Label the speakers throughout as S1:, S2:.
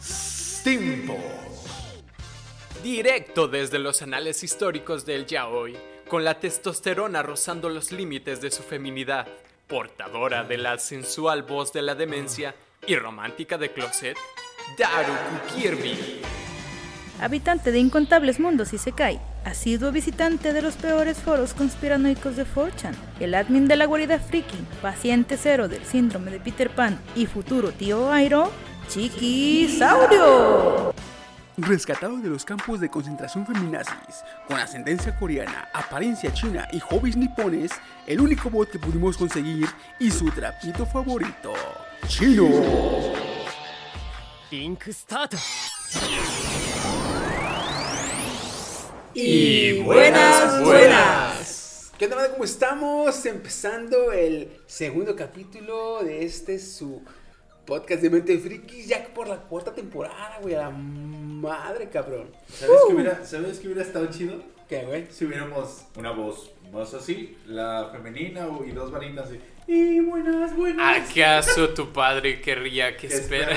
S1: Stimpo.
S2: Directo desde los anales históricos del yaoi, con la testosterona rozando los límites de su feminidad, portadora de la sensual voz de la demencia y romántica de closet, Daru Kirby.
S3: Habitante de incontables mundos y se cae, asiduo visitante de los peores foros conspiranoicos de 4chan, el admin de la guarida friki, paciente cero del síndrome de Peter Pan y futuro tío Airo, Chiquisaurio.
S4: Rescatado de los campos de concentración feminazis, con ascendencia coreana, apariencia china y hobbies nipones, el único bot que pudimos conseguir y su trapito favorito, Chino.
S5: Link Start.
S6: Y buenas, buenas.
S4: ¿Qué onda, banda? ¿Cómo estamos? Empezando el segundo capítulo de este su podcast de Mente Friki, ya por la cuarta temporada, güey. A la madre, cabrón.
S7: ¿Sabes,
S4: Uh.
S7: qué hubiera, ¿Sabes qué hubiera estado chido?
S4: ¿Qué, güey?
S7: Si hubiéramos una voz más así, la femenina y dos varitas así. Y buenas, buenas.
S2: ¿Acaso tu padre querría que espera?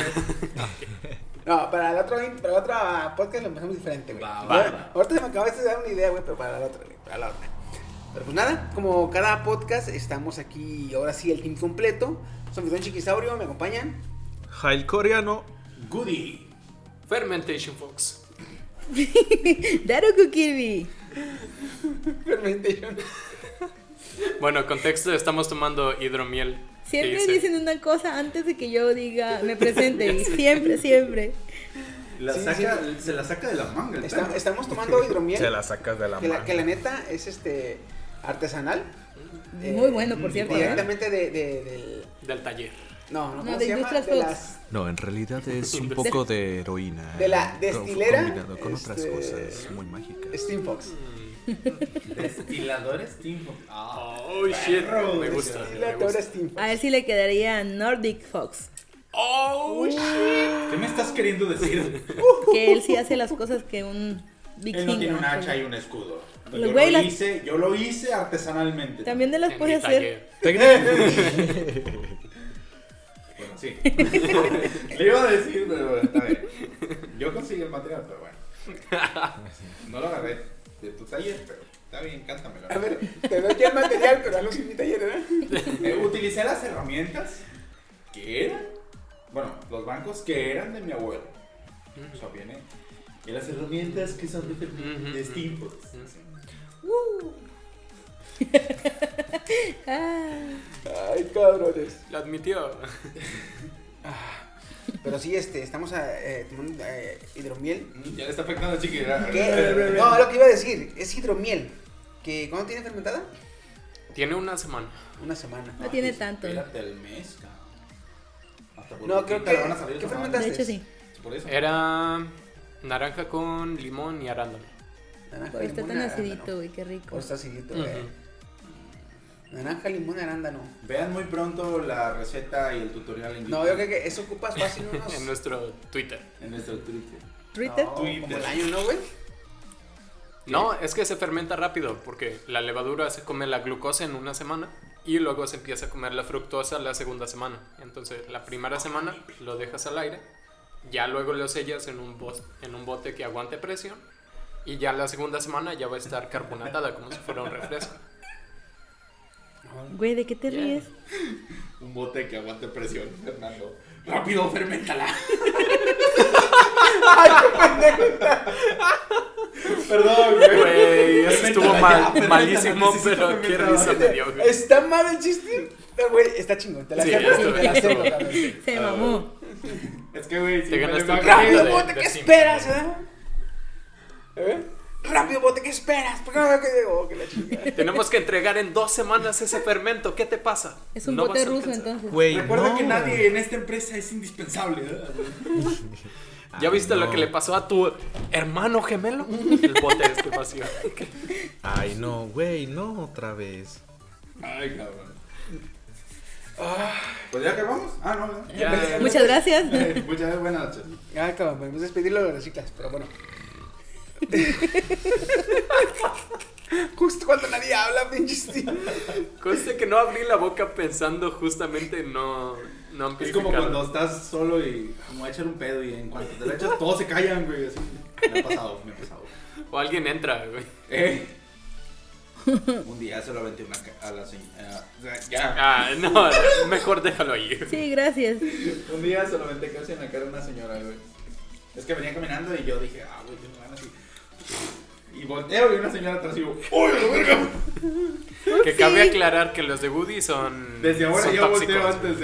S4: No, para el otro, para el otro podcast lo empezamos diferente, güey.
S7: Va, va,
S4: Ahora-
S7: va.
S4: Ahorita se me acabaste de dar una idea, güey, pero para el otro, güey, para la otra. Pero pues nada, como cada podcast estamos aquí, ahora sí, el team completo. Son Fidón Chiquisaurio, me acompañan.
S6: Jail coreano.
S7: Goody.
S2: Fermentation Fox.
S3: Daruku Kirby.
S4: Fermentation.
S2: Bueno, contexto, estamos tomando hidromiel.
S3: Siempre
S2: Sí, sí.
S3: dicen una cosa antes de que yo diga, me presente. siempre, siempre.
S7: La
S4: Sí,
S7: saca, Se la saca de la manga. el
S4: Está-
S7: perro.
S4: estamos tomando hidromiel.
S6: Se la sacas de la
S4: que,
S6: mano.
S4: la, que la neta es este artesanal. Eh,
S3: Muy bueno, por cierto. ¿eh?
S4: Directamente de, de- del.
S2: Del taller.
S4: No, no,
S3: No,
S4: ¿cómo
S3: de
S4: se llama?
S3: Industrias
S4: De,
S3: Fox.
S4: las,
S8: No, en realidad es un poco de heroína.
S4: de la
S8: eh,
S4: destilera,
S8: Combinado con otras
S4: este,
S8: cosas muy mágicas.
S4: Steam Fox.
S7: Destiladores Timbo.
S4: Ah.
S2: Oh, shit. Me gusta.
S4: Y
S2: me
S4: la
S2: gusta.
S4: teoría Steam Fox.
S3: A ver si le quedaría Nordic Fox.
S2: Oh, shit.
S7: ¿Qué me estás queriendo decir?
S3: Que él sí hace las cosas que un vikingo.
S7: Él no tiene un
S3: ¿no?
S7: hacha y un escudo. Yo
S3: Los
S7: lo,
S3: güey, las-
S7: hice, yo lo hice artesanalmente.
S3: También de las
S2: En mi
S3: puede hacer.
S2: taller.
S7: Bueno, sí. Le iba a decir, pero a ver. Yo conseguí el material, pero bueno. No lo agarré de tu taller, pero está bien, cántamelo.
S4: A ver, te doy ya el material, pero hazlo sin mi taller, ¿verdad?
S7: Eh, utilicé las herramientas que eran, bueno, los bancos que eran de mi abuelo. O sea, viene. Y las herramientas que son de,
S2: Ujú,
S7: de Steam, pues.
S3: Ah,
S4: Ay, cabrones.
S2: Lo admitió.
S4: Pero sí, este, estamos a, eh, tomando eh, hidromiel.
S7: Mm, Ya le está afectando, chiqui. Eh, ¿verdad?
S4: ¿Qué? No, lo que iba a decir, es hidromiel. Que ¿Cuándo tiene fermentada?
S2: Tiene una semana.
S4: Una semana.
S3: No tiene tanto.
S7: Pues, Espérate el mes, cabrón. Hasta por
S4: No,
S7: poquito
S4: creo
S7: te
S4: que-
S7: la van a salir
S4: ¿qué
S7: esa madre.
S3: de hecho, sí.
S7: Por eso.
S2: Era naranja con limón y arándano.
S4: Naranja,
S3: Pero Pues está
S4: limón,
S3: tan
S4: arándano.
S3: acidito, güey, qué rico.
S4: O está acidito,
S2: Ujú.
S4: eh. Naranja, limón, arándano.
S7: Vean muy pronto la receta y el tutorial en YouTube.
S4: No, yo creo que eso ocupas fácil unos...
S2: En nuestro Twitter.
S7: En nuestro Twitter.
S3: Twitter.
S4: No, como el año, ¿no, güey?
S2: No, es que se fermenta rápido porque la levadura se come la glucosa en una semana y luego se empieza a comer la fructosa la segunda semana. Entonces, la primera semana lo dejas al aire, ya luego lo sellas en un, bos- en un bote que aguante presión y ya la segunda semana ya va a estar carbonatada como si fuera un refresco.
S3: Güey, ¿de qué te ríes?
S7: Un bote que aguante presión, Fernando. ¡Rápido, fermentala! Perdón,
S2: Güey, eso estuvo
S7: Fermentala
S2: mal-
S7: ya, fermentala,
S2: malísimo,
S7: necesito
S2: pero qué
S7: fermentar.
S2: risa me dio. güey.
S4: ¿Está mal el chiste? No, güey, está chingón. Te la
S2: Sí,
S4: acepto,
S2: ya estuvo,
S4: te la
S2: ya
S4: acepto,
S2: estuvo.
S4: cabrón.
S3: Se mamó.
S7: Es que, güey, si
S2: Te ganaste un
S7: rápido.
S4: Rápido,
S2: de-
S4: bote,
S2: de
S4: ¿qué
S2: simple.
S4: esperas, verdad? ¿Eh? Rápido, bote, ¿qué esperas? ¿Por qué no veo que oh, que la chingada?
S2: Tenemos que entregar en dos semanas ese fermento. ¿Qué te pasa?
S3: Es un
S2: No
S3: bote
S2: vas a
S3: ruso,
S2: alcanzar.
S3: entonces.
S6: Güey,
S7: Recuerda
S6: no.
S7: que nadie en esta empresa es indispensable. ¿verdad?
S2: ¿Ya viste lo que le pasó a tu hermano gemelo? El bote este vacío.
S6: Ay, no, güey, no otra vez.
S7: Ay, cabrón. Pues ya acabamos. Ah, no, ¿verdad?
S2: Ya, ya, ya.
S9: Muchas gracias.
S7: Eh, Muchas gracias, buenas noches.
S4: Ya acabamos, Ah, podemos despedirlo de las chicas, pero bueno. Justo cuando nadie habla, pinche Steve.
S2: Conste que no abrí la boca pensando justamente no, no
S7: Es como
S2: amplificar.
S7: cuando estás solo y como a echar un pedo y en cuanto te lo echas todos se callan, güey. Así. Me ha pasado, me ha pasado.
S2: O alguien entra, güey.
S7: Eh. Un día se lo aventé una ca- a la señora. ya.
S2: Ah, no, mejor déjalo ahí.
S9: Sí, gracias.
S7: Un día se lo aventé casi en la cara a una señora, güey. Es que venía caminando y yo dije, ah, güey, tengo ganas y. Y volteo y una señora atrás y yo, ¡Uy, la verga!
S2: Que cabe aclarar que los de Woody son.
S7: Desde ahora
S2: son
S7: yo
S2: tóxicos,
S7: volteo
S2: güey.
S7: antes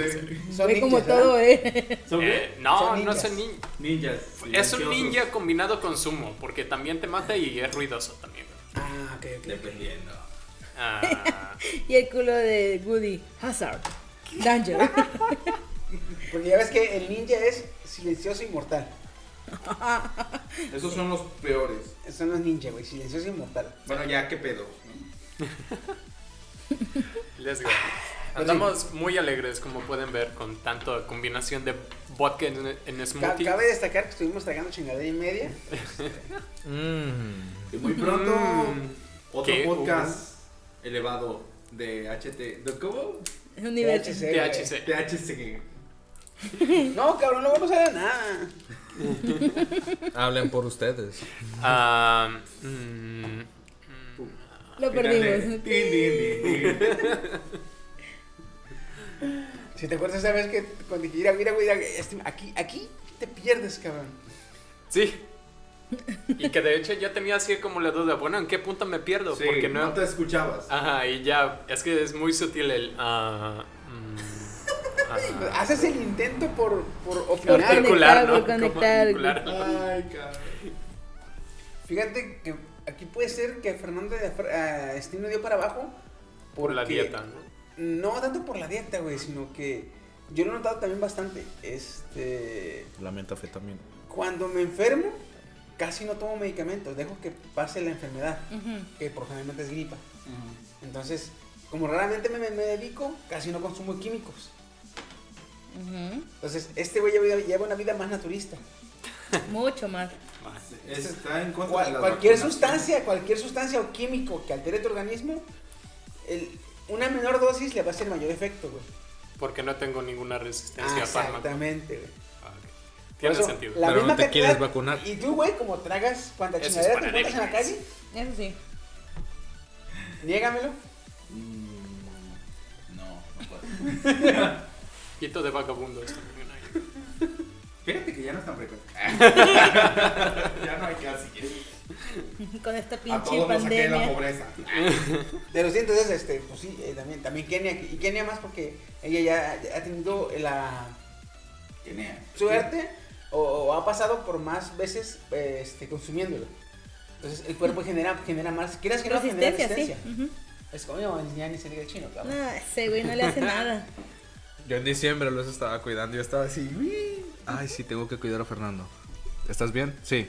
S7: de.
S4: Son
S9: Ve como
S4: ninjas, ¿verdad?
S9: todo, ¿eh?
S7: ¿Son qué?
S2: Eh, no,
S4: Son
S2: no
S4: ninjas.
S2: son ninjas.
S7: Ninjas.
S2: Es un
S7: silenciosos.
S2: ninja combinado con sumo, porque también te mata y es ruidoso también. güey.
S4: Ah, ok, ok.
S7: Dependiendo.
S2: Ah,
S9: Y el culo de Woody. Hazard. Danger.
S4: Porque ya ves que el ninja es silencioso e inmortal.
S7: Esos son los peores.
S4: Son los ninja, güey, silencioso e inmortal.
S7: Bueno, ya, ¿qué pedo?
S2: let's go.
S4: Ah,
S2: Andamos muy alegres, como pueden ver, con tanta combinación de vodka en, en
S4: Ca-
S2: smoothie.
S4: cabe destacar que estuvimos tragando chingadera y media.
S7: Y muy pronto,
S2: Mm.
S7: otro
S2: ¿Qué?
S7: podcast Uh-huh. elevado de HT. ¿De cómo?
S9: Es un nivel.
S4: THC, güey.
S2: THC.
S7: THC.
S4: No, cabrón, no vamos a dar nada.
S10: Hablen por ustedes.
S2: Ah, mm, mm.
S9: Lo
S7: Finales. Tin,
S9: perdimos.
S7: tin, tin, tin.
S4: Si te acuerdas esa vez que cuando dije, mira, mira, güey, mira, este- aquí, aquí te pierdes, cabrón.
S2: Sí. Y que de hecho yo tenía así como la duda, bueno, ¿en qué punto me pierdo?
S7: Sí,
S2: Porque
S7: no Ah,
S2: no...
S7: te escuchabas.
S2: Ajá, y ya, es que es muy sutil el... ah, mm, ah,
S4: Haces el intento por, por
S9: Por
S4: opinar.
S9: conectar,
S2: particular, ¿no?
S9: por conectar.
S2: Como particular.
S4: Ah,
S7: Ay, cabrón.
S4: Fíjate que aquí puede ser que Fernando de Afra- a Steve no dio para abajo.
S2: Por la
S4: porque-
S2: dieta, ¿no?
S4: No tanto por la dieta, güey, sino que yo lo he notado también bastante. Este.
S10: La metafetamina.
S4: Cuando me enfermo, casi no tomo medicamentos. Dejo que pase la enfermedad,
S9: Ujú.
S4: que por generalmente es gripa. Entonces, como raramente me, me dedico, casi no consumo químicos.
S9: Ujú.
S4: Entonces, este güey lleva, lleva una vida más naturista.
S9: Mucho más.
S7: Está en contra
S4: Cual-
S7: de las
S4: cualquier
S7: vacunas.
S4: sustancia, cualquier sustancia o químico que altere tu organismo, el- una menor dosis le va a hacer mayor efecto, güey.
S2: Porque no tengo ninguna resistencia a fármaco.
S4: Exactamente, güey.
S2: Ah, ok.
S4: Por
S2: Tiene
S4: eso,
S2: sentido.
S4: la
S10: Pero
S4: misma
S10: no te
S4: cantidad-
S10: quieres vacunar.
S4: Y tú, güey, como tragas cuanta
S2: Eso es
S4: chingadera te
S2: para
S4: encuentras en la calle,
S9: Eso sí.
S4: niégamelo.
S7: Mm, No, no puedo.
S2: Pito de vagabundo. esto también hay.
S7: Fíjate que ya no es tan frecuente. ya no hay casi.
S9: Con esta
S7: A
S9: pinche
S7: todos nos saqué de la
S9: pandemia.
S7: pobreza.
S4: De los dientes, entonces, este, pues sí, eh, también, también Kenia. Y Kenia más porque ella ya, ya ha tenido la
S7: Tiene.
S4: suerte o, o ha pasado por más veces eh, este, consumiéndolo. Entonces el cuerpo genera, genera más, quieras que no, genera
S9: Resistencia, sí.
S4: resistencia. Es como yo, ya ni se diga el chino,
S9: Ujú.
S4: cabrón.
S9: No, ese güey no le hace nada.
S6: Yo en diciembre los estaba cuidando, yo estaba así. "Uy".
S10: Ay, sí, tengo que cuidar a Fernando. ¿Estás bien? Sí.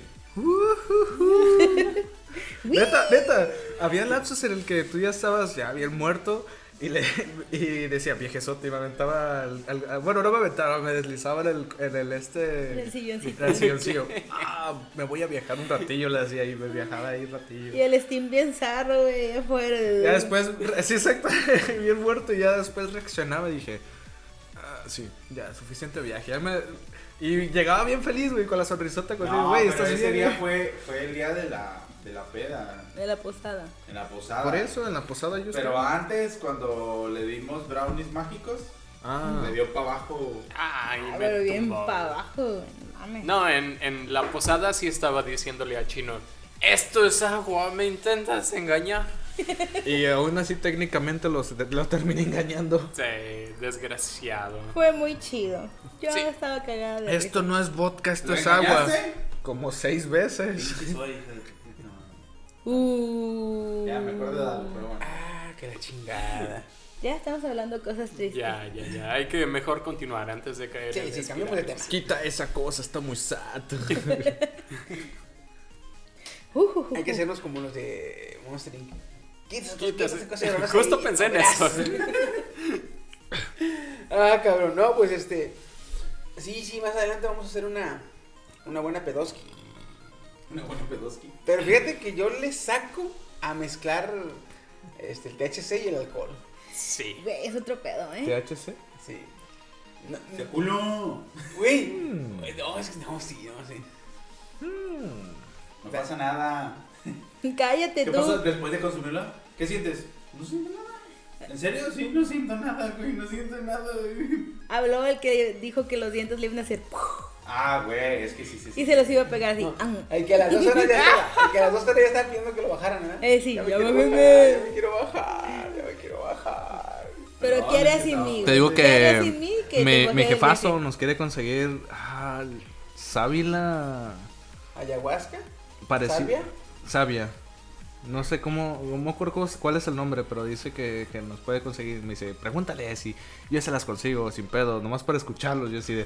S6: Neta, neta, había lapsos en el que tú ya estabas ya bien muerto y, le, y decía viejezote y me aventaba al, al- bueno, no me aventaba, me deslizaba en el, en el
S9: En el
S6: este...
S9: silloncito.
S6: en el silloncillo. Ah, me voy a viajar un ratillo, le decía, y me viajaba ahí un ratillo.
S9: Y el Steam bien zarro, güey, afuera.
S6: Ya después, sí, exacto, bien muerto, y ya después reaccionaba y dije, "Ah, sí, ya, suficiente viaje. ya me- y llegaba bien feliz, güey, con la sonrisota, con
S7: No,
S6: güey,
S7: pero
S6: estás bien. ¿eh?".
S7: ese día
S6: bien".
S7: fue, fue el día de la, de la peda,
S9: De la posada.
S7: en la posada.
S6: Por eso, en la posada yo
S7: Pero antes, cuando le dimos brownies mágicos,
S6: Ah,
S7: le dio para abajo.
S2: Ay,
S9: Ah,
S2: me
S9: pero bien
S2: tumbó.
S9: para abajo, güey. no mames.
S2: No, en, en la posada sí estaba diciéndole a Chino, esto es agua, me intentas engañar.
S6: y aún así técnicamente los, los terminé engañando.
S2: Sí, desgraciado.
S9: Fue muy chido. Yo
S2: Sí.
S9: estaba cagada de
S6: Esto no es vodka, esto
S7: ¿Lo
S6: es agua.
S7: engañaste?
S6: Como seis veces.
S9: risa. Uh.
S7: Ya me acuerdo de algo, pero bueno.
S2: Ah, que la chingada.
S9: Ya estamos hablando cosas tristes.
S2: Ya, ya, ya. Hay que mejor continuar antes de caer.
S4: Sí,
S2: en
S4: sí,
S2: las
S4: cambiamos de tema.
S2: pirámides.
S11: Quita esa cosa, está muy sad.
S9: Uh, uh, uh,
S4: Hay que
S9: uh.
S4: hacernos como los de Monster Inc. Quitas,
S2: Quita
S4: quitas,
S2: esa-
S4: esa cosa y ahora sí,
S2: Justo pensé en eso.
S4: verás. Ah, cabrón, no, pues este. Sí, sí, más adelante vamos a hacer una, una buena pedoski.
S7: Una buena pedoski.
S4: Pero fíjate que yo le saco a mezclar este, el THC y el alcohol.
S2: Sí.
S9: Güey, es otro pedo, ¿eh?
S10: THC.
S4: Sí. No,
S7: ¡Se culo!
S4: güey. No, es que no, sí, no, sí.
S7: No pasa nada.
S9: Cállate
S7: ¿Qué
S9: tú.
S7: pasa después de consumirla? ¿Qué sientes? No siento nada. ¿En serio? Sí, no siento nada, güey. No siento nada, güey.
S9: Habló el que dijo que los dientes le iban a hacer. ¡puf!
S7: Ah, güey, es que sí, sí, sí.
S9: Y se los iba a pegar así.
S4: No,
S9: ¡am!
S4: el que a las dos horas ya estaba, el que a las dos horas ya estaba pidiendo que lo bajaran, ¿verdad?
S9: Eh, sí,
S4: ya me,
S9: ya
S4: quiero
S9: me-
S4: bajar, ya me quiero bajar, ya me quiero bajar.
S9: Pero
S7: No,
S9: quiere
S7: no,
S9: así
S7: no.
S9: mí.
S7: Te
S9: güey.
S10: Te digo
S9: Quiere así
S10: que
S9: mí que te
S10: mi, mi
S9: baje el
S10: jefazo
S9: viaje.
S10: nos quiere conseguir ah, sábila
S4: ¿Ayahuasca?
S10: pareci-
S4: ¿Sabia?
S10: Sabia. No sé cómo, no me acuerdo cómo- cuál es el nombre, pero dice que, que nos puede conseguir. Me dice, pregúntale si yo se las consigo sin pedo, nomás para escucharlos. Yo así de,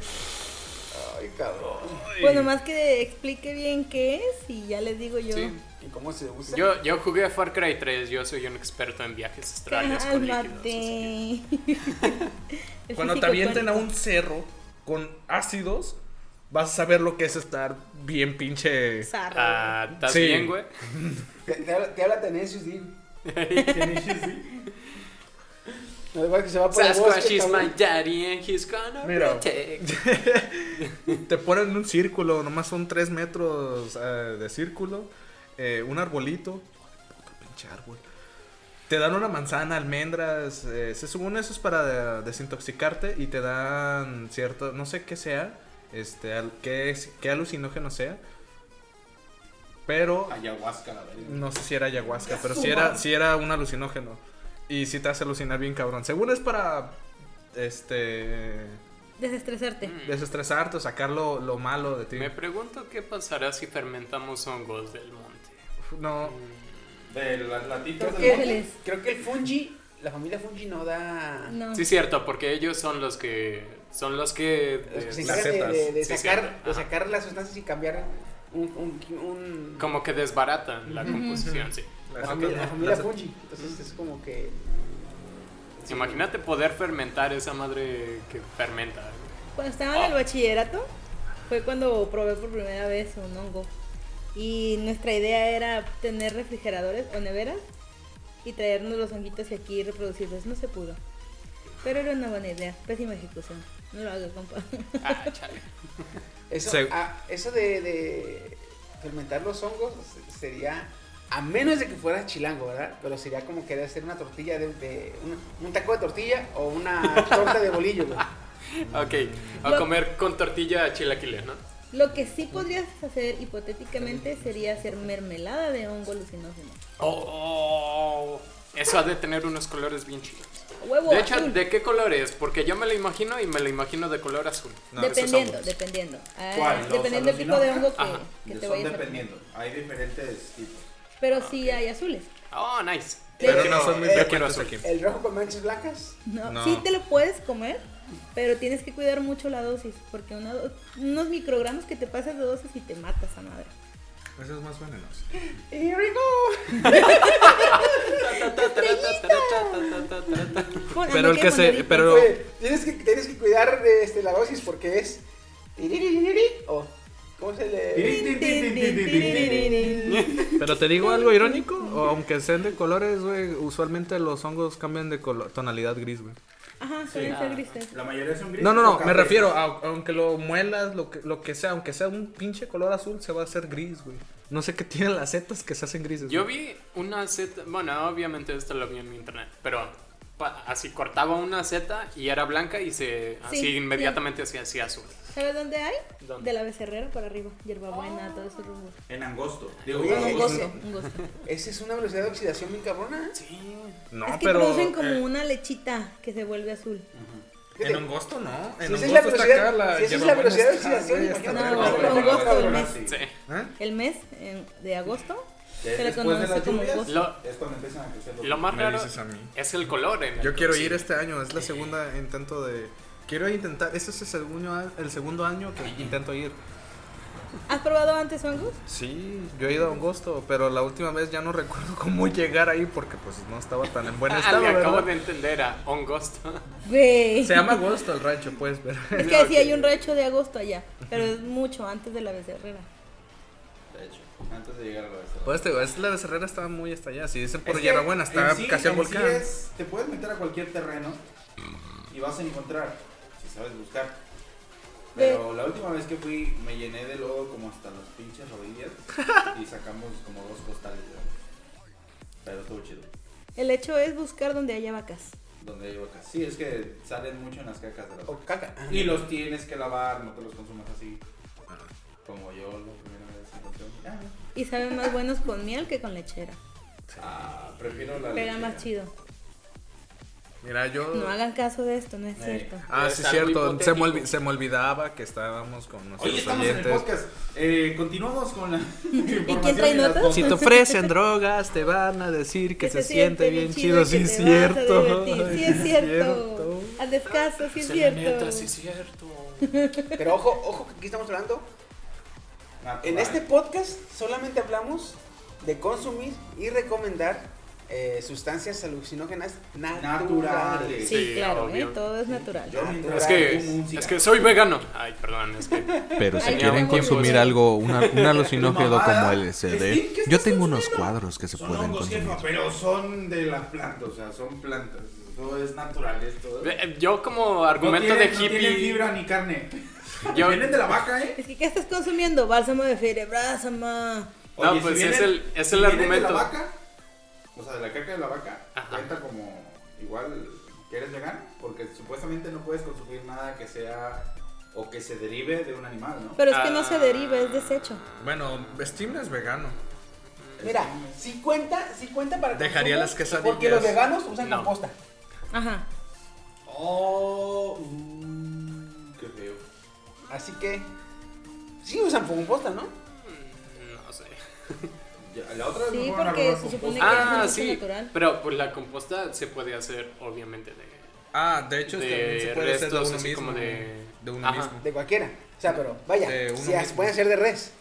S4: Ay, cabrón.
S9: Pues nomás que explique bien qué es y ya les digo yo.
S2: Sí.
S4: ¿Y cómo se usa?
S2: Yo, yo jugué a Far Cry 3, yo soy un experto en viajes astrales con líquidos. así
S9: Cálmate. El
S6: Cuando te
S9: físico
S6: avienten a
S9: cuántico.
S6: un cerro con ácidos, vas a saber lo que es estar bien pinche.
S2: que-
S9: Zarro.
S2: Ah, ¿Estás
S6: Sí.
S2: bien, güey?
S4: Te, te habla, te habla Tenacious D. No, igual que se va por el
S2: Sasquatch
S4: bosque.
S2: is my
S4: cabrón.
S2: daddy and he's gonna
S6: Mira.
S2: protect.
S6: Te ponen un círculo, nomás son 3 metros eh, de círculo, eh, un arbolito. Puta pinche árbol. Te dan una manzana, almendras. eh, se supone eso es para de- desintoxicarte y te dan cierto, no sé qué sea, este, al- qué, es- qué alucinógeno sea. Pero
S7: Ayahuasca, la verdad.
S6: No sé si era ayahuasca, pero si era, si era un alucinógeno. Y si te hace alucinar bien cabrón. Según es para este
S9: Desestresarte.
S6: Mm. desestresarte o sacar lo, lo malo de ti.
S2: Me pregunto qué pasará si fermentamos hongos del monte. Mm.
S6: No,
S7: De las latitas
S4: Creo
S7: del
S9: ¿Qué
S7: monte.
S9: les-
S4: que, creo que el fungi, la familia fungi no da...
S9: No.
S2: Sí, cierto, porque ellos son los que. Son los que.
S4: Los que se
S2: eh,
S6: Las
S4: encargan de- de,
S6: setas.
S4: de
S2: Sí,
S4: sacar,
S2: cierto.
S4: de
S2: Ajá.
S4: sacar las sustancias y cambiar un... un, un-
S2: como que desbaratan la composición, sí.
S4: la, familia, la familia fungi. Entonces es como que...
S2: Imagínate poder fermentar esa madre que fermenta.
S9: Cuando estaba en
S6: Oh.
S9: el bachillerato, fue cuando probé por primera vez un hongo. Y nuestra idea era tener refrigeradores o neveras y traernos los honguitos y aquí reproducirlos. No se pudo. Pero era una buena idea, pésima ejecución. No lo haga, compa.
S2: Ah, chale.
S4: Eso,
S6: Se-
S4: ah, eso de, de fermentar los hongos se- sería, a menos de que fuera chilango, ¿verdad? Pero sería como querer hacer una tortilla de, de- un, un taco de tortilla o una torta de bolillo, güey.
S2: Ok, a
S9: Lo-
S2: comer con tortilla chilaquiles, ¿no?
S9: Lo que sí podrías hacer hipotéticamente sería hacer mermelada de hongo alucinógeno.
S2: Oh, eso ha de tener unos colores bien chidos.
S9: Huevo
S2: De hecho,
S9: azul.
S2: ¿de qué color es? Porque yo me lo imagino y me lo imagino de color azul.
S9: dependiendo, dependiendo. Ah,
S7: ¿Cuál? ¿Los
S9: dependiendo del tipo de hongo que,
S2: Ajá.
S9: que
S7: Ya
S9: te
S7: Son
S9: vayas a
S7: dependiendo. Hay diferentes tipos.
S9: Pero sí hay azules.
S2: Oh, nice.
S6: pero
S2: Yo
S6: no
S2: quiero-
S6: son muy
S2: yo
S6: frecuentes
S2: quiero azul.
S6: aquí.
S4: Eh, El rojo con manchas blancas.
S9: No,
S6: No.
S9: sí te lo puedes comer, pero tienes que cuidar mucho la dosis, porque una do- unos microgramos que te pasas de dosis y te matas a madre.
S10: Eso es más venenoso.
S4: Here we go.
S9: Pon-
S6: Pero
S9: ando
S6: el que se-
S9: Juanelito.
S6: pero-
S4: Oye, tienes, que, tienes que cuidar de este, la dosis porque es... tiriririrí, O, ¿Cómo se le...?
S9: Tin, tin, tin, tiriririn.
S10: Pero te digo algo irónico, o aunque sean de colores, güey, usualmente los hongos cambian de colo- tonalidad gris, güey.
S9: Ajá, suelen ser grises.
S7: La mayoría son grises.
S6: No, no,
S7: o
S6: no, me
S7: cafés.
S6: refiero a aunque lo muelas, lo que, lo que sea, aunque sea un pinche color azul, se va a hacer gris, güey. No sé qué tienen las setas que se hacen grises.
S2: Yo
S6: güey.
S2: vi una seta, bueno, obviamente esto lo vi en internet, pero pa- así cortaba una seta y era blanca y se así
S9: sí.
S2: inmediatamente se hacía azul.
S9: ¿Sabes dónde hay?
S2: ¿Dónde?
S9: De la becerrera para arriba, hierbabuena, todo eso rumbo.
S7: En angosto. Digo, pues,
S4: Oye,
S7: angosto.
S4: angosto.
S9: Un gusto.
S4: Esa es una velocidad de oxidación bien cabrona.
S6: No,
S9: es que
S10: Ah,
S6: pero
S9: producen como
S6: eh,
S9: una lechita que se vuelve azul.
S6: en angosto no, en
S4: Si esa es la
S6: angosto está
S4: velocidad,
S6: acá la
S4: si esa es la
S6: hierbabuena
S4: velocidad de
S6: está,
S4: oxidación,
S6: güey, está
S4: imagínate.
S9: No,
S6: terrible.
S7: Ah,
S9: un
S7: bueno,
S9: gusto
S7: bueno,
S9: al mes.
S7: sí.
S2: Sí.
S9: El mes en- de agosto
S7: Es
S9: Se le
S7: después de
S9: conoce
S7: las
S9: como
S7: lluvias,
S2: Lo-
S7: es cuando empiezan a crecer los
S2: Lo más
S6: Me
S2: raro
S6: dices a mí.
S2: es el color. en el
S6: Yo quiero
S2: sí.
S6: ir este año, es la segunda intento de... Quiero intentar, ese es el segundo, a- el segundo año que intento ir.
S9: ¿Has probado antes hongos?
S6: Sí, yo he ido a Angosto, pero la última vez ya no recuerdo cómo llegar ahí porque pues no estaba tan en buen
S2: Ah,
S6: estado.
S2: le acabo
S6: ¿verdad?
S2: de entender a Ongosto.
S9: Güey.
S6: Se llama Agosto el rancho, pues, pero...
S9: Es que sí hay un recho de agosto allá, pero es mucho antes de la becerrera.
S7: De hecho, antes de llegar a la becerra.
S6: Pues te digo, es- la becerrera estaba muy hasta allá, si dicen por
S7: Es que
S6: Yerrabuena, está
S7: en sí-
S6: casi al
S7: en sí
S6: volcán.
S7: es- te puedes meter a cualquier terreno y vas a encontrar, si sabes buscar. Pero la última vez que fui me llené de lodo como hasta las pinches rodillas y sacamos como dos costales de agua. Pero estuvo chido.
S9: El hecho es buscar donde haya vacas.
S7: Donde hay vacas. Sí, es que salen mucho en las cacas de las
S4: O
S7: vacas.
S4: caca.
S7: Y los tienes que lavar, no te los consumas así. Como yo la primera vez encontré. Ah,
S9: Y saben más buenos con miel que con lechera.
S7: Ah, prefiero la
S9: Pega
S7: lechera.
S9: más chido.
S6: Mira, yo...
S9: No hagan caso de esto, no es cierto.
S6: Ah,
S2: Es
S6: sí,
S2: algo
S6: cierto. Se me, olvi-
S2: hipotético.
S6: se me olvidaba que estábamos con nuestros
S7: Hoy estamos en el
S6: oyentes.
S7: podcast. Eh, continuamos con la.
S9: ¿Y quién trae notas?
S10: Si te ofrecen drogas, te van a decir que, se, siente bien chido, sí
S9: que
S10: es
S9: te vas a
S10: cierto.
S9: divertir, Sí
S10: Ay,
S9: es cierto. Al descanso, sí es
S2: Sí, la
S9: cierto.
S2: neta, sí es cierto.
S4: Pero ojo, ojo, que aquí estamos hablando.
S7: Ah,
S4: En
S7: pues,
S4: este podcast solamente hablamos de consumir y recomendar eh, sustancias alucinógenas naturales.
S7: Naturales.
S9: Sí,
S2: Sí,
S9: claro,
S2: obvio.
S9: ¿eh? todo es natural.
S7: Yo
S2: Es
S7: mientras fumo
S2: que,
S7: un cigarro.
S2: es que soy vegano. Ay, perdón, es que.
S11: Pero si
S9: Ay,
S11: quieren
S9: no, güey.
S11: consumir algo, una- un alucinógeno
S7: Mamada.
S11: como
S7: Steve, ¿qué
S11: LCD,
S7: estás
S11: yo tengo unos
S7: consumiendo?
S11: cuadros que se
S7: Son
S11: pueden
S7: hongos,
S11: consumir.
S7: jefa, pero son de las plantas, o sea, son plantas. Todo es natural, es todo.
S2: Eh, Yo, como argumento
S7: no tienen,
S2: de
S7: no tienen
S2: hippie.
S7: fibra ni carne.
S2: Yo-
S7: Vienen de la vaca, ¿eh?
S9: Es que, ¿qué estás consumiendo? Bálsamo de ferebrázama.
S2: No, pues,
S7: vienen-
S2: es el- es el
S7: si vienen
S2: argumento.
S7: De la vaca, o sea, de la caca de la vaca,
S2: Ajá.
S7: cuenta como igual que eres vegano, porque supuestamente no puedes consumir nada que sea o que se derive de un animal, ¿no?
S9: Pero es que no se
S2: Ah.
S9: deriva, es desecho.
S6: Bueno, Steam no es vegano.
S4: Mira, si cuenta, si cuenta para
S6: Dejaría
S4: consumo,
S6: las quesadillas.
S4: Porque los veganos usan
S2: No.
S4: composta.
S9: Ajá.
S7: Oh, mm, qué feo.
S4: Así que sí usan composta, ¿no?
S2: No sé.
S7: Ya, la otra vez
S9: Sí,
S7: me fueron a
S9: porque
S7: robar
S9: se supone
S7: composta.
S9: que- es
S2: Ah,
S9: una
S2: sí.
S9: leche natural.
S2: Pero pues la composta se puede hacer, obviamente, de,
S6: Ah, de hecho,
S2: de
S6: también se puede hacer de
S2: restos,
S6: uno
S2: así
S6: mismo.
S2: como de.
S6: de uno
S2: Ajá.
S6: mismo.
S4: De cualquiera. O sea, pero vaya,
S6: De uno
S4: si as-
S6: mismo.
S4: pueden ser de res.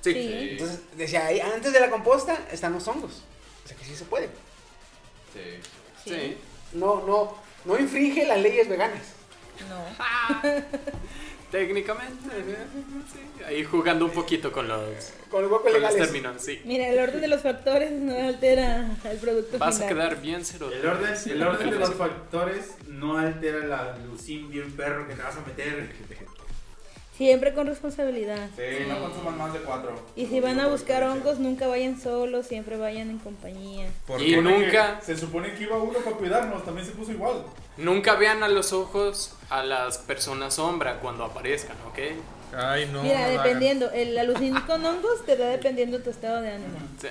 S2: Sí.
S9: Sí.
S4: Entonces, decía, ahí, antes de la composta están los hongos. O sea que sí se puede.
S7: Sí.
S2: Sí.
S9: Sí.
S4: No, no, no infringe las leyes veganas.
S9: No.
S2: Técnicamente. eh, sí. Ahí jugando un poquito con los,
S4: Con los
S2: con
S4: huecos
S6: este
S2: los
S4: legales.
S2: términos, sí.
S9: Mira, el orden de los factores no altera el producto
S2: Vas a
S9: final.
S2: quedar bien cero.
S7: El orden, el orden de los factores no altera la lucín bien perro que te vas a meter.
S9: Siempre con responsabilidad.
S7: Sí, no consuman más de cuatro.
S9: Y si van a buscar hongos, nunca vayan solos, siempre vayan en compañía.
S2: Y nunca,
S7: Se supone que iba uno para cuidarnos, también se puso igual.
S2: nunca vean a los ojos a las personas sombra cuando aparezcan, ¿ok?
S6: Ay, no.
S9: Mira,
S6: no lo
S9: dependiendo, el alucin con hongos te da dependiendo tu estado de ánimo.
S2: Sí.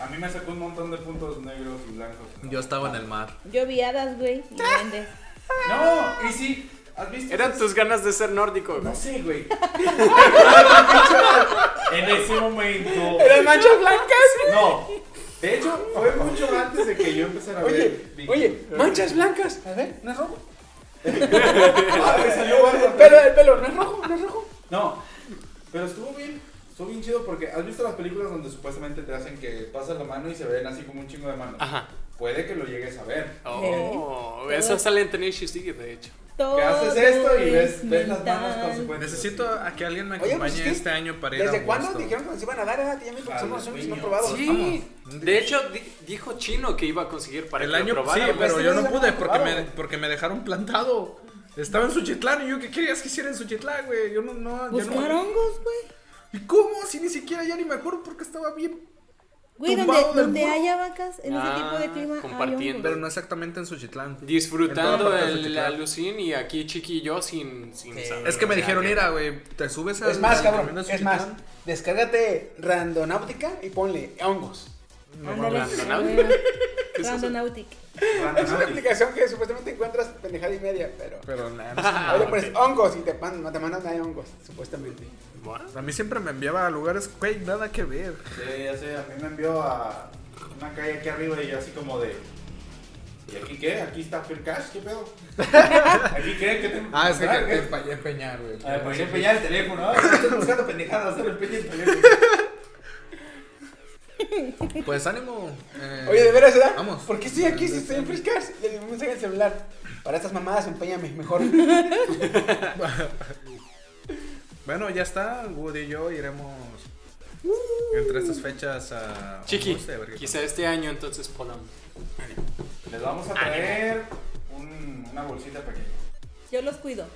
S7: A mí me sacó un montón de puntos negros y blancos.
S6: hagan. Yo estaba en el mar.
S9: Yo vi hadas, güey, y duendes.
S7: No, y sí, ¿has visto?
S2: Eran tus ganas de ser nórdico.
S7: No sé, güey. en ese momento.
S4: manchas blancas?
S7: No. De hecho, fue mucho antes de que yo empezara a ver.
S4: Oye,
S7: Vicky.
S4: oye, manchas blancas. A ver, no es rojo.
S7: Ah, me salió barba.
S4: El pelo del pelo, no es rojo, no es rojo.
S7: No, pero estuvo bien. Estuvo bien chido porque has visto las películas donde supuestamente te hacen que pasas la mano y se ven así como un chingo de manos.
S2: Ajá.
S7: Puede que lo llegues a ver.
S2: Oh, eso sale en Tenacious D, de hecho.
S9: Todo
S7: Que haces esto y ves,
S9: es
S7: ves las manos
S9: mental.
S7: consecuentes.
S6: Necesito a que alguien me
S4: Oye,
S6: acompañe
S4: pues, ¿qué?
S6: este año para ir a
S4: ¿Desde cuándo
S6: Augusto.
S4: dijeron que nos iban a dar? Ah, ya me
S7: Para
S4: somos
S7: los
S4: hombres no
S7: niños.
S4: probados.
S2: Sí. De hecho, di- dijo Chino que iba a conseguir para
S6: El
S2: que lo
S6: año sí,
S2: probáramos.
S6: pero
S4: Pues,
S6: yo
S4: sí,
S6: no
S4: ya
S6: pude
S4: lo
S6: porque me,
S4: probaron.
S6: porque me dejaron plantado. Estaba en Suchitlán y yo, ¿qué querías que hiciera en Suchitlán, güey? Yo no, no, yo
S9: Buscar
S6: no.
S9: hongos, güey.
S6: ¿Y cómo? Si ni siquiera ya ni me acuerdo porque estaba bien.
S9: Güey,
S6: Tumbado
S9: donde,
S6: del
S9: donde
S6: muro.
S9: haya vacas, en
S2: Ah,
S9: ese tipo de clima, hay
S2: compartiendo.
S9: hongos.
S6: Pero no exactamente en Suchitlán. En toda
S2: Disfrutando
S6: parte de
S2: el
S6: Suchitlán.
S2: alucin y aquí Chiqui y yo sin, sin saber.
S6: Es que me
S2: O sea,
S6: dijeron,
S2: que-
S6: mira, güey, te subes a.
S4: Es más, cabrón, es más. Descárgate Randonáutica y ponle hongos.
S9: Ándale.
S2: Randonáutica.
S9: a ver. Randonautic.
S4: Es una aplicación que supuestamente encuentras pendejada y media, pero.
S10: Pero nada.
S4: Ahora le pones hongos y te, man- te mandan ahí hongos, supuestamente.
S10: A mí siempre me enviaba a lugares, güey, nada que ver.
S7: Sí, ya sé, a mí me envió a una calle aquí arriba y yo así como de... ¿Y aquí qué? ¿Aquí está Fircash? ¿Qué pedo? ¿Aquí qué? ¿Qué te
S10: Ah, es que
S7: ¿Ah,
S10: te,
S7: qué?
S10: te empa- empeñar, güey.
S7: A ver, pues empeñar el teléfono, ¿no? Estás buscando pendejadas, hacer el peña el teléfono.
S10: Pues ánimo. eh,
S4: Oye, de veras, ¿verdad?
S10: Vamos.
S4: ¿Por qué estoy aquí si estoy en Free Cash? Le di un mensaje al celular. Para estas mamadas, empeñame mejor. Oh,
S10: Bueno, ya está. Woody y yo iremos
S4: Uh.
S10: entre estas fechas a.
S2: Chiqui,
S10: no sé, a ver qué
S2: quizá este año entonces podamos.
S7: Les vamos a traer un- una bolsita pequeña.
S9: Yo los cuido.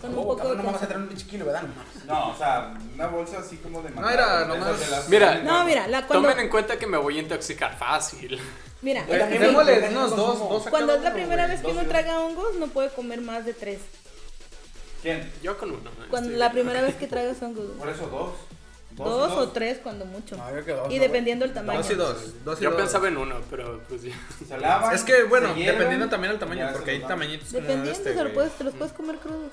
S9: Con un
S4: Oh,
S9: poco
S4: cabrón,
S9: de
S4: no vamos a
S9: comida.
S4: traer un pinche kilo, ¿verdad? No mames.
S7: No, o sea, una bolsa así como de
S10: No, era
S7: de esas
S10: nomás-
S7: de las-
S2: Mira.
S9: No, mira, la, cuando,
S2: Tomen en cuenta que me voy a intoxicar fácil.
S9: mira,
S10: tal.
S4: también
S10: Démosle
S4: me-
S10: unos dos, dos a
S9: cuando
S10: cada
S9: es la
S10: uno,
S9: primera
S10: güey.
S9: vez que uno traga hongos, no puede comer más de tres.
S7: ¿Quién?
S2: Yo con uno. eh,
S9: Cuando
S2: estoy
S9: la
S2: bien.
S9: primera vez que tragas hongos,
S7: Por eso dos.
S9: dos o tres cuando mucho.
S4: No, yo creo que dos,
S9: Y
S4: ¿no,
S9: dependiendo del tamaño.
S10: Dos y dos. dos y
S2: Yo
S10: dos.
S2: pensaba en uno, pero pues ya.
S7: Se lavan,
S10: Es que, bueno,
S7: se hierven,
S10: dependiendo también del
S7: ya
S10: tamaño,
S7: se
S10: porque
S7: los
S10: hay
S7: dan.
S10: tamañitos como
S9: Dependiendo,
S10: este,
S9: se lo
S10: güey.
S9: puedes- te los
S2: Mm.
S9: puedes comer crudos.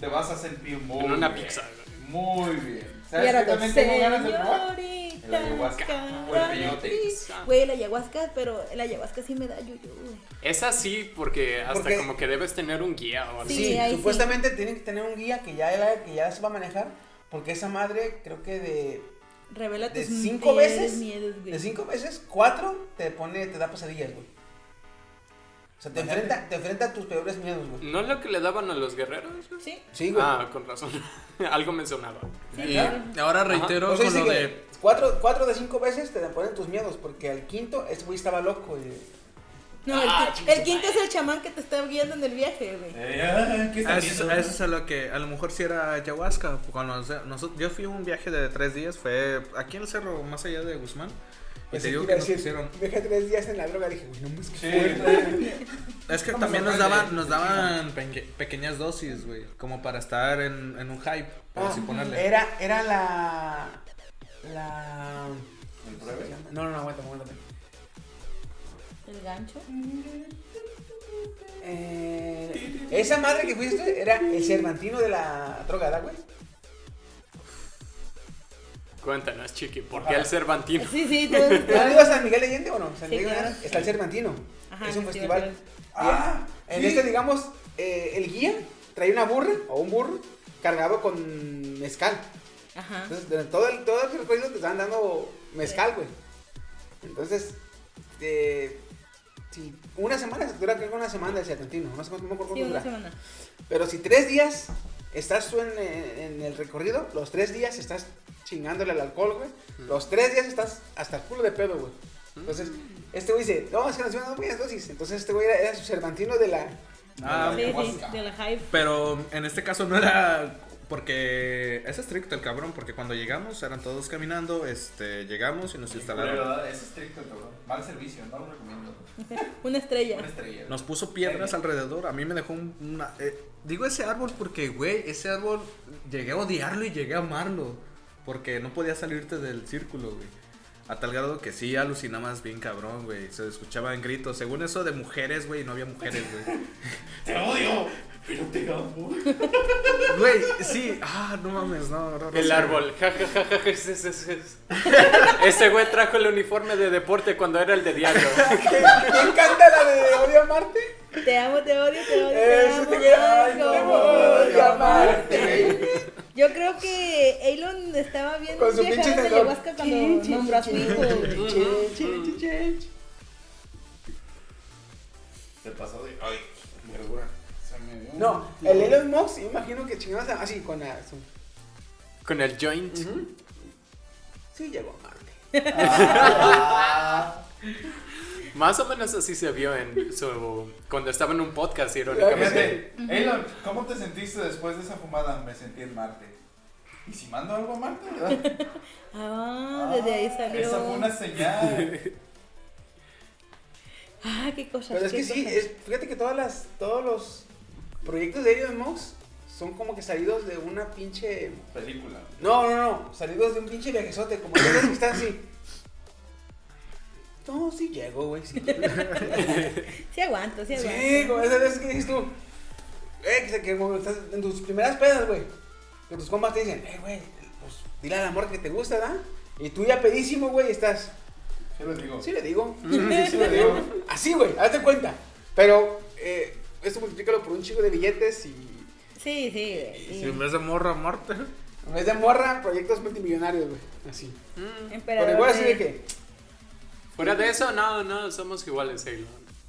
S7: Te vas a sentir muy
S2: En una
S7: bien.
S2: pizza, güey.
S7: Muy bien.
S9: Y
S7: ¿Sabes
S9: ahora
S7: qué
S9: dos,
S7: también tengo ganas de probar?
S9: señorita,
S7: El ayahuasca.
S9: cara
S7: O el peyote.
S9: de ti. Güey, la ayahuasca, pero la ayahuasca sí me da yuyu, güey.
S2: Es así porque hasta
S4: Porque-
S2: como que debes tener un guía o algo.
S9: Sí,
S4: Sí,
S9: ahí sí.
S4: supuestamente tienen que tener un guía que ya, la- que ya se va a manejar. Porque esa madre, creo que de,
S9: Revela
S4: de
S9: tus
S4: cinco
S9: miedos,
S4: veces,
S9: miedos, güey.
S4: de cinco veces, cuatro te pone, te da pesadillas, güey. O sea, te enfrenta, te enfrenta a tus peores miedos, güey.
S2: ¿No es lo que le daban a los guerreros? güey?
S9: Sí.
S4: Sí, güey.
S2: Ah, con razón. Algo mencionaba.
S9: Sí, claro.
S12: Y ahora reitero
S4: O sea,
S12: con
S4: dice
S12: lo
S4: que
S12: de.
S4: cuatro, cuatro de cinco veces te ponen tus miedos, porque al quinto ese güey estaba loco. Y...
S9: No, el,
S4: Ah,
S9: qui- el quinto es el chamán que te está guiando en el viaje, güey.
S7: Eh, ah, ¿Qué
S10: A
S7: estás
S10: Eso,
S7: haciendo?
S10: a eso es a lo que a lo mejor si era ayahuasca. Cuando, nosotros, yo fui a un viaje de tres días, fue aquí en el cerro, más allá de Guzmán.
S4: Pues
S10: Y te digo que nos pusieron.
S4: Dejé tres días en la droga, dije, güey, no mames, qué
S7: Sí,
S4: fuerte.
S10: Es que
S4: Vamos
S10: también
S4: a
S10: nos
S4: darle.
S10: daban, nos daban peque- pequeñas dosis, güey. Como para estar en, en un hype, para
S4: Ah,
S10: así ponerle.
S4: Era, era la. La.
S7: ¿Me pruebes?
S4: No, no, no, aguanta, aguanta.
S9: El gancho.
S4: Eh, esa madre que fuiste era el Cervantino de la drogada, güey.
S2: Cuéntanos, Chiqui, ¿por qué el Cervantino?
S9: Sí, sí, tú-
S4: ¿Has ido a San Miguel de Allende o no? San
S9: Sí,
S4: Miguel de Allende
S9: claro.
S4: está el Cervantino.
S9: Ajá,
S4: es un
S9: el
S4: festival.
S9: festival.
S4: Y
S7: Ah,
S4: en
S7: sí.
S4: este, digamos, eh, el guía trae una burra o un burro cargado con mezcal.
S9: Ah. Ajá.
S4: Entonces, durante todo el, todo el recorrido te están dando mezcal, güey. Entonces, eh, si una semana, dura creo que una semana el Cervantino. No sé cuánto, no me acuerdo
S9: Sí,
S4: cuánto
S9: una
S4: dura.
S9: semana.
S4: Pero si tres días estás tú en, en- en el recorrido, los tres días estás chingándole al alcohol, güey. Los tres días estás hasta el culo de pedo, güey. Entonces, este güey dice, no, es que nos iban a dar muchas dosis. Entonces, este güey era, era su cervantino de la...
S10: Ah,
S9: Sí, sí, de la hype.
S10: pero en este caso no era. Porque es estricto el cabrón, porque cuando llegamos eran todos caminando, este, llegamos y nos instalaron.
S7: Pero es estricto, cabrón. Mal servicio, no lo recomiendo.
S9: Una estrella.
S7: Una estrella.
S10: Nos puso piedras alrededor. A mí me dejó un- una. eh, digo ese árbol porque, güey, ese árbol llegué a odiarlo y llegué a amarlo. Porque no podía salirte del círculo, güey. A tal grado que sí alucinabas bien cabrón, güey. Se escuchaban gritos. Según eso de mujeres, güey, no había mujeres, güey.
S7: ¡Te odio! Pero te amo.
S10: Güey, sí. Ah, no mames, no, no, no
S2: El
S10: sé.
S2: árbol. Ja, ja, ja, ja, ja, es, es, es, es. Ese güey trajo el uniforme de deporte cuando era el de diario.
S4: ¿Quién canta la de Odio Amarte?
S9: Te amo, te odio, te odio. Te
S4: Eso
S9: amo,
S4: te este ay,
S9: tanto.
S4: te odio Amarte.
S9: Yo creo que Elon estaba bien
S4: Con su
S9: viajado
S4: pinche
S9: de
S4: reloj.
S9: ayahuasca cuando nombró a su hijo. güey.
S4: Chin, chin, chin, chin.
S7: Se pasó de. ¡Ay! Verdura. Se me dio.
S4: No, el Elon Musk, yo imagino que chingados así con la... su-
S2: Con el joint.
S4: Sí, llegó a Marte.
S2: Más o menos así se vio en su, cuando estaba en un podcast, irónicamente.
S7: Fíjate, Elon, ¿cómo te sentiste después de esa fumada? Me sentí en Marte. ¿Y si mando algo a Marte, verdad?
S9: Ah, desde ahí
S7: Esa fue una
S9: salió.
S7: señal.
S9: Ah, qué cosas.
S4: Pero es
S9: qué
S4: que sí,
S9: cosas.
S4: es- fíjate que todas las, todos los proyectos de Elon Musk son como que salidos de una pinche...
S7: Película.
S4: No, no, no, salidos de un pinche viajezote, como todos los que están así. No, sí llego, güey. Sí,
S9: Sí aguanto, sí aguanto.
S4: sí güey. Esa vez que dices tú, eh, que, se- que cuando estás en tus primeras pedas, güey, que tus compas te dicen, eh, güey, pues dile al amor que te gusta, ¿verdad? Y tú ya pedísimo, güey, estás.
S7: ¿Qué les digo?
S4: Sí le digo. Sí le digo. Así, güey, hazte cuenta. Pero eh, esto multiplícalo por un chico de billetes y
S9: Sí, sí, güey.
S6: Si en vez de morra, muerte.
S4: en vez de morra, proyectos multimillonarios, güey. Así.
S9: Y
S4: Pero
S9: emperador
S4: igual así
S9: de-
S4: de que,
S2: Fuera de eso, no, no, somos iguales, Halo.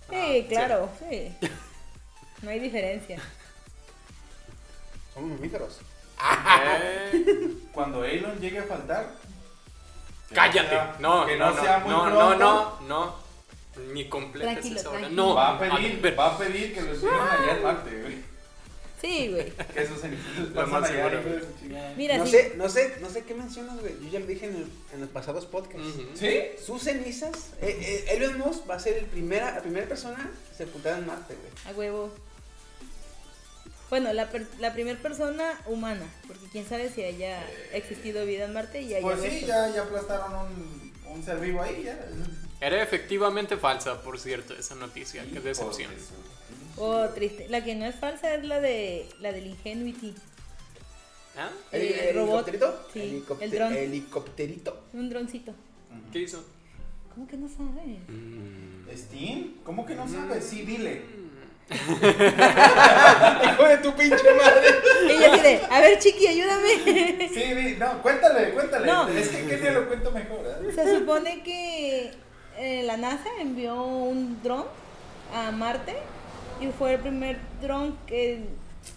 S2: Ah,
S9: Sí, claro, sí. No hay diferencia.
S4: somos mamíferos.
S2: Eh,
S7: Cuando Elon llegue a faltar. que sea-
S2: Cállate. No,
S7: que
S2: no,
S7: sea
S2: no,
S7: muy
S2: no, no,
S7: pronto,
S2: no, no. Ni completas
S9: Tranquilo,
S2: esa hora.
S9: tranquilo.
S2: No,
S7: Va a pedir,
S2: ver,
S7: va a pedir que lo suban allá en Marte, güey.
S9: Sí, güey.
S7: Que esos ceniceros
S2: Lo
S7: pasan
S2: más
S7: allá,
S2: seguro,
S7: hijo de
S2: güey.
S7: su chingada.
S9: Mira,
S4: no
S9: sí.
S4: sé, no sé, no sé qué mencionas, güey. Yo ya lo dije en, el- en los pasados podcasts.
S2: Ujú.
S7: ¿Sí?
S4: Sus cenizas, eh, eh, Elon Musk va a ser el primera, la primera persona sepultada en Marte, güey.
S9: A huevo. Bueno, la, per- la primera persona humana, porque quién sabe si haya existido vida en Marte y haya
S7: Pues sí,
S9: muerto.
S7: ya, ya aplastaron un, un ser vivo ahí, ya.
S2: Era efectivamente falsa, por cierto, esa noticia. Qué decepción.
S7: Hijo de su-
S9: Oh, triste. La que no es falsa es la de la del Ingenuity.
S2: ¿Ah?
S4: ¿El,
S9: Eh,
S4: el
S9: robot.
S4: helicópterito?
S9: Sí,
S4: Helicópte-
S9: el dron.
S4: Helicópterito.
S9: Un droncito.
S2: ¿Qué hizo?
S9: ¿Cómo que no sabes?
S7: ¿Steam? ¿Cómo que no sabes? Sí, dile.
S4: Hijo de tu pinche madre.
S9: Ella dice, a ver chiqui, ayúdame.
S7: Sí, di- no, cuéntale, cuéntale.
S9: No.
S7: Es que ¿qué te lo cuento mejor? ¿eh?
S9: Se supone que eh, la NASA envió un dron a Marte y fue el primer dron que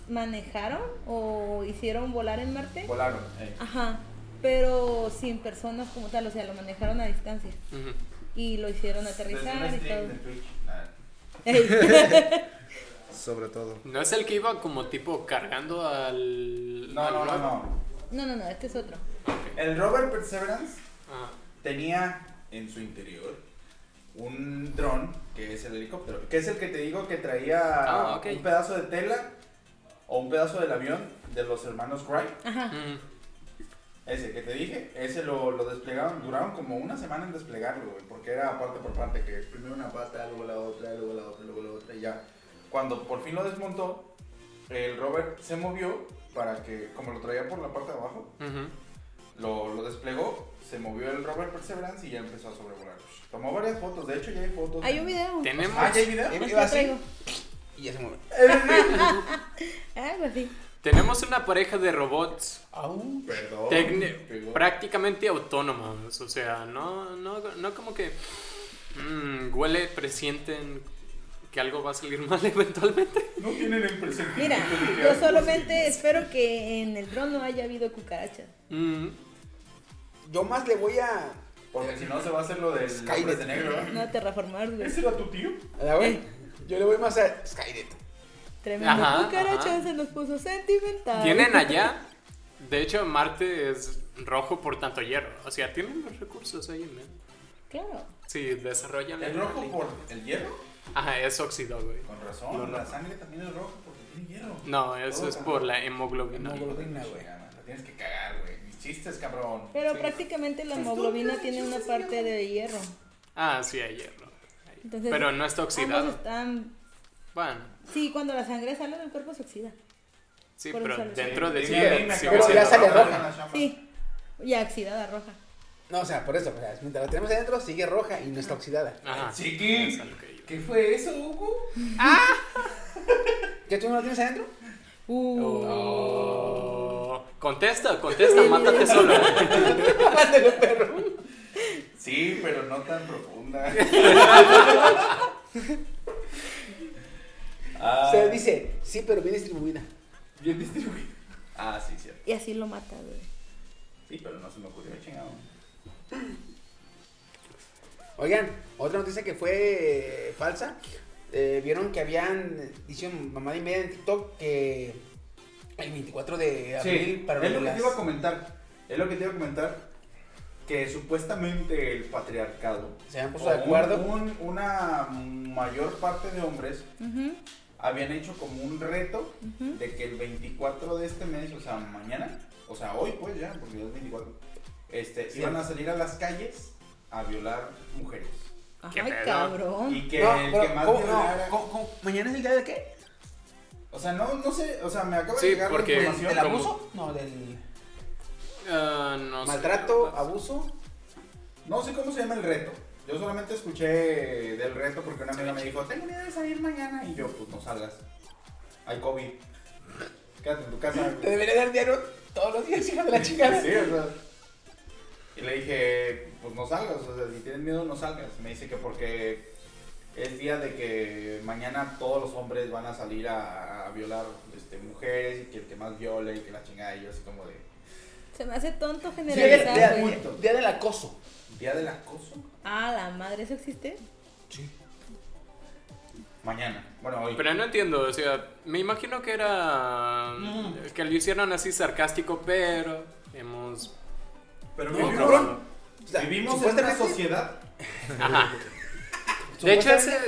S9: manejaron o hicieron volar en Marte.
S7: Volaron. eh.
S9: Ajá, pero sin personas como tal, o sea, lo manejaron a distancia
S2: Ujú.
S9: y lo hicieron
S7: Desde un
S9: aterrizar y
S7: stream
S9: todo.
S7: de Twitch. Nada.
S6: Sobre todo.
S2: ¿No es el que iba como tipo cargando al.
S7: No,
S2: al
S7: no, no,
S2: nuevo?
S7: no.
S9: No, no, no, este es otro.
S7: El rover Perseverance
S2: Ah,
S7: tenía en su interior un dron que es el helicóptero, que es el que te digo que traía
S2: Ah, ok.
S7: un pedazo de tela o un pedazo del avión de los hermanos Wright.
S9: Ajá.
S2: ujú.
S7: Ese que te dije, ese lo, lo desplegaron, duraron como una semana en desplegarlo, güey, porque era parte por parte, que primero una pata, luego la otra, luego la otra, luego la otra, y ya. Cuando por fin lo desmontó, el Robert se movió para que, como lo traía por la parte de abajo,
S2: Ujú.
S7: Ah, lo, lo desplegó, se movió el Robert Perseverance y ya empezó a sobrevolar. Tomó varias fotos, de hecho ya hay fotos.
S9: Hay un video.
S2: Tenemos,
S7: Ah, ¿ya hay video?
S9: Aquí
S4: Iba
S9: lo
S4: así.
S9: traigo.
S4: Y ya se mueve.
S9: Algo así.
S2: tenemos una pareja de robots
S7: Au, perdón.
S2: tecni-
S7: Pegó.
S2: prácticamente autónomos. O sea, no, no, no como que mm, huele, presienten que algo va a salir mal eventualmente.
S7: No tienen el presentimiento
S9: Mira,
S7: de que
S9: yo
S7: algo
S9: solamente espero que en el dron no haya habido cucarachas.
S2: Mm,
S4: Yo más le voy a.
S7: sí. Porque si no se va a hacer lo del
S4: Skynet.
S7: hombre de negro. ¿eh?
S9: No terraformar, güey.
S7: ¿Ese era tu tío?
S4: A
S9: Eh.
S4: la güey. Yo le voy más a Skynet.
S9: Tremendo
S2: Ajá,
S9: cucaracha
S2: ajá.
S9: se nos puso sentimental.
S2: Tienen allá, de hecho, Marte es rojo por tanto hierro. O sea, tienen los recursos ahí, man.
S9: Claro.
S2: Sí, desarrollan
S7: ¿El rojo por el hierro?
S2: Ajá, es óxido, güey.
S7: Con razón. la sangre también es rojo porque tiene hierro.
S2: No, eso
S7: Todo
S2: es
S7: con-
S2: por la hemoglobina.
S7: Oh. Hemoglobina, güey. La tienes que cagar, güey. Mis chistes, cabrón.
S9: Pero prácticamente la hemoglobina tiene una parte de hierro.
S2: Ah, sí, hay hierro.
S9: Entonces,
S2: Pero no está
S9: Ambos
S2: oxidado.
S9: están...
S2: Bueno,
S9: Sí, cuando la sangre sale del cuerpo se oxida.
S2: sí,
S9: Por
S2: pero
S9: eso lo-
S2: dentro de
S7: Sí,
S2: sí
S7: a mí me
S2: sigue
S7: acabo
S4: Pero
S7: de
S2: siendo
S4: ya sale
S7: acabar
S2: rojo.
S4: roja.
S7: la llama.
S9: Sí, ya oxidada roja.
S4: No, o sea, por eso. o sea, mientras la tenemos adentro, sigue roja y no está oxidada.
S2: Ajá.
S7: Chiqui.
S2: es a lo que iba.
S7: ¿Qué fue eso, Hugo?
S4: ¿Ya tú no la tienes adentro?
S9: Uh,
S2: Oh. Contesta, contesta, mátate solo.
S4: Ándale, perro.
S7: Sí, pero no tan profunda. ah,
S4: Se dice, sí, pero bien distribuida.
S7: Bien distribuido. Ah, sí, cierto.
S9: Y así lo mata, güey.
S7: Sí, pero no se me ocurrió, chingado.
S4: Oigan, otra noticia que fue eh, falsa. eh, Vieron que habían dicho mamá y media en TikTok que el 24 de abril para
S7: es lo que
S4: las-
S7: te iba a comentar. Es lo que te iba a comentar. Que supuestamente el patriarcado.
S4: se habían puesto
S7: o
S4: de acuerdo.
S7: un- un- una mayor parte de hombres
S9: Ujú,
S7: habían hecho como un reto
S9: ujú.
S7: de que el 24 de este mes, o sea, mañana, o sea, hoy pues ya, porque ya es 24, este,
S4: Sí.
S7: iban a salir a las calles a violar mujeres.
S9: Ay, cabrón.
S7: Y que
S4: No,
S7: el que
S4: pero
S7: más
S4: ¿cómo, no?
S7: violara-
S4: ¿Cómo- cómo? ¿Mañana es el día de qué?
S7: O sea, no, no sé, o sea, me acaba
S2: Sí,
S7: de llegar
S2: porque-
S7: la
S4: ¿Del,
S7: información.
S4: del
S2: ¿Cómo?
S4: abuso? No, del
S2: Ah, no sé.
S4: maltrato, abuso.
S7: No sé cómo se llama el reto. Yo solamente escuché del reto porque una amiga me dijo, tengo miedo de salir mañana. Y yo, pues no salgas. Hay COVID. Quédate en tu casa.
S4: Te debería dar diario todos los días, hija de la chingada.
S7: Sí, o sea. Y le dije, pues no salgas, o sea, si tienes miedo no salgas. Me dice que porque es día de que mañana todos los hombres van a salir a, a violar este, mujeres y que el que más viole y que la chingada y yo así como de...
S9: Se me hace tonto
S4: Sí, este, día,
S9: generalizar,
S4: día-
S9: güey.
S7: güey.
S4: día del acoso.
S7: Día del acoso.
S9: Ah, la madre, ¿eso existe?
S7: Mañana. Bueno, hoy.
S2: Pero no entiendo, o sea, me imagino que era.
S4: Mm.
S2: que lo hicieron así sarcástico, pero. hemos.
S7: Pero
S2: No,
S7: vivimos,
S2: cabrón.
S4: O sea,
S7: vivimos en una
S4: supuestamente-
S7: sociedad.
S2: Ajá. De hecho, ese.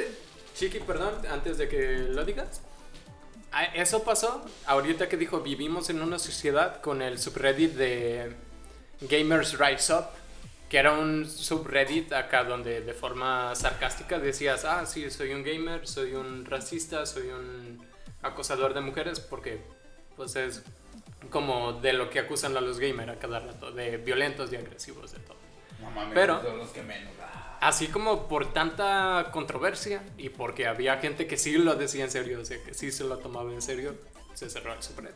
S2: Chiqui, perdón, antes de que lo digas. Ah, Eso pasó ahorita que dijo vivimos en una sociedad con el subreddit de Gamers Rise Up, que era un subreddit acá donde de forma sarcástica decías, ah, sí, soy un gamer, soy un racista, soy un acosador de mujeres, porque pues es como de lo que acusan a los gamers a cada rato, de violentos, de agresivos, de todo.
S7: No mames,
S2: Pero-
S7: son los que menos. ah.
S2: Así como por tanta controversia y porque había gente que sí lo decía en serio, o sea, que sí se lo tomaba en serio, se cerró el subreddit.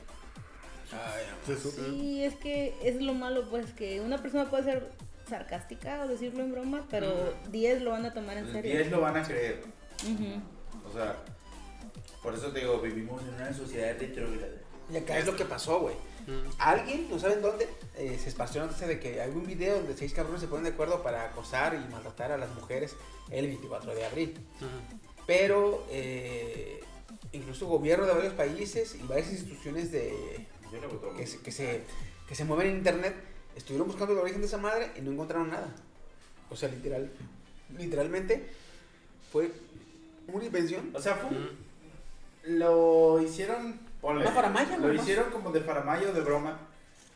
S9: Sí, es que es lo malo, pues, que una persona puede ser sarcástica o decirlo en broma, pero 10 lo van a tomar en
S7: El
S9: serio.
S7: 10 lo van a creer.
S9: Ujú.
S7: O sea, por eso te digo, vivimos en una sociedad retrógrada.
S4: Y acá es lo que pasó, güey.
S10: Mm,
S4: Alguien, no saben dónde, eh, se esparció la noticia de que hay un video donde seis cabrones se ponen de acuerdo para acosar y maltratar a las mujeres el 24 de abril.
S10: mm.
S4: Pero eh, incluso gobierno de varios países y varias instituciones de,
S7: Yo le voto a
S4: que,
S7: mí.
S4: se, que, se, que se mueven en internet estuvieron buscando el origen de esa madre y no encontraron nada. O sea, literal, literalmente fue una invención.
S7: O sea, fue un- lo hicieron. ponle,
S4: Una faramaya,
S7: Lo
S4: nomás.
S7: hicieron como de faramaya o de broma.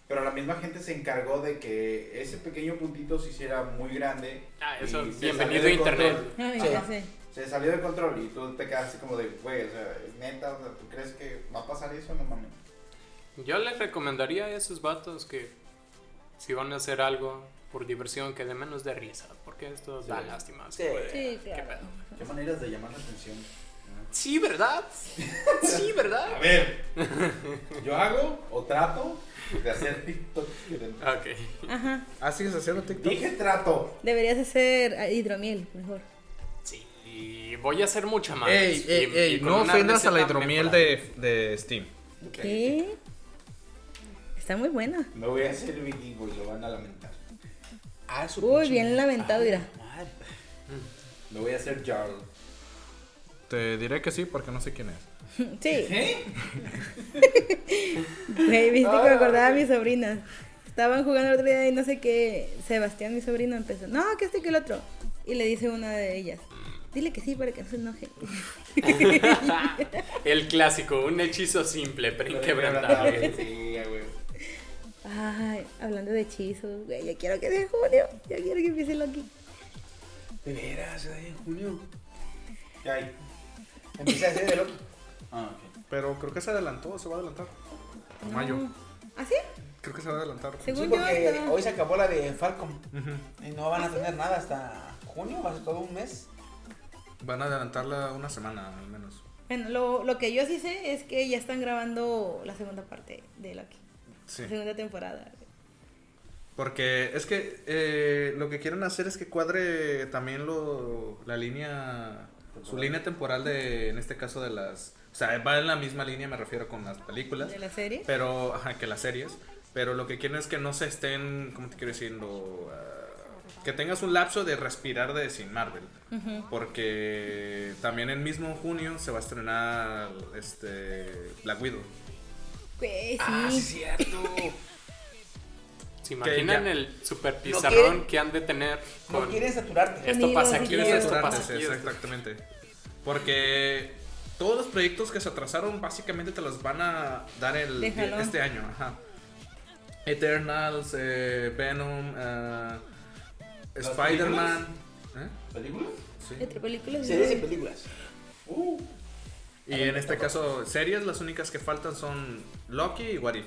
S7: Pero la misma gente se encargó de que ese pequeño puntito se hiciera muy grande.
S2: Ah,
S7: y
S2: eso,
S7: se
S2: bienvenido
S7: salió de
S2: a internet.
S7: control.
S9: Ay,
S4: Sí.
S9: ya sé.
S7: Se salió de control y tú te quedas así como de, güey, o sea, neta, o sea, ¿tú crees que va a pasar eso? No mames.
S2: Yo les recomendaría a esos vatos que si van a hacer algo por diversión, que de menos de risa, porque esto da lástima.
S4: Sí.
S2: se puede-
S9: Sí,
S2: qué
S9: claro.
S2: pedo.
S7: Qué maneras de llamar la atención.
S2: Sí, ¿verdad? Sí,
S7: A
S2: ¿verdad?
S7: ver, yo hago o trato de hacer TikTok.
S2: Ok.
S9: Ajá,
S10: Ah, sigues haciendo TikTok.
S7: Dije trato.
S9: deberías hacer ah, hidromiel, mejor.
S2: Sí, y voy a hacer mucha más.
S10: Ey,
S2: Y-
S10: ey, ey,
S2: y con
S10: no
S2: una
S10: ofendas a la
S2: receta
S10: hidromiel
S2: mejorada.
S10: de, de Steam.
S9: ¿Qué? Está muy buena.
S7: No voy a hacer video y lo van a lamentar.
S4: Ah, su
S9: Uy,
S4: pinche
S9: bien
S4: madre.
S9: lamentado, mira.
S4: Madre.
S7: No voy a hacer Jarl.
S10: Te diré que sí porque no sé quién es.
S9: Sí,
S7: ¿Eh?
S9: güey, viste que me acordaba a mis sobrinas. Estaban jugando el otro día y no sé qué. Sebastián, mi sobrino, empezó. No, que este, que el otro. Y le dice una de ellas. Dile que sí para que no se enoje.
S2: El clásico, un hechizo simple, pero inquebrantable.
S7: Sí, güey.
S9: Ay, hablando de hechizos, güey, ya quiero que sea junio. Ya quiero que empiece Loki.
S4: De veras, ay, en junio.
S7: ¿Qué hay?
S4: Empecé a hacer de loco.
S7: Ah, ok.
S10: Pero creo que se adelantó, se va a adelantar. A mayo.
S9: ¿Ah, sí?
S10: Creo que se va a adelantar.
S9: Según
S4: Sí,
S9: yo,
S4: porque
S9: estaba-
S4: hoy se acabó la de Falcon. Y no van a tener nada hasta junio, va a ser todo un mes.
S10: Van a adelantarla una semana al menos.
S9: Bueno, lo, lo que yo sí sé es que ya están grabando la segunda parte de Loki.
S10: Sí.
S9: La segunda temporada.
S10: Porque es que eh, lo que quieren hacer es que cuadre también lo, la línea, su línea temporal de, en este caso de las, o sea, va en la misma línea, me refiero con las películas,
S9: De la serie.
S10: pero, ajá, que las series, pero lo que quieren es que no se estén, ¿cómo te quiero decir? Lo, ah, que tengas un lapso de respirar de sin Marvel, porque también el mismo junio se va a estrenar, este, Black Widow.
S9: Güey, sí.
S4: Ah,
S6: Ah,
S4: cierto.
S2: ¿Se imaginan
S10: ya-
S2: el super
S4: No
S2: pizarrón
S4: quieren-
S2: que han de tener
S4: No
S2: con
S4: quieren saturarte.
S2: esto pasa
S9: Ni
S2: aquí,
S9: los
S2: esto
S10: Restaurantes,
S2: pasa aquí? esto-
S10: exactamente. Porque todos los proyectos que se atrasaron básicamente te los van a dar el
S9: De jalón.
S10: este año, ajá. Eternals, eh, Venom, eh,
S7: ¿Las
S10: Spider-Man, ¿eh?
S7: ¿Películas?
S9: Entre películas y
S4: Series y películas.
S7: Uh,
S6: Y en este caso, series, las únicas que faltan son Loki y What If.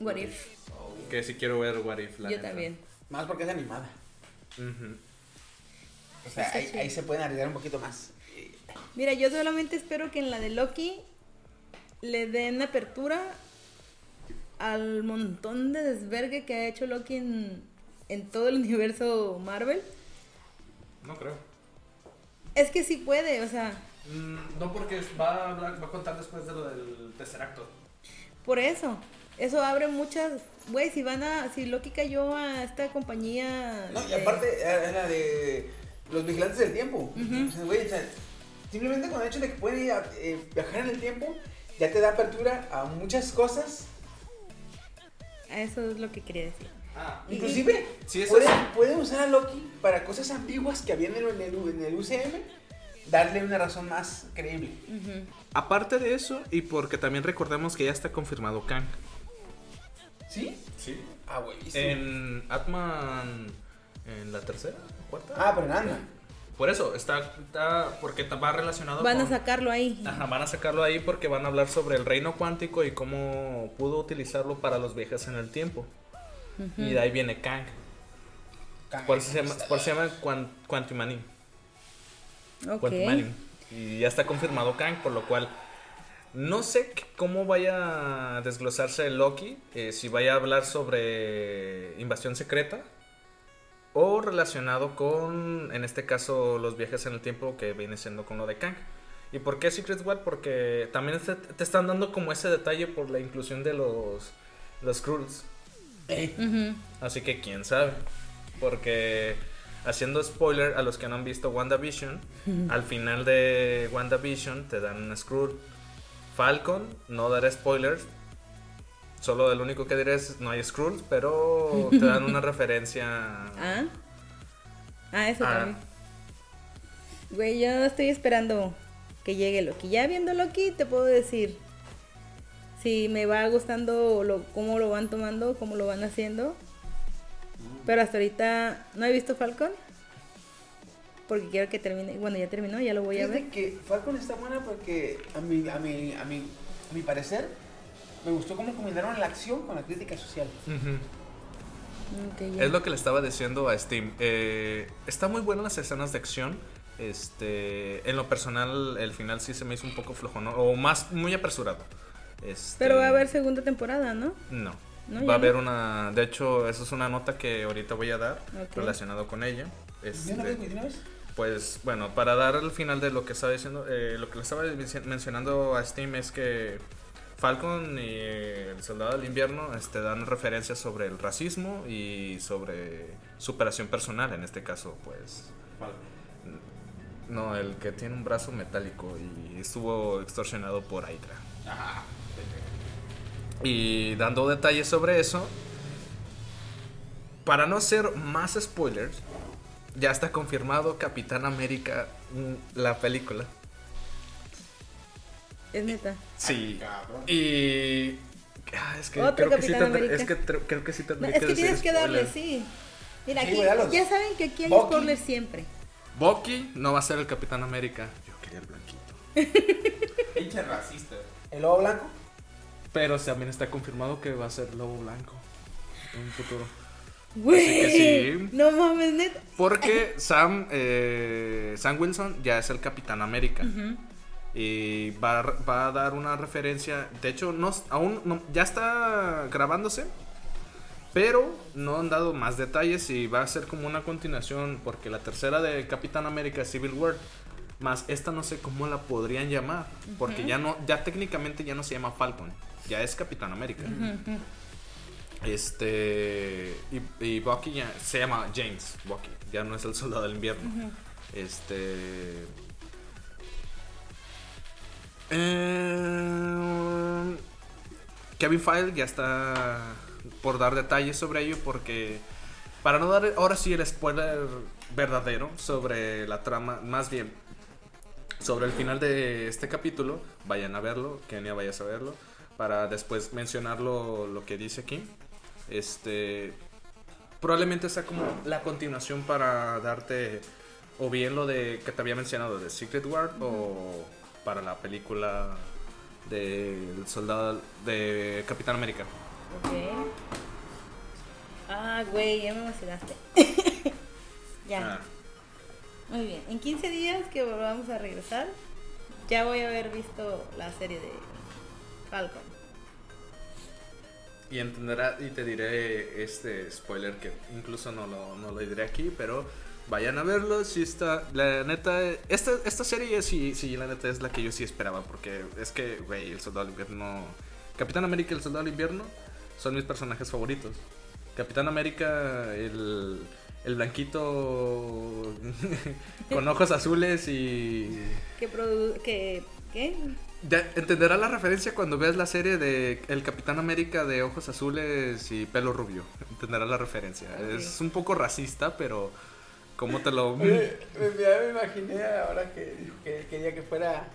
S9: What if.
S6: Que si quiero ver What If, la
S9: Yo
S6: neta.
S9: también.
S4: Más porque es animada.
S6: Ujú.
S4: O sea,
S9: Sí,
S4: ahí,
S9: sí.
S4: ahí se pueden arriesgar un poquito más. Y-
S9: Mira, yo solamente espero que en la de Loki le den apertura al montón de desvergue que ha hecho Loki en, en todo el universo Marvel.
S6: No creo.
S9: Es que sí puede, o sea,
S6: Mm, no, porque va a, hablar- va a contar después de lo del tercer acto.
S9: por eso. Eso abre muchas. Güey, si van a. Si Loki cayó a esta compañía.
S4: No, y
S9: de-
S4: aparte, eh, es la de los vigilantes del tiempo.
S9: Ujú.
S4: O sea, güey, o sea, simplemente con el hecho de que pueden ir a, eh, viajar en el tiempo, ya te da apertura a muchas cosas.
S9: a Eso es lo que quería decir. Y-
S4: Ah, Inclusive,
S6: Sí, eso
S4: pueden,
S6: sí.
S4: pueden usar a Loki para cosas ambiguas que habían en el, en el UCM, darle una razón más creíble.
S9: Ujú.
S10: Aparte de eso, y porque también recordemos que ya está confirmado Kang.
S4: ¿Sí?
S6: Sí.
S4: Ah, güey. sí.
S10: En Atman. En la tercera, cuarta.
S4: Ah, pero nada.
S10: Por eso, está. está- porque ta- va relacionado
S9: Van a
S10: con-
S9: sacarlo ahí.
S10: Ajá, van a sacarlo ahí porque van a hablar sobre el reino cuántico y cómo pudo utilizarlo para los viajes en el tiempo. Y de ahí viene Kang. Por eso se llama, por eso se llama Quan- Quantumanium.
S9: Ok.
S10: Quantumanium. Y ya está confirmado Kang, por lo cual no sé c- cómo vaya a desglosarse Loki, eh, si vaya a hablar sobre invasión secreta o relacionado con, en este caso, los viajes en el tiempo que viene siendo con lo de Kang. ¿Y por qué Secret War? Porque también te, te están dando como ese detalle por la inclusión de los, los Krulls.
S9: Ujú.
S10: Así que quién sabe. Porque haciendo spoiler a los que no han visto WandaVision, al final de WandaVision te dan un scroll. Falcon, no daré spoilers. Solo el único que diré es no hay scrolls, pero te dan una referencia.
S9: Ah. Ah, eso
S10: Ah.
S9: también. Güey, yo estoy esperando que llegue Loki. Ya viendo Loki te puedo decir si me va gustando lo, cómo lo van tomando, cómo lo van haciendo. Pero hasta ahorita no he visto Falcon. Porque quiero que termine. Bueno, ya terminó, ya lo voy a ver.
S4: Fíjate que Falcon está buena porque a mi, a mi, a mi, a mi parecer me gustó cómo combinaron la acción con la crítica social.
S10: Mm,
S9: Ok, ya.
S10: Es lo que le estaba diciendo a Steam. Eh, está muy buenas las escenas de acción. Este, en lo personal, el final sí se me hizo un poco flojo, ¿no? O más, muy apresurado. Este-
S9: Pero va a haber segunda temporada, ¿no?
S10: No.
S9: No, ya
S10: Va a haber
S9: no.
S10: una. De hecho, eso es una nota que ahorita voy a dar
S9: Ok.
S10: relacionado con ella.
S4: ¿De una vez, güey?
S10: Este,
S4: ¿De una vez?
S10: pues bueno, para dar el final de lo que estaba diciendo, eh, lo que le estaba dic- mencionando a Steam es que Falcon y el Soldado del Invierno este, dan referencias sobre el racismo y sobre superación personal. En este caso, pues. No, el que tiene un brazo metálico y estuvo extorsionado por Aitra. Y dando detalles sobre eso, para no hacer más spoilers, ya está confirmado Capitán América, mm, la película.
S9: Es neta.
S10: Sí.
S7: cabrón.
S10: Y. ah, es que,
S9: Otro
S10: creo que, sí
S9: Capitán
S10: tendré-
S9: América.
S10: es que tr- creo que sí
S9: No,
S10: tendré
S9: es que
S10: decir
S9: tienes que darle,
S10: spoiler.
S9: sí. Mira,
S4: Sí,
S9: aquí
S4: güey, dalos.
S9: ya saben que aquí hay
S4: Bucky.
S9: spoilers siempre.
S10: Bucky no va a ser el Capitán América. Yo quería el blanquito.
S7: Pinche racista.
S4: ¿El lobo blanco?
S10: Pero también está confirmado que va a ser Lobo Blanco en un futuro.
S9: Güey,
S10: sí.
S9: no mames, neta.
S10: Porque Sam, eh, Sam Wilson ya es el Capitán América. Y va, a- va a dar una referencia. De hecho, no, aún no- ya está grabándose. Pero no han dado más detalles y va a ser como una continuación. Porque la tercera de Capitán América es Civil War. Más esta no sé cómo la podrían llamar. Porque ya no, ya técnicamente ya no se llama Falcon. Ya es Capitán América. Este. Y, y Bucky ya se llama James Bucky. Ya no es el soldado del invierno. Este. eh, Kevin Feige ya está por dar detalles sobre ello porque. Para no dar ahora sí el spoiler verdadero sobre la trama, más bien sobre el final de este capítulo, vayan a verlo, Kenia vayas a verlo, para después mencionarlo lo que dice aquí. Este. Probablemente sea como la continuación para darte o bien lo de que te había mencionado de Secret War o para la película del soldado de Capitán América.
S9: Ok. Ah, güey, ya me emocionaste. ya.
S10: Ah.
S9: Muy bien. En 15 días que volvamos a regresar, ya voy a haber visto la serie de Falcon.
S10: Y entenderá, y te diré este spoiler que incluso no lo, no lo diré aquí, pero vayan a verlo. Si está, la neta, esta, esta serie sí, sí, la neta es la que yo sí esperaba, porque es que, güey, el Soldado del Invierno, Capitán América y el Soldado del Invierno son mis personajes favoritos. Capitán América, el, el blanquito con ojos azules y...
S9: Que produ que ¿qué?
S10: Ya entenderá la referencia cuando veas la serie de El Capitán América de ojos azules y pelo rubio. Entenderá la referencia.
S9: Ok.
S10: Es un poco racista, pero ¿cómo te lo...?
S4: Oye, pues ya me imaginé ahora que dijo que él quería que fuera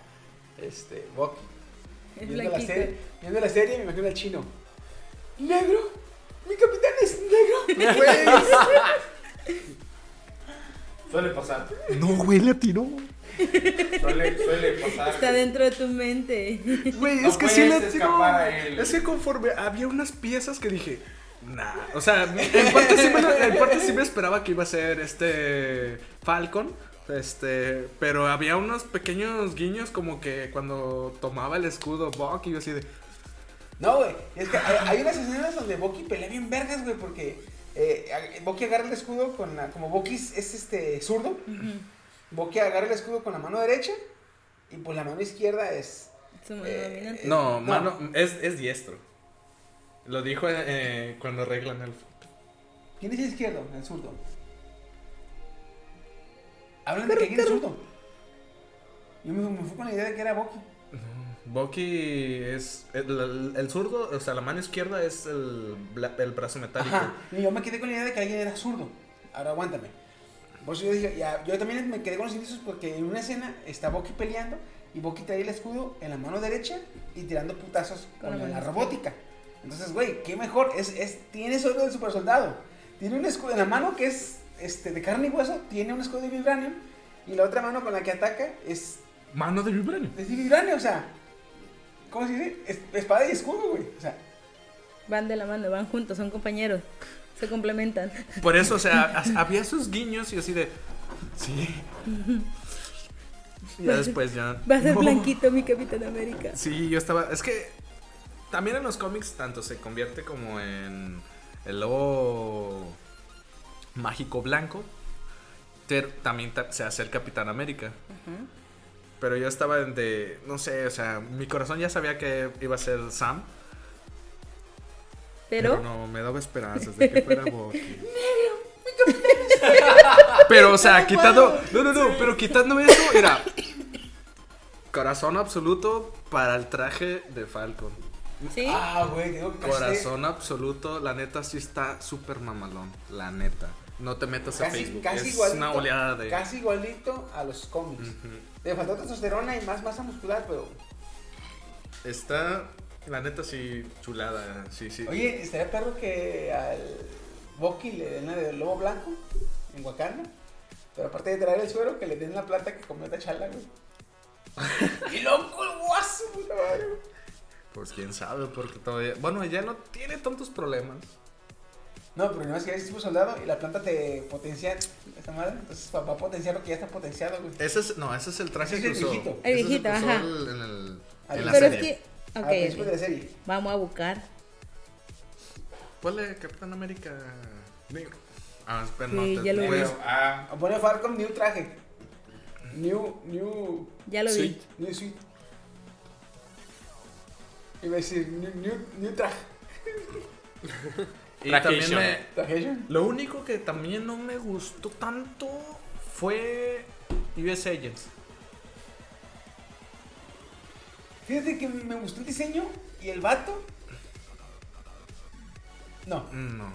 S4: este Bucky.
S9: Es
S4: Viendo la,
S9: blanquito.
S4: serie, viendo la serie me imagino al chino. Negro, mi capitán es negro. Pues, Güey,
S7: Suele pasar.
S10: No, güey, latino.
S7: Suele, suele pasar.
S9: Está dentro de tu mente.
S10: Güey,
S7: No
S10: es que sí
S7: puedes
S10: latino.
S7: escapar a él.
S10: Es que conforme había unas piezas que dije... Nah, o sea, en parte, sí me, lo- en parte sí me esperaba que iba a ser este Falcon, este, pero había unos pequeños guiños como que cuando tomaba el escudo Buck y yo así de,
S4: No, güey. Es que hay, hay unas escenas donde Bucky pelea bien vergas, güey, porque eh, ag- Bucky agarra el escudo con la, como Bucky es, es, este zurdo, Bucky agarra el escudo con la mano derecha y pues la mano izquierda es
S9: Su mano
S4: Eh,
S9: dominante.
S4: No.
S10: No, mano, es, es diestro. Lo dijo eh, cuando arreglan el.
S4: ¿Quién es el izquierdo? El zurdo. Hablan de que quién es zurdo. Yo me, me fui con la idea de que era Bucky.
S10: Bucky es. El, el- el zurdo, o sea, la mano izquierda es el, bla- el brazo metálico.
S4: Ajá. Y yo me quedé con la idea de que alguien era zurdo. Ahora aguántame. Por eso yo dije, ya, yo también me quedé con los indicios porque en una escena está Bucky peleando y Bucky trae el escudo en la mano derecha y tirando putazos
S9: Con
S4: con,
S9: la
S4: la,
S9: mano
S4: robótica. Entonces, güey, qué mejor. Es, es, tiene solo de super soldado. Tiene un escudo en la mano que es este, de carne y hueso, tiene un escudo de vibranium y la otra mano con la que ataca es
S10: Mano de vibranio.
S4: Es vibrante, o sea. ¿Cómo se dice? Es- espada y escudo, güey. O sea,
S9: Van de la mano, van juntos, son compañeros. Se complementan.
S10: Por eso, o sea, ha- había esos guiños y así de. Sí. Ya después ya.
S9: Va a ser
S10: no.
S9: blanquito mi Capitán América.
S10: Sí, yo estaba. Es que también en los cómics tanto se convierte como en el lobo mágico blanco. pero también ta- se hace el Capitán América. Pero yo estaba en de. No sé, o sea, mi corazón ya sabía que iba a ser Sam.
S9: Pero,
S10: no, me daba esperanzas de que fuera Bucky. pero, o sea, quitando. No, no, no, pero quitando eso, era. Corazón absoluto para el traje de Falcon.
S9: ¿sí?
S4: ah, güey, digo que casi-
S10: Corazón absoluto, la neta sí está súper mamalón, la neta. No te metas a
S4: Casi,
S10: Facebook,
S4: casi
S10: es
S4: igualito.
S10: una oleada de...
S4: Casi igualito a los cómics. Le faltó testosterona y más masa muscular, pero.
S10: Está, la neta sí, chulada, sí, sí.
S4: Oye, ¿estaría perro que al Bucky le den la de lobo blanco en Wakanda? Pero aparte de traer el suero, que le den la plata que comió T'Challa, güey. ¡Qué loco el guaso, güey!
S10: Pues quién sabe, porque todavía... Bueno, ella no tiene tantos problemas.
S4: No, pero no es que eres tipo soldado y la planta te potencia esa madre. Entonces va a potenciar lo que ya está potenciado, güey.
S10: Ese es, no, ese es el traje
S4: Ese es
S10: que
S4: el
S10: usó.
S4: viejito.
S9: El
S10: Ese es
S9: viejito,
S10: que usó
S9: ajá.
S10: el- en el-
S4: Al-
S10: en la
S9: Pero es
S10: serie.
S9: que.
S4: Al principio Ah, de
S9: Ok,
S4: la serie.
S9: vamos a buscar.
S10: Ponle Capitán América negro. Ah, espera,
S9: Sí,
S10: no, te-
S9: ya lo
S10: güey,
S9: vi.
S7: Ah,
S4: O pone Falcon New Traje. New, new,
S9: Ya lo vi.
S10: Sí.
S4: new suit. Iba a decir new, new, new traje.
S10: Y
S2: Traje
S10: también
S2: show.
S10: me,
S4: Trajeron.
S10: Lo único que también no me gustó tanto fue US Agents.
S4: Fíjate que me gustó el diseño y el vato. No.
S10: No.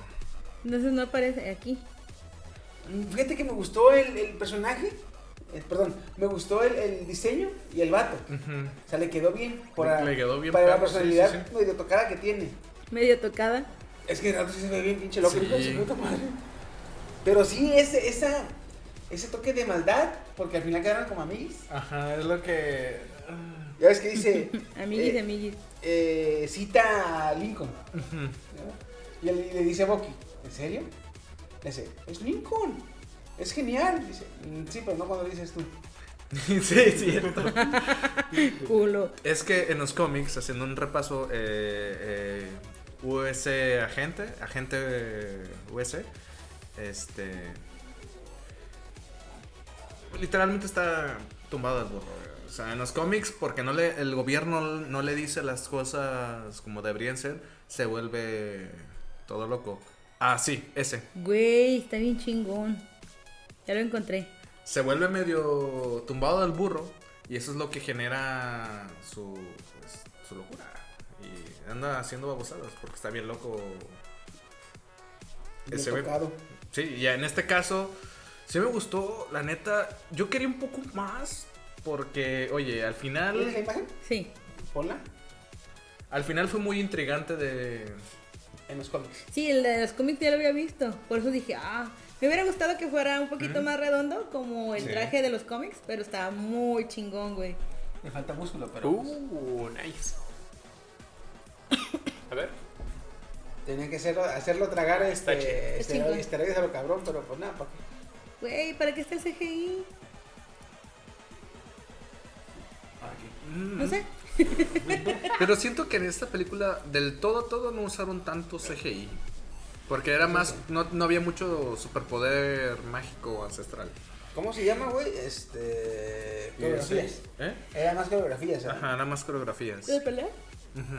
S9: Entonces no aparece aquí.
S4: Fíjate que me gustó el, el personaje. eh, perdón, me gustó el, el diseño y el vato. O sea, le quedó bien. Para,
S10: Le quedó bien
S4: para la
S10: perro, sí,
S4: personalidad
S10: sí, sí.
S4: medio tocada que tiene.
S9: Medio tocada.
S4: Es que de rato sí se ve bien pinche loco. hijo de su puta madre. Pero sí, ese, esa, ese toque de maldad, porque al final quedaron como amigos.
S10: Ajá, es lo que.
S4: Ya ves que dice.
S9: Amiguis,
S4: eh,
S9: amiguis.
S4: eh, cita a Lincoln. ¿no? Y le, le dice a Bucky, ¿en serio? Le dice, es Lincoln. Es genial. Dice, "Mm, sí, pero no cuando lo dices tú.
S10: sí, es cierto.
S9: Culo.
S10: Es que en los cómics, haciendo un repaso, eh, eh, US agente, agente eh, US, este. Literalmente está tumbado el burro. güey. O sea, en los cómics, porque no le, el gobierno no le dice las cosas como deberían ser, se vuelve todo loco. Ah, sí, ese.
S9: Güey, está bien chingón. Ya lo encontré.
S10: se vuelve medio tumbado del burro y eso es lo que genera su, pues, su locura. Y anda haciendo babosadas porque está bien loco.
S4: Bien
S10: Ese güey.
S4: tocado.
S10: Sí, ya en este caso, sí me gustó, la neta, yo quería un poco más porque, oye, al
S4: ¿Tienes la
S10: final,
S4: imagen?
S9: Sí.
S4: Ponla
S10: al final fue muy intrigante de...
S4: en los cómics.
S9: Sí, el de los cómics ya lo había visto. Por eso dije, ah, me hubiera gustado que fuera un poquito más redondo, como el
S10: Sí.
S9: traje de los cómics, pero estaba muy chingón, güey.
S7: Le falta músculo, pero. pues,
S2: Uh, nice. A ver.
S4: Tenían que hacerlo, hacerlo tragar
S2: Está chido.
S4: este,
S9: Está chingón.
S4: esteroides, esteroides a lo cabrón, pero pues nada, ¿para qué?
S9: Güey, ¿para qué está el CGI? No sé.
S10: Pero siento que en esta película del todo, todo no usaron tanto CGI. Porque era más, no, no había mucho superpoder mágico ancestral.
S4: ¿Cómo se llama, güey? Este. Coreografías.
S10: ¿Eh?
S4: Era más coreografías, ¿eh?
S10: Ajá, nada más coreografías.
S9: ¿Lo de pelea?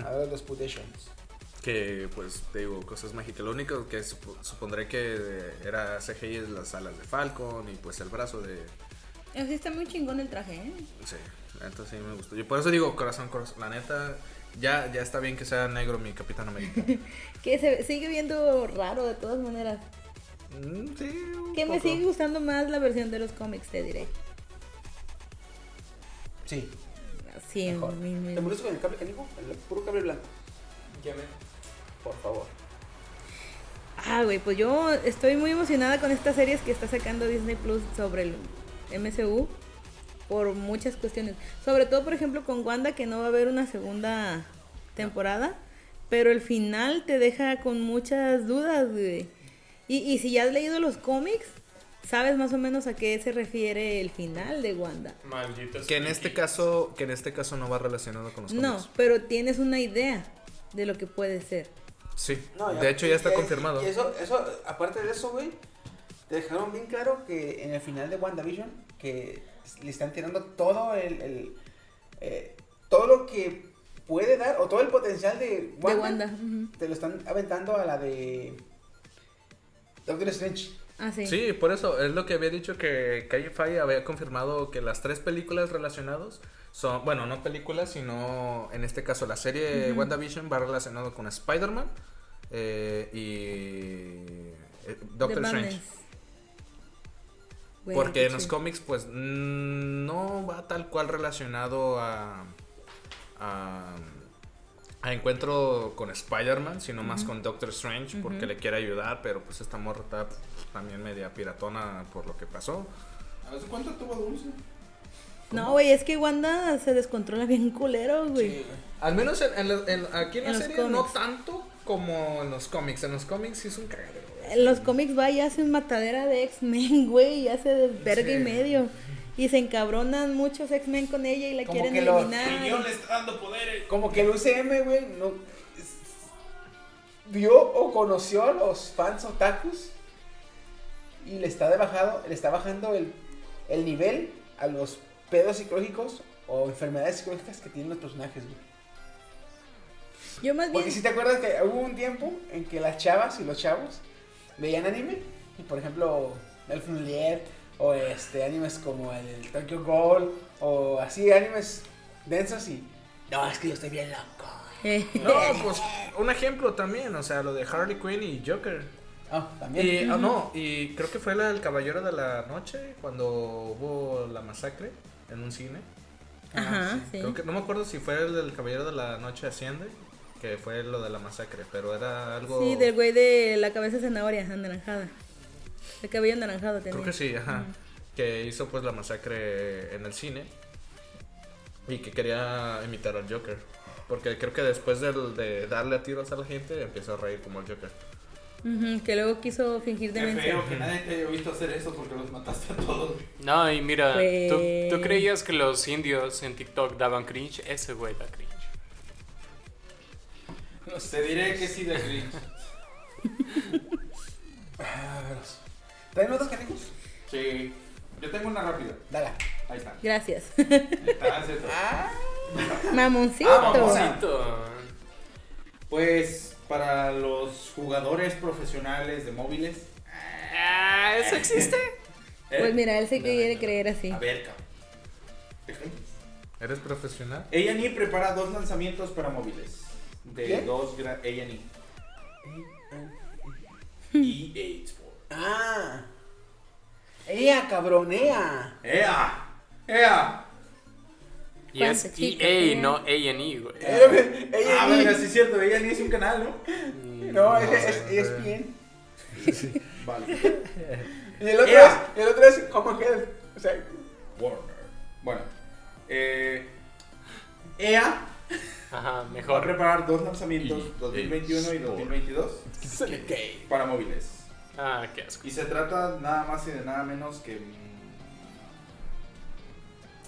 S4: A ver, los putations.
S10: Que pues te digo, cosas mágicas. Lo único que supo- supondré que eh, era CGI es las alas de Falcon y pues el brazo de.
S9: Ah, Sí, está muy chingón el traje, ¿eh?
S10: Sí, entonces sí me gustó. Yo por eso digo corazón, corazón. La neta, ya, ya está bien que sea negro mi Capitán América.
S9: Que se sigue viendo raro de todas maneras.
S10: Mm, sí, un
S9: Que me
S10: poco.
S9: sigue gustando más la versión de los cómics, te diré.
S4: Sí.
S9: Sí,
S4: Mejor.
S9: mi- mi-
S4: ¿Te molestas con el cable canijo? El puro cable blanco.
S2: Llame.
S4: Por favor.
S9: Ah, güey, pues yo estoy muy emocionada con estas series que está sacando Disney Plus sobre el MCU por muchas cuestiones. Sobre todo, por ejemplo, con Wanda, que no va a haber una segunda temporada, pero el final te deja con muchas dudas, güey. Y, y si ya has leído los cómics, sabes más o menos a qué se refiere el final de Wanda.
S2: Malditos.
S10: Que en este caso, que en este caso no va relacionado con los
S9: No,
S10: cómics.
S9: pero tienes una idea de lo que puede ser.
S10: Sí.
S4: No,
S10: de hecho ya está
S4: y-
S10: confirmado.
S4: Y eso, eso, aparte de eso, güey, te dejaron bien claro que en el final de WandaVision, que le están tirando todo el, el, eh, todo lo que puede dar, o todo el potencial de Wanda.
S9: De Wanda. ujú.
S4: Te lo están aventando a la de Doctor Strange.
S9: Ah, sí.
S10: Sí, por eso es lo que había dicho que Calle Fay había confirmado que las tres películas relacionadas son, bueno, no películas, sino en este caso la serie WandaVision va relacionado con Spider-Man eh, y eh,
S9: The
S10: Doctor
S9: Madness.
S10: Strange.
S9: Güey,
S10: Porque
S9: qué
S10: en los
S9: chido.
S10: cómics, pues, mm, no va tal cual relacionado a. a, a encuentro con Spider-Man, sino más con Doctor Strange, porque le quiere ayudar, pero pues esta morra está pues, también media piratona por lo que pasó.
S7: ¿Hace pues, cuánto tuvo dulce?
S9: No, güey, es que Wanda se descontrola bien culero, güey.
S10: Al menos en, en la- en- aquí en,
S9: En
S10: la
S9: los
S10: serie no
S9: cómics.
S10: tanto como en los cómics. En los cómics sí es un cagadero. güey.
S9: En los cómics va y hace un matadera de X-Men, güey, y hace de verga y
S10: Sí.
S9: medio. Y se encabronan muchos X-Men con ella y la
S4: Como
S9: quieren
S4: que los
S9: eliminar.
S7: Yo le está dando poderes.
S4: Como que el UCM, güey, no. es- Vio o conoció a los fans otakus y le está de bajado, le está bajando el, el nivel a los pedos psicológicos o enfermedades psicológicas que tienen los personajes, güey.
S9: Yo más bien.
S4: Porque si te acuerdas que hubo un tiempo en que las chavas y los chavos veían anime, y por ejemplo, el Funlier, o este, animes como el Tokyo Ghoul, o así, animes densos y. No, es que yo estoy bien loco.
S9: Eh,
S10: No, pues un ejemplo también, o sea, lo de Harley Quinn y Joker.
S4: Ah, también.
S10: Y, ah, no, y creo que fue la del Caballero de la Noche cuando hubo la masacre en un cine.
S9: Ajá, sí.
S10: Creo que, no me acuerdo si fue el del Caballero de la Noche Asciende, que fue lo de la masacre, pero era algo...
S9: Sí, del güey de la cabeza de zanahoria, anaranjada. El cabello anaranjado tenía.
S10: Creo que sí, ajá. Que hizo pues la masacre en el cine. Y que quería imitar al Joker. Porque creo que después del- de darle a tiros a la gente, empezó a reír como el Joker.
S9: Ujú, que luego quiso fingir
S7: Qué
S9: demencia.
S7: feo que nadie te haya visto hacer eso porque los mataste a todos.
S2: No, y mira, ¿tú,
S9: Güey.
S4: Pues
S2: tú creías que los indios en TikTok daban cringe? Ese güey da cringe.
S7: Te diré que sí de cringe.
S4: ¿Traen otros canijos?
S7: Sí. Yo tengo una rápida.
S4: Dala.
S7: Ahí está.
S9: Gracias.
S7: Está, es cierto.
S9: Ah. Mamoncito.
S7: Ah, mamoncito.
S2: Tito.
S7: Pues para los jugadores profesionales de móviles.
S2: Ah, ¿Eso existe?
S7: ¿eh?
S9: Pues mira, él se
S7: No,
S9: quiere
S7: no.
S9: creer así.
S7: A ver, cabrón. ¿Te crees?
S10: ¿Eres profesional?
S7: A&E E prepara dos lanzamientos para móviles. De
S4: ¿Qué?
S7: dos gran... A&E.
S9: E.
S7: EA Sports.
S4: Ah. Ea, cabronea.
S7: ¡Ea! ¡Ea!
S2: Y es
S9: ¿Cuánto, chicos?
S2: EA, no A&E, güey.
S9: E.
S7: Ah, venga, sí es cierto, A&E es un canal, ¿no?
S4: No, es, es, es bien.
S7: Vale.
S4: Y el otro
S7: Ea.
S4: es, el otro es como Health. O sea,
S7: Warner. Bueno. Eh, EA
S2: Ajá,
S7: va a
S2: mejor.
S7: preparar dos lanzamientos,
S1: EA
S7: 2021 y 2022,
S4: ok.
S7: para móviles.
S2: Ah, qué asco.
S7: Y se trata nada más y de nada menos que... mm,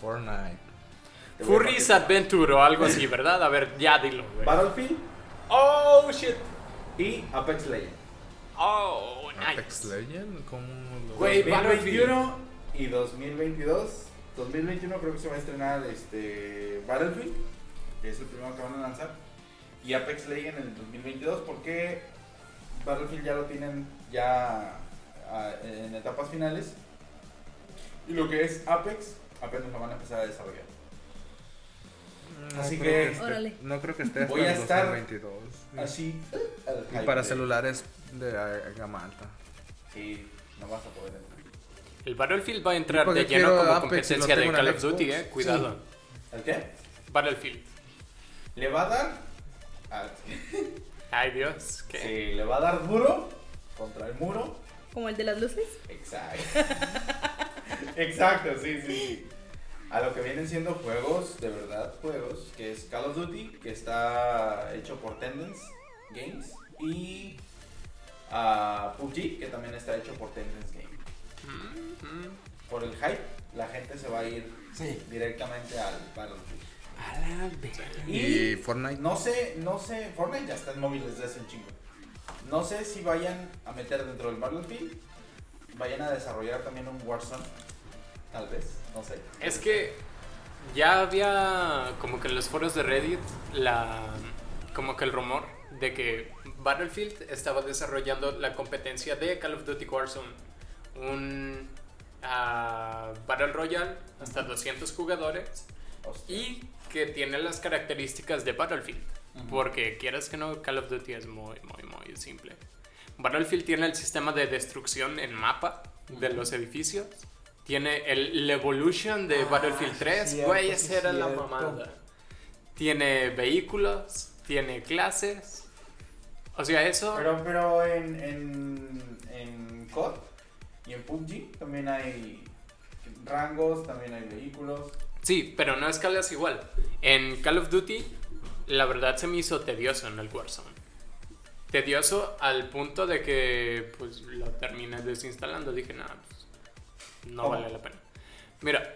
S10: Fortnite.
S7: te voy a
S2: Furries Adventure o algo así, ¿verdad? A ver, ya dilo, güey.
S7: Battlefield
S2: Oh, shit.
S7: y Apex Legends.
S2: Oh,
S10: Apex
S2: nice.
S10: Legend, ¿cómo lo-
S2: Güey, Battlefield.
S7: 2021 y 2022. 2021 creo que se va a estrenar este Battlefield, que es el primero que van a lanzar. Y Apex Legends en el 2022 porque Battlefield ya lo tienen ya ah, en etapas finales. Y lo que es Apex apenas lo van a empezar a desarrollar.
S10: No
S7: Así
S10: creo
S7: que-
S10: esté-
S9: Órale.
S10: no creo que esté hasta
S7: Voy a
S10: el
S7: estar
S10: 2022.
S7: Así. al
S10: Y
S7: hype
S10: para
S7: de-
S10: celulares de ah, gama alta.
S7: Sí, no vas a poder entrar.
S2: El Battlefield va a entrar
S10: Porque
S2: de lleno
S10: quiero
S2: como
S10: Apex y lo
S2: competencia de
S10: tengo en
S2: Call
S10: el
S2: of Duty,
S10: Xbox.
S2: eh. Cuidado.
S7: ¿Al qué?
S2: Battlefield.
S7: Le va a dar. al-
S2: Ay, Dios. ¿qué?
S7: Sí, le va a dar duro contra el muro.
S9: Como el de las luces.
S7: Exacto. Exacto, sí, sí, sí. A lo que vienen siendo juegos, de verdad, juegos, que es Call of Duty, que está hecho por Tendence Games, y ah, PUBG, que también está hecho por Tendence Games. Por el hype, la gente se va a ir directamente al Battlefield.
S10: Y, Fortnite.
S7: No sé, no sé, Fortnite ya está en móviles desde hace un chingo. No sé si vayan a meter dentro del Battlefield, vayan a desarrollar también un Warzone, tal vez, no sé.
S2: Es que ya había como que en los foros de Reddit la como que el rumor de que Battlefield estaba desarrollando la competencia de Call of Duty Warzone, un ah, Battle Royale hasta 200 jugadores
S7: Hostia.
S2: y que tiene las características de Battlefield, porque quieras que no Call of Duty es muy muy muy simple. Battlefield tiene el sistema de destrucción en mapa de los edificios. Tiene el, la Evolution de
S4: Ah,
S2: Battlefield
S4: sí,
S2: 3.
S4: cierto,
S2: Güey,
S4: sí,
S2: esa era la
S4: cierto.
S2: mamada. Tiene vehículos, tiene clases. O sea, eso.
S7: Pero, pero en, en, en COD y en PUBG también hay rangos, también hay vehículos.
S2: Sí, pero no escalas igual. En Call of Duty, la verdad se me hizo tedioso en el Warzone. Tedioso al punto de que pues lo terminé desinstalando. Dije, nada, no
S7: ¿Cómo?
S2: vale la pena. Mira,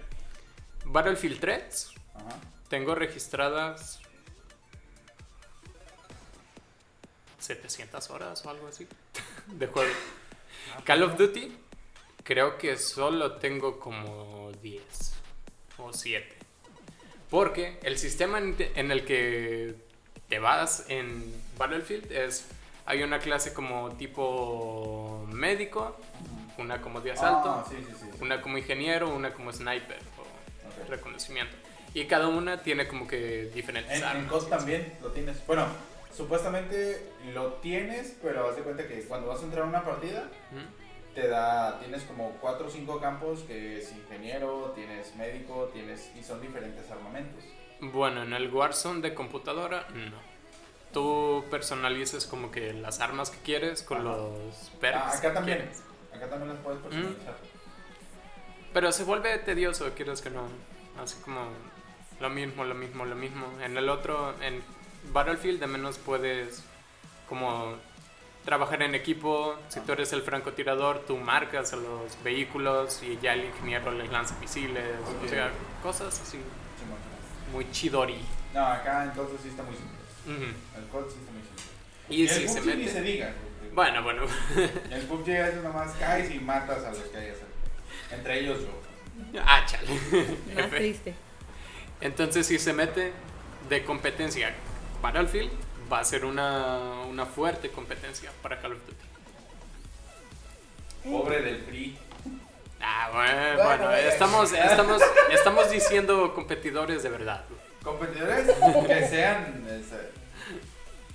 S2: Battlefield 3
S7: Ajá.
S2: Tengo registradas 700 horas o algo así de juego.
S7: Ah.
S2: Call of Duty, creo que solo tengo como 10 o 7. Porque el sistema en, te- en el que te vas en Battlefield es, hay una clase como tipo médico, una como de asalto,
S7: Ah, sí, sí, sí.
S2: una como ingeniero, una como sniper o
S7: Ok.
S2: reconocimiento. Y cada una tiene como que diferentes
S7: En, en
S2: armas.
S7: COD también lo tienes. Bueno, supuestamente lo tienes, pero haz de cuenta que cuando vas a entrar a una partida,
S2: ¿Mm?
S7: te da, tienes como 4 o 5 campos que es ingeniero, tienes médico, tienes y son diferentes armamentos.
S2: Bueno, en el Warzone de computadora, no. tú personalices como que las armas que quieres con
S7: Ajá.
S2: los
S7: Ah,
S2: perks
S7: acá
S2: que
S7: también.
S2: quieres.
S7: Acá también las
S2: Mm.
S7: puedes personalizar.
S2: Pero se vuelve tedioso, quieres que no. Así como lo mismo, lo mismo, lo mismo. En el otro, en Battlefield, de menos puedes como trabajar en equipo. Si tú eres el francotirador, tú marcas a los vehículos y ya el ingeniero les lanza misiles. O
S7: Ok.
S2: sea, cosas así.
S7: Chingón.
S2: Muy chidori.
S7: No, acá entonces sí está muy simple.
S2: Ujú.
S7: El COD sí está muy simple.
S2: Y,
S7: el
S2: si
S7: PUBG
S2: se
S7: ni
S2: mete.
S7: se diga. güey.
S2: Bueno, bueno.
S7: En el PUBG a veces nomás caes y matas a los que hay cerca. Entre ellos yo.
S2: ah, chale.
S9: Más
S2: Jefe.
S9: triste.
S2: Entonces, si se mete de competencia Battlefield, va a ser una, una fuerte competencia para Call of Duty.
S7: Pobre del free.
S2: Ah, bueno,
S7: Bueno,
S2: bueno,
S7: eh.
S2: estamos, estamos, estamos diciendo competidores de verdad.
S7: Competidores que sean. este,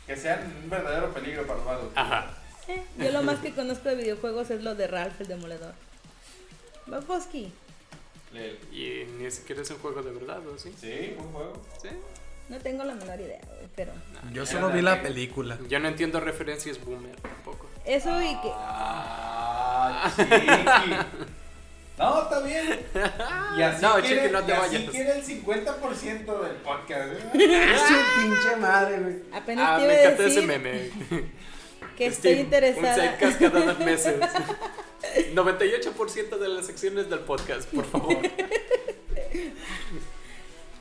S7: que sean un verdadero peligro para los malos.
S2: Ajá.
S9: Eh, yo lo más que conozco de videojuegos es lo de Ralph el Demoledor. Bafoski.
S7: Le-
S2: Y ni siquiera es un juego de verdad, ¿o sí?
S7: Sí, buen juego.
S2: Sí.
S9: No tengo la menor idea, güey, pero.
S10: Yo
S7: Ya
S10: solo
S7: la
S10: vi la
S7: tengo.
S10: película.
S2: Yo no entiendo referencias boomer tampoco.
S9: Eso y que.
S7: Ah, chiqui. No, está bien. Y así
S2: No,
S7: quiere,
S2: chiqui, no te
S7: y así
S2: vayas. pues.
S7: quiere el 50% del podcast. ¿eh?
S4: Su pinche madre, güey.
S9: Apenas
S2: Ah,
S9: te iba
S2: me
S9: a
S2: encanta ese
S9: decir
S2: meme.
S9: que estoy
S2: Steam, Un
S9: interesada.
S2: sidecast cada dos meses. 98% de las secciones del podcast, por favor.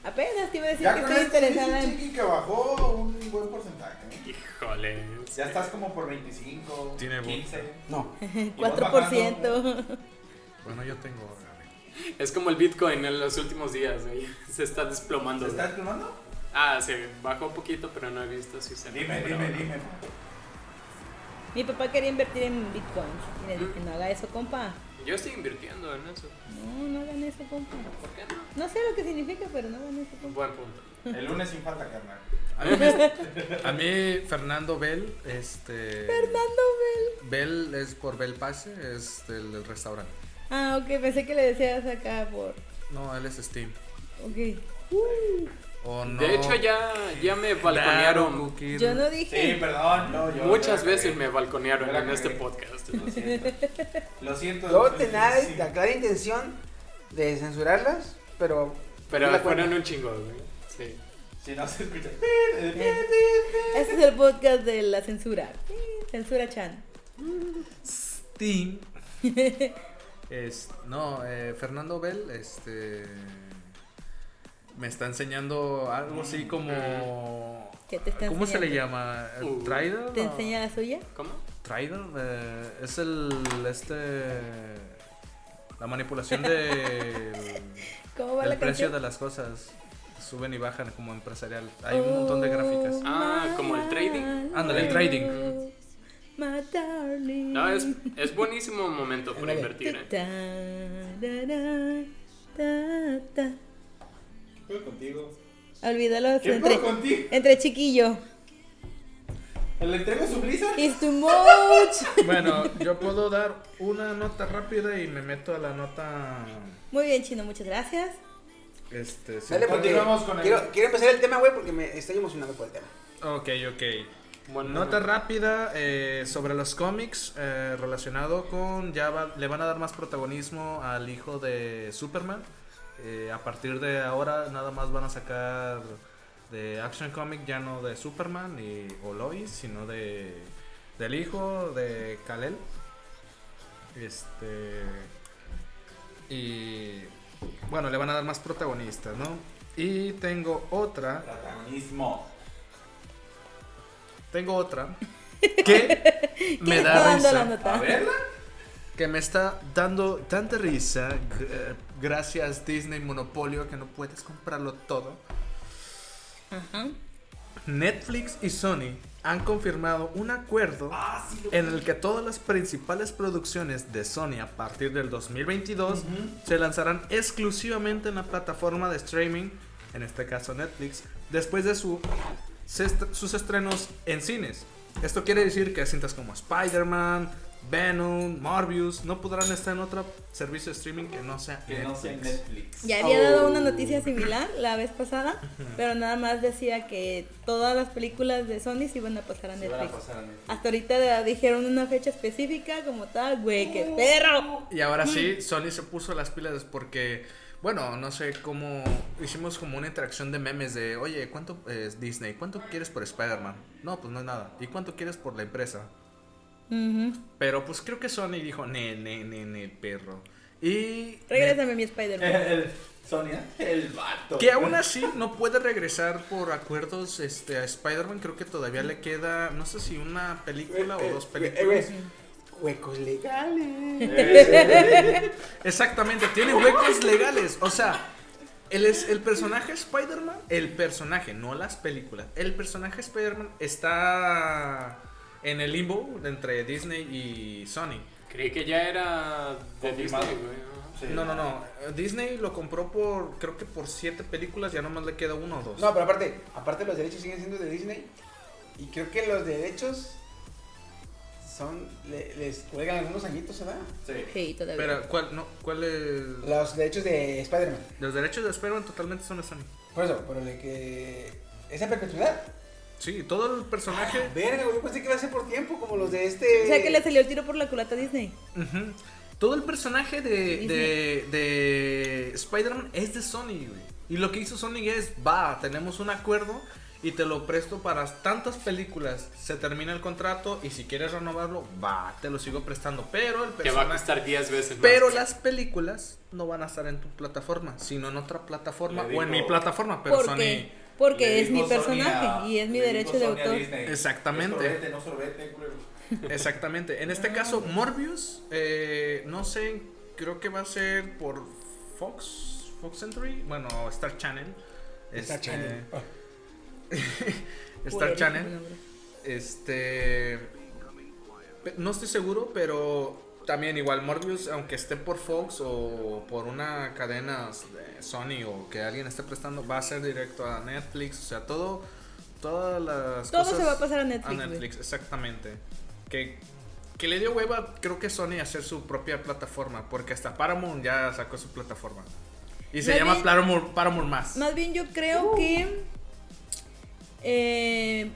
S9: Apenas te iba a decir
S7: Ya
S9: que
S7: con
S9: estoy
S7: esto dice
S9: interesada en.
S7: Chiqui que bajó un buen porcentaje. ¿eh?
S2: Híjole.
S7: Ya estás como por 25,
S10: Tiene bu-
S7: 15.
S4: No.
S7: y vas
S9: 4%.
S10: Bueno, yo tengo. Gaby.
S2: Es como el Bitcoin en los últimos días, ahí se está
S7: bajando.
S2: desplomando.
S7: ¿Te estás filmando?
S2: Ah, sí, bajó un poquito, pero no he visto si se
S7: Dime,
S2: recuperó.
S7: dime, dime.
S9: Mi papá quería invertir en bitcoins. Y le dije, no haga eso, compa.
S2: Yo estoy invirtiendo en eso.
S9: No, no hagan eso, compa.
S2: ¿Por qué no?
S9: No sé lo que significa, pero no hagan eso,
S2: Un
S9: compa.
S2: buen punto.
S7: El lunes sin falta, carnal.
S10: A mí, me- a mí, Fernando Bell, este.
S9: Fernando Bell.
S10: Bell es por Bell Pase, es del, del restaurante.
S9: Ah, ok, pensé que le decías acá por.
S10: No, él es Steam.
S9: Ok.
S10: O no.
S2: De hecho, ya, ya me
S10: Claro,
S2: balconearon.
S10: Cookie.
S9: Yo no
S7: Sí,
S9: dije.
S7: perdón. No, yo
S2: Muchas
S7: yo la
S2: veces me
S7: cagué.
S2: balconearon
S7: Yo la
S2: en este
S7: cagué.
S2: podcast.
S7: Lo siento. Lo siento.
S4: Yo
S7: lo siento,
S4: tenía
S7: sí.
S4: la clara intención de censurarlas, pero. no
S2: Pero
S4: la
S2: fueron
S4: cuento.
S2: un chingo, güey. Sí.
S7: Si no se escucha.
S9: Este es el podcast de la censura. Censura Chan.
S10: Steam. Es- no, eh, Fernando Bell, este. Me está enseñando algo así como.
S9: ¿Qué te está
S10: ¿Cómo se le
S9: enseñando?
S10: llama?
S2: Uh.
S10: ¿Trader?
S9: ¿Te enseña la suya?
S2: ¿Cómo?
S10: Trader eh, es el este la manipulación de
S9: ¿Cómo va
S10: el
S9: la
S10: precio
S9: canción?
S10: de las cosas suben y bajan como empresarial. Hay
S9: Oh.
S10: un montón de gráficas.
S2: Ah, como el trading.
S10: Ándale, el trading.
S9: My darling.
S2: No, es, es buenísimo momento para invertir. ¿eh?
S9: Ta, da, da, ta, ta.
S7: Estoy contigo.
S9: Olvídalo
S7: ¿Qué
S9: entre,
S7: puedo contigo?
S9: entre chiquillo.
S7: ¿Le entrego su blizzard?
S9: It's too much.
S10: Bueno, yo puedo dar una nota rápida y me meto a la nota
S9: Muy bien, Chino, muchas gracias.
S10: este sí.
S4: Dale, porque
S7: Continuamos con el-
S4: quiero, quiero empezar el tema, güey, porque me estoy emocionando por el tema.
S10: Ok, ok.
S2: Bueno,
S10: Nota rápida eh, sobre los cómics eh, relacionado con ya va- le van a dar más protagonismo al hijo de Superman. Eh, a partir de ahora nada más van a sacar de Action Comic ya no de Superman y, o Lois, sino de del hijo de Kalel. Este y bueno, le van a dar más protagonistas, ¿no? Y tengo otra
S7: Protagonismo.
S10: tengo otra que me da
S9: dando la
S10: risa.
S9: nota.
S7: A verla.
S10: Que me está dando tanta risa. gr- eh, Gracias Disney Monopolio que no puedes comprarlo todo. Netflix y Sony han confirmado un acuerdo
S7: Ah,
S10: en el que todas las principales producciones de Sony a partir del 2022 se lanzarán exclusivamente en la plataforma de streaming, en este caso Netflix, después de su, se est- sus estrenos en cines. Esto quiere decir que cintas como Spider-Man, Venom, Morbius, no podrán estar en otro servicio de streaming que no sea
S7: Que no sea Netflix.
S9: Ya había dado
S7: Oh.
S9: una noticia similar la vez pasada, pero nada más decía que todas las películas de Sony se iban a pasar a
S7: Se van a
S9: Netflix.
S7: pasar a Netflix.
S9: Hasta ahorita de- dijeron una fecha específica como tal, güey,
S7: Oh.
S9: qué perro.
S10: Y ahora sí,
S9: Mm.
S10: Sony se puso las pilas porque, bueno, no sé cómo. Hicimos como una interacción de memes de, oye, ¿cuánto es Disney? ¿Cuánto quieres por Spider-Man? No, pues no es nada. ¿Y cuánto quieres por la empresa?
S9: Ujú.
S10: Pero pues creo que Sony dijo, ne, ne, ne, ne, perro. Y.
S9: Regrésame mi
S7: El,
S9: Spider-Man.
S7: Sonia, el vato.
S10: Que aún así no puede regresar por acuerdos este, a Spider-Man. Creo que todavía le queda, no sé si una película
S7: eh,
S10: o dos películas.
S4: Eh, Huecos legales.
S7: Eh,
S10: Exactamente, tiene huecos legales. O sea, el, es, el personaje Spider-Man, el personaje, no las películas, el personaje Spider-Man está en el limbo entre Disney y Sony.
S2: Creí que ya era de
S7: Confirmado.
S2: Disney, güey. ¿no?
S7: Sí.
S10: No, no, no. Disney lo compró por, creo que por siete películas, ya nomás le queda uno o dos.
S4: No, pero aparte, aparte los derechos siguen siendo de Disney. Y creo que los derechos son. le- les cuelgan algunos añitos, ¿verdad?
S7: Sí.
S9: Sí, todavía.
S10: Pero, ¿cuál, no, cuál es?
S4: Los derechos de Spider-Man.
S10: Los derechos de Spider-Man totalmente son de Sony.
S4: Por eso, por lo de que. Esa perpetuidad.
S10: Sí, todo el personaje.
S4: Verga, güey, yo pensé que iba a ser por tiempo, como los de este.
S9: O sea que le salió el tiro por la culata a Disney.
S10: Ujú. Todo el personaje de,
S9: Disney.
S10: de, de Spider-Man es de Sony, güey. Y lo que hizo Sony es, va, tenemos un acuerdo y te lo presto para tantas películas. Se termina el contrato y si quieres renovarlo, va, te lo sigo prestando. Pero el
S2: Que va a
S10: personaje...
S2: costar 10 veces más.
S10: Pero las películas no van a estar en tu plataforma, sino en otra plataforma
S7: Le
S10: o en
S7: dijo-
S10: mi plataforma, pero
S9: ¿Por
S10: Sony...
S9: qué? Porque
S7: Le
S9: es mi
S7: dijo Sonia-
S9: personaje y es mi
S7: le
S9: derecho
S7: dijo
S9: de
S7: Sonia a
S9: autor.
S7: Disney,
S10: Exactamente.
S7: "Es Sorbete, no sorbete, culero".
S10: Exactamente. En este caso, Morbius, eh, no sé, creo que va a ser por Fox, Fox Century, bueno, Star Channel.
S4: Star
S10: Este-
S4: Channel. Ah.
S10: Star
S9: Poderísimo
S10: Channel.
S9: nombre.
S10: Este. pe- No estoy seguro, pero también igual Morbius, aunque esté por Fox o por una cadena de Sony o que alguien esté prestando, va a ser directo a Netflix. O sea, todo. Todas las
S9: Todo
S10: cosas
S9: se va a pasar a
S10: a
S9: Netflix. güey.
S10: Netflix, exactamente. Que, que le dio hueva, creo que Sony, a hacer su propia plataforma, porque hasta Paramount ya sacó su plataforma. Y se
S9: Más
S10: llama
S9: bien-
S10: Paramount, Paramount Más.
S9: Más bien yo creo que eh,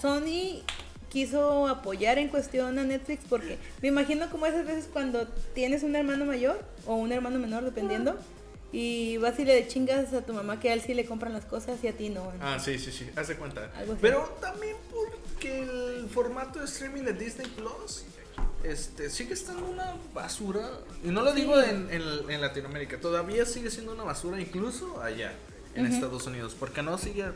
S9: Sony quiso apoyar en cuestión a Netflix porque me imagino como esas veces cuando tienes un hermano mayor o un hermano menor, dependiendo, y vas y le chingas a tu mamá que a él sí le compran las cosas y a ti no.
S10: Ah, sí, sí, sí, haz de cuenta.
S9: Algo así.
S10: Pero también porque el formato de streaming de Disney Plus este, sigue estando una basura. Y no lo digo en, en- en Latinoamérica, todavía sigue siendo una basura, incluso allá, en Estados Unidos, porque no sigue.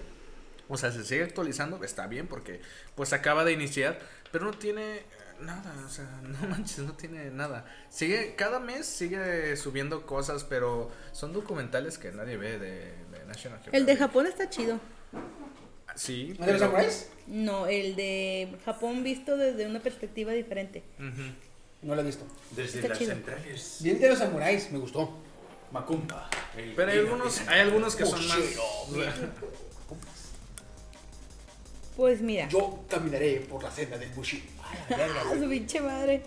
S10: O sea, se sigue actualizando, está bien, porque pues acaba de iniciar, pero no tiene eh, nada, o sea, no manches, no tiene nada. Sigue, cada mes sigue subiendo cosas, pero son documentales que nadie ve de, de National Geographic.
S9: El de Japón está chido.
S10: Sí.
S4: ¿No ¿De los
S10: pero-
S4: samuráis?
S9: No, el de Japón visto desde una perspectiva diferente.
S10: Ujú.
S4: No lo he visto.
S7: Desde
S9: Está
S7: las
S9: chido.
S7: centrales.
S4: Bien de los samuráis, me gustó.
S7: Macumba. el
S10: Pero hay
S7: Ina
S10: algunos,
S7: Ina.
S10: hay algunos que son más.
S4: Puchero,
S9: Pues mira,
S4: Yo caminaré por la senda del Bushido. Ay, la verga,
S9: a
S4: güey.
S9: su pinche madre.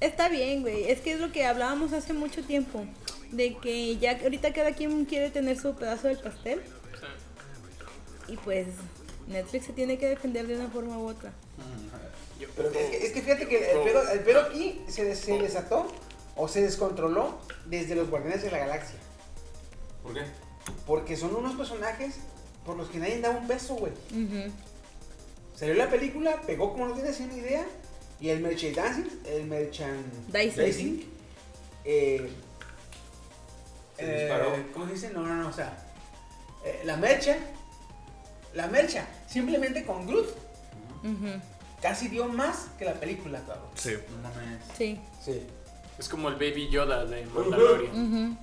S9: Está bien, güey. Es que es lo que hablábamos hace mucho tiempo. De que ya ahorita cada quien quiere tener su pedazo del pastel. Y pues Netflix se tiene que defender de una forma u otra.
S4: Pero es que, es que fíjate que el pedo, el pedo aquí se, des- se desató o se descontroló desde los Guardianes de la Galaxia.
S7: ¿Por qué?
S4: Porque son unos personajes por los que nadie da un peso, güey.
S9: Ujú.
S4: Salió la película, pegó como no tienes ni idea. Y el merchandising, el merchandising,
S9: Dicing.
S4: eh,
S7: Se disparó.
S4: ¿Cómo se dice? No, no, no, o sea, eh, la mercha, la mercha, simplemente con Groot,
S9: Ujú.
S4: casi dio más que la película, cabrón.
S10: Sí.
S7: No mames.
S9: Sí.
S4: Sí.
S2: Es como el Baby Yoda de Mandalorian.
S9: Ujú.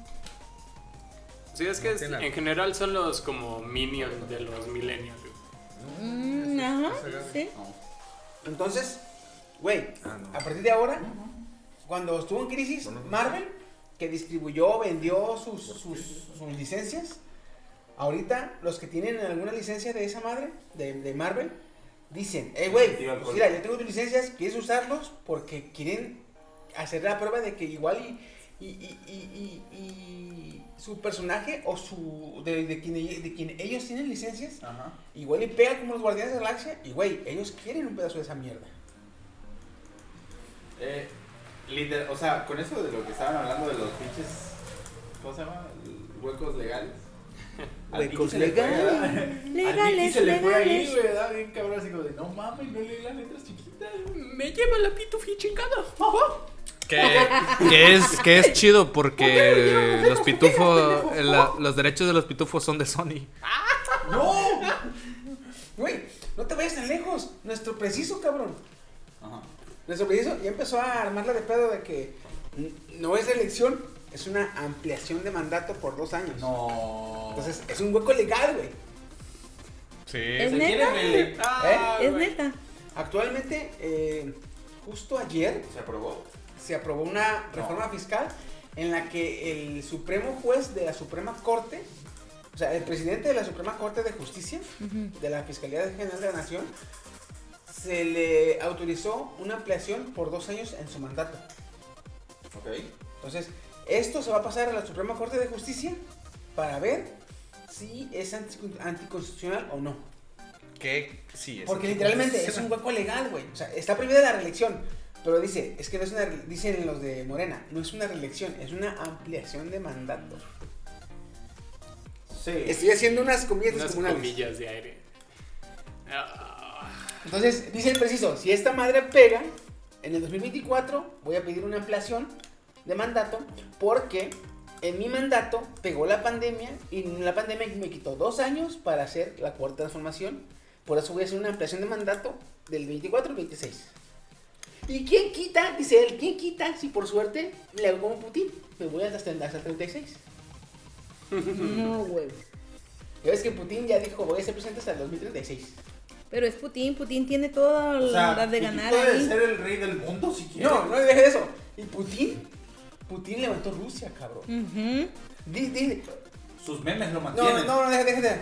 S2: Sí, es que es-
S10: Tiene-
S2: en general son los como minions de los millennials. güey.
S9: Mm, ajá. Sí.
S4: Entonces, güey, a partir de ahora, cuando estuvo en crisis, Marvel, que distribuyó, vendió sus, sus, sus licencias, ahorita los que tienen alguna licencia de esa madre, de, de Marvel, dicen, eh, güey, pues mira, yo tengo tus licencias, quieres usarlos porque quieren hacer la prueba de que igual y, y, y, y, y su personaje o su de, de quien, de quien ellos tienen licencias,
S7: Ajá.
S4: igual y pega como los guardianes de la galaxia, y güey, ellos quieren un pedazo de esa mierda.
S7: Eh, liter- o sea, con eso de lo que estaban hablando de los pinches. ¿Cómo se llama? Huecos legales. Al
S4: Huecos
S7: Mickey se le fue,
S4: legales.
S7: ¿verdad? Al Mickey
S5: Legales,
S7: se le fue ahí,
S5: legales.
S7: güey, ¿verdad? Bien cabrón, así como de no mames, no leí las letras chiquitas.
S2: Me lleva la pitufia chingada.
S10: Que, que es, que es chido porque los pitufos, la- los derechos de los pitufos son de Sony.
S4: ¡No! Güey, no te vayas tan lejos. Nuestro preciso, cabrón.
S7: Ajá.
S4: Nuestro preciso ya empezó a armarla de pedo de que n- no es reelección, es una ampliación de mandato por dos años.
S7: No.
S4: Entonces, es un hueco legal, güey.
S10: Sí.
S5: ¿Es
S7: se quiere
S5: neta?
S7: rele-
S4: Ah,
S5: Es neta.
S4: Actualmente, eh, justo ayer
S7: Se aprobó.
S4: se aprobó una reforma fiscal en la que el supremo juez de la Suprema Corte, o sea, el presidente de la Suprema Corte de Justicia, de la Fiscalía General de la Nación, se le autorizó una ampliación por dos años en su mandato.
S7: Ok.
S4: Entonces, esto se va a pasar a la Suprema Corte de Justicia para ver si es anti- anticonstitucional o no.
S10: Que sí es.
S4: Porque literalmente es un hueco legal, güey. O sea, está prohibida la reelección. Pero dice, es que no es una, re- dicen los de Morena, no es una reelección, es una ampliación de mandato.
S7: Sí.
S4: Estoy haciendo unas comillas
S2: Unas
S4: descomunales.
S2: comillas de aire. Ah,
S4: Entonces, dice el preciso, si esta madre pega, en el 2024 voy a pedir una ampliación de mandato porque en mi mandato pegó la pandemia y la pandemia me quitó dos años para hacer la cuarta transformación. Por eso voy a hacer una ampliación de mandato del 24 al 26. ¿Y quién quita? Dice él, ¿quién quita si por suerte le hago como Putin? Me voy hasta el 36.
S5: No, güey.
S4: Ya ves que Putin ya dijo, voy a ser presidente hasta el 2036.
S5: Pero es Putin, Putin tiene todas
S7: O sea,
S5: las de
S7: Mickey
S5: ganar
S7: puede
S5: ahí.
S7: ser el rey del mundo si quiere.
S4: No, no deje eso. ¿Y Putin? Putin levantó Rusia, cabrón.
S5: Ujú.
S4: Di- di-
S7: Sus memes lo
S4: No, no,
S7: mantienen.
S4: no, no, deja, deja, deja.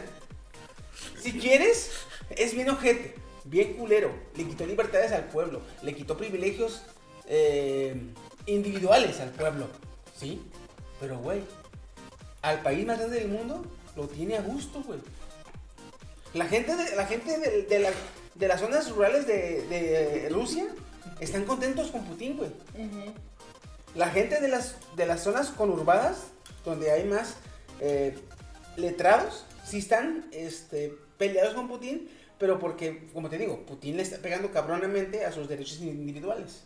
S4: Si quieres, es bien ojete, bien culero. Le quitó libertades al pueblo, le quitó privilegios eh, individuales al pueblo, ¿sí? Pero, güey, al país más grande del mundo lo tiene a gusto, güey. La gente, de, la gente de, de la- de las zonas rurales de, de Rusia están contentos con Putin, güey. La gente de las, de las zonas conurbadas, donde hay más eh, letrados, sí están este, peleados con Putin, pero porque, como te digo, Putin le está pegando cabronamente a sus derechos individuales.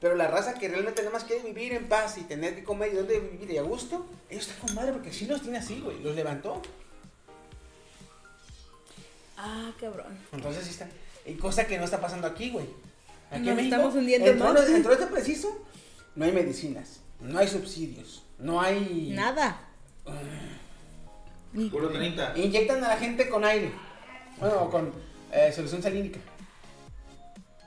S4: Pero la raza que realmente nada más quiere vivir en paz y tener que comer y donde vivir y a gusto, ellos están con madre porque sí los tiene así, güey, los levantó.
S5: Ah, cabrón.
S4: Entonces sí está. Y cosa que no está pasando aquí, güey. Aquí
S5: Nos
S4: en México,
S5: estamos hundiendo
S4: entró,
S5: más.
S4: entró este preciso, no hay medicinas, no hay subsidios, no hay...
S5: Nada.
S2: Ah.
S5: Ni-
S7: Puro 30.
S4: Inyectan a la gente con aire. Bueno, o con eh, solución salínica.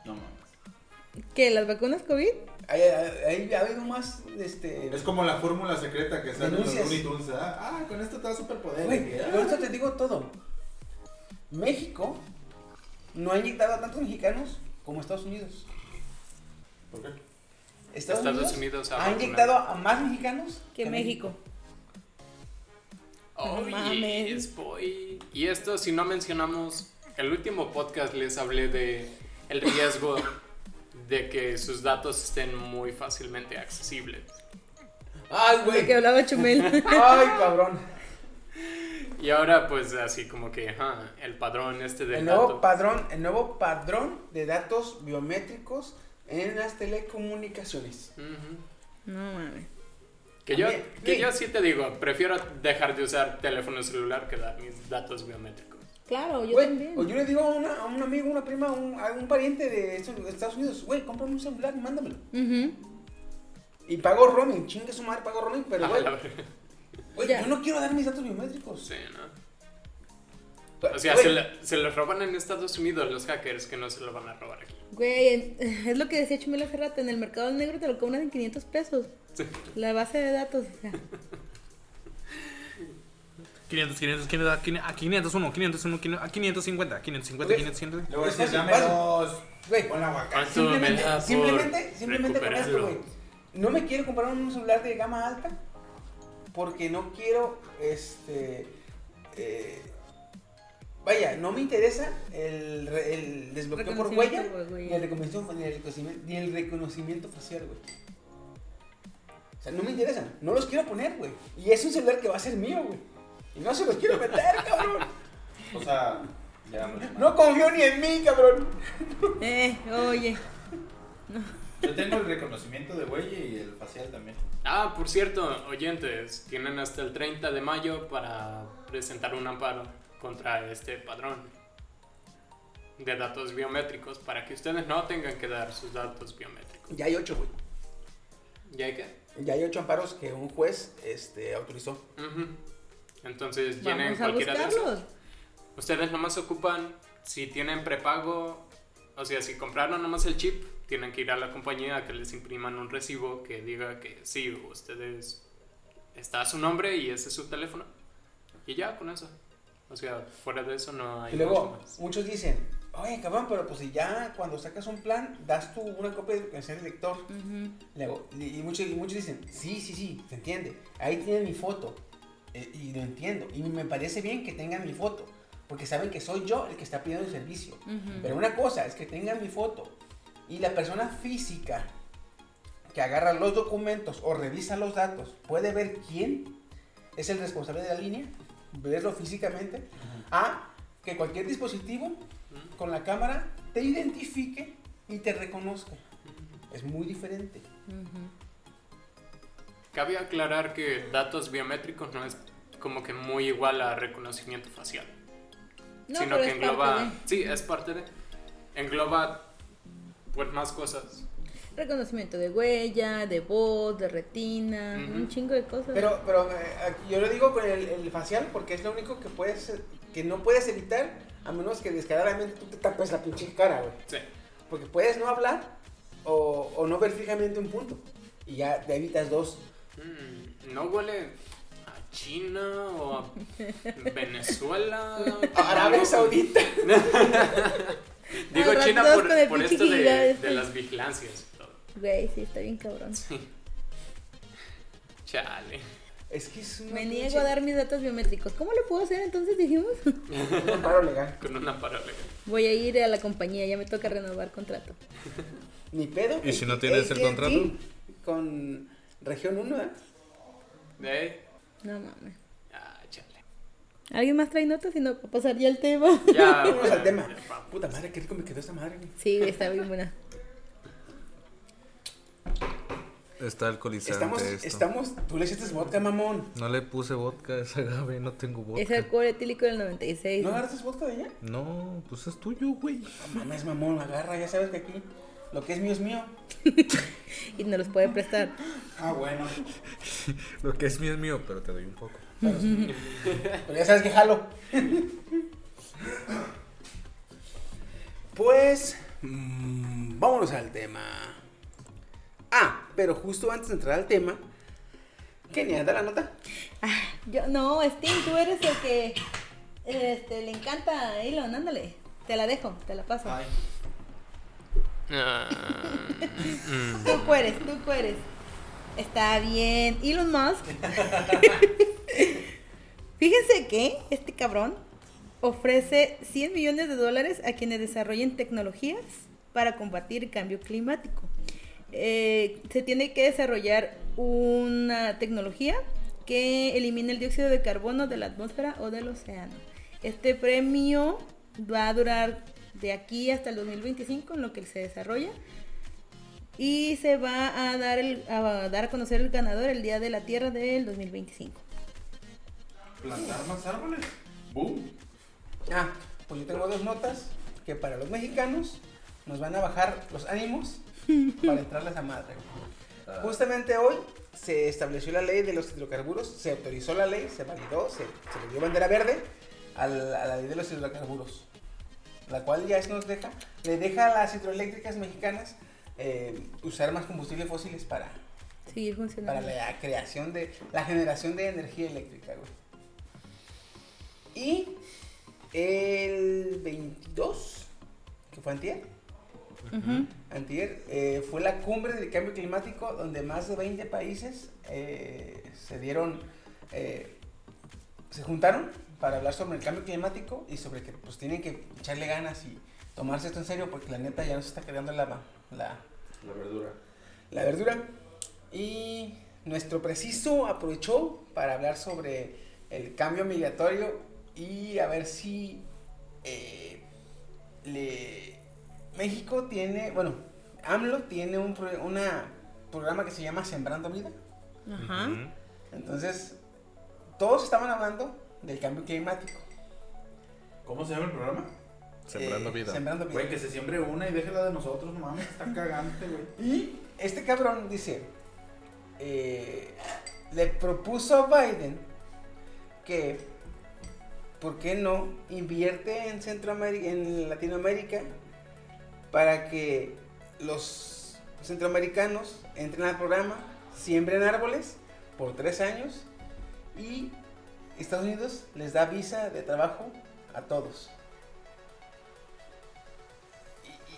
S7: No mames.
S5: ¿Qué? ¿Las vacunas COVID?
S4: Ahí ahí ha habido más, este...
S7: Es como la fórmula secreta que sale en los
S4: Denuncias.
S7: Looney Tunes, ¿verdad? Ah, con esto te da superpoder.
S4: Güey, con esto te digo todo. México no ha inyectado a tantos mexicanos como Estados Unidos.
S7: ¿Por qué?
S4: Estados,
S2: Estados
S4: Unidos,
S2: Unidos ha
S4: ha,
S2: vacunado.
S4: inyectado a más mexicanos
S5: Que México.
S2: oh,
S5: No mames.
S2: yes, boy. Y esto, si no mencionamos, el último podcast les hablé de el riesgo de que sus datos estén muy fácilmente accesibles.
S4: Ay,
S5: Lo que
S4: güey.
S5: hablaba Chumel.
S4: Ay, cabrón.
S2: Y ahora, pues, así como que, ajá, el padrón este del
S4: El
S2: dato.
S4: nuevo padrón, el nuevo padrón de datos biométricos en las telecomunicaciones.
S2: Ujú.
S5: No mames.
S2: Que yo,
S4: También,
S2: que
S4: sí.
S2: yo sí te digo, prefiero dejar de usar teléfono celular que dar mis datos biométricos.
S5: Claro, yo
S4: Güey, o
S5: también.
S4: yo le digo a, una- a un amigo, una prima, a un, a un pariente de estos- de Estados Unidos, güey, cómprame un celular, y mándamelo.
S5: Ujú.
S4: Y pago roaming, chingue su madre, pago roaming, pero
S2: Ah,
S4: güey,
S2: la verdad.
S4: güey,
S5: Ya.
S4: yo no quiero dar mis datos biométricos.
S2: Sí, ¿no?
S4: Pero,
S2: O sea,
S4: güey,
S2: se, le- se los roban en Estados Unidos los hackers que no se lo van a robar aquí.
S5: Güey, en- es lo que decía Chumel hace rato. En el mercado negro te lo cobran en 500 pesos.
S2: Sí.
S5: La base de datos. o sea.
S10: 500, 500, 500, a 500, a 501, 501, 500, a 550, a 550,
S4: Ok.
S10: 550.
S7: Le voy a decir,
S4: Es
S7: dame
S4: fácil.
S7: dos.
S4: Güey,
S7: Con aguacate.
S2: ¿Cuánto me
S4: Simplemente,
S2: da Ah, por
S4: simplemente, simplemente con esto,
S2: recuperarlo?
S4: güey. No me quiero comprar un celular de gama alta porque no quiero, este, eh, vaya, no me interesa el, re- el desbloqueo por huella
S9: Reconocimiento por
S4: ni
S9: huella.
S4: el reconocimiento, ni el reconocimiento, ni el reconocimiento facial, güey. O sea, no me interesan, no los quiero poner, güey. Y es un celular que va a ser mío, güey. Y no se los quiero meter, cabrón.
S7: O sea, ya me-
S4: No confío ni en mí, cabrón.
S9: Eh, oye.
S7: Yo tengo el reconocimiento de huella y el facial también.
S2: Ah, por cierto, oyentes, tienen hasta el 30 de mayo para presentar un amparo contra este padrón de datos biométricos para que ustedes no tengan que dar sus datos biométricos.
S4: Ya hay ocho, güey.
S2: ¿Ya hay que?
S4: Ya hay ocho amparos que un juez este, autorizó.
S2: Ujú. Entonces llenen
S9: Vamos a
S2: cualquiera de esos.
S9: buscarlos.
S2: Ustedes nomás ocupan, si tienen prepago, o sea, si compraron nomás el chip, tienen que ir a la compañía a que les impriman un recibo que diga que sí, ustedes está su nombre y ese es su teléfono. Y ya con eso. O sea, fuera de eso no hay
S4: Y
S2: mucho
S4: luego,
S2: más.
S4: muchos dicen, oye, cabrón, pero pues si ya cuando sacas un plan, das tú una copia de credencial del lector. Luego, y, y muchos, y muchos dicen, sí, sí, sí, se entiende. Ahí tienen mi foto. Eh, y lo entiendo. Y me parece bien que tengan mi foto. Porque saben que soy yo el que está pidiendo el servicio. Pero una cosa es que tengan mi foto. Y la persona física que agarra los documentos o revisa los datos puede ver quién es el responsable de la línea, verlo físicamente, a que cualquier dispositivo con la cámara te identifique y te reconozca. Es muy diferente.
S2: Cabe aclarar que datos biométricos no es como que muy igual a reconocimiento facial.
S9: No,
S2: sino
S9: pero
S2: que
S9: es parte
S2: engloba...
S9: de-
S2: Sí, es parte de... Engloba pues más cosas.
S9: Reconocimiento de huella, de voz, de retina,
S2: Ujú.
S9: un chingo de cosas.
S4: Pero, pero eh, aquí yo lo digo con el, el facial porque es lo único que puedes, que no puedes evitar a menos que descaradamente tú te tapes la pinche cara, güey.
S2: Sí.
S4: Porque puedes no hablar o, o no ver fijamente un punto y ya te evitas dos.
S2: Mm, ¿No huele a China o a Venezuela?
S4: Arabia Saudita.
S2: Digo
S9: Al
S2: China
S9: rato con
S2: por,
S9: el
S2: por
S9: pinche este.
S2: esto de,
S9: gigante.
S2: de las vigilancias. y todo.
S9: Güey, sí, está bien cabrón.
S2: Chale.
S4: Es que es una
S9: Me
S4: pinche-
S9: niego a dar mis datos biométricos. ¿Cómo lo puedo hacer entonces, dijimos?
S4: un amparo legal.
S2: Con una parábola.
S9: Voy a ir a la compañía, ya me toca renovar contrato.
S4: Ni pedo.
S10: ¿Y si no tienes el
S4: AT&T
S10: contrato?
S4: Con región 1, ¿eh?
S2: ¿Eh?
S9: No mames.
S2: Ah, chale.
S9: ¿Alguien más trae notas? Si no, para pasar ya al tema.
S2: Ya.
S4: Vamos al tema.
S2: vamos.
S4: Puta madre, qué rico me quedó esta madre, güey.
S9: Sí, güey, está bien buena.
S10: Está alcoholizante
S4: Estamos,
S10: esto.
S4: estamos, tú le hiciste vodka, mamón.
S10: No le puse vodka a esa agave, no tengo vodka.
S9: Es alcohol etílico del 96.
S4: ¿No agarraste vodka de ella?
S10: No, pues es tuyo, güey.
S4: No mames, mamón, agarra, ya sabes que aquí lo que es mío es mío.
S9: Y nos los puede prestar.
S7: Ah, bueno.
S10: Lo que es mío es mío, pero te doy un poco.
S4: Pero ya sabes que jalo. pues, mm, vámonos al tema. Ah, pero justo antes de entrar al tema, genial, da la nota.
S9: Yo, no, Steam, tú eres el que este, le encanta a Elon, ándale. Te la dejo, te la paso.
S7: Ay,
S9: Tú cueres, tú cueres. Está bien. Elon Musk. Fíjense que este cabrón ofrece 100 millones de dólares a quienes desarrollen tecnologías para combatir el cambio climático. Eh, se tiene que desarrollar una tecnología que elimine el dióxido de carbono de la atmósfera o del océano. Este premio va a durar de aquí hasta el 2025 en lo que se desarrolla. Y se va a dar, el- a dar a conocer el ganador el Día de la Tierra del 2025.
S7: plantar más árboles. Boom.
S4: Ah, pues yo tengo dos notas que para los mexicanos nos van a bajar los ánimos para entrarles a madre. Justamente hoy se estableció la ley de los hidrocarburos, se autorizó la ley, se validó, se, se le dio bandera verde al- a la ley de los hidrocarburos, la cual ya eso nos deja, le deja a las hidroeléctricas mexicanas eh, usar más combustibles fósiles para,
S9: Seguir
S4: para
S9: funcionando.
S4: la creación de, la generación de energía eléctrica, güey. Y el 22, que fue antier, antier eh, fue la cumbre del cambio climático donde más de 20 países eh, se dieron, eh, se juntaron para hablar sobre el cambio climático y sobre que pues tienen que echarle ganas y tomarse esto en serio porque la neta ya nos está creando la, la,
S7: La verdura.
S4: la verdura. Y nuestro preciso aprovechó para hablar sobre el cambio migratorio y a ver si eh, le- México tiene, bueno, AMLO tiene un pro- una programa que se llama Sembrando Vida.
S5: Ajá.
S4: Entonces, todos estaban hablando del cambio climático.
S7: ¿Cómo se llama el programa?
S10: Sembrando
S4: Eh,
S10: vida.
S4: Sembrando vida.
S7: Güey, que se siembre una y déjela de nosotros, no mames, está cagante, güey.
S4: Y este cabrón dice, eh, le propuso a Biden que, ¿por qué no invierte en Centroamérica, en Latinoamérica, para que los centroamericanos entren al programa, siembren árboles por tres años y Estados Unidos les da visa de trabajo a todos.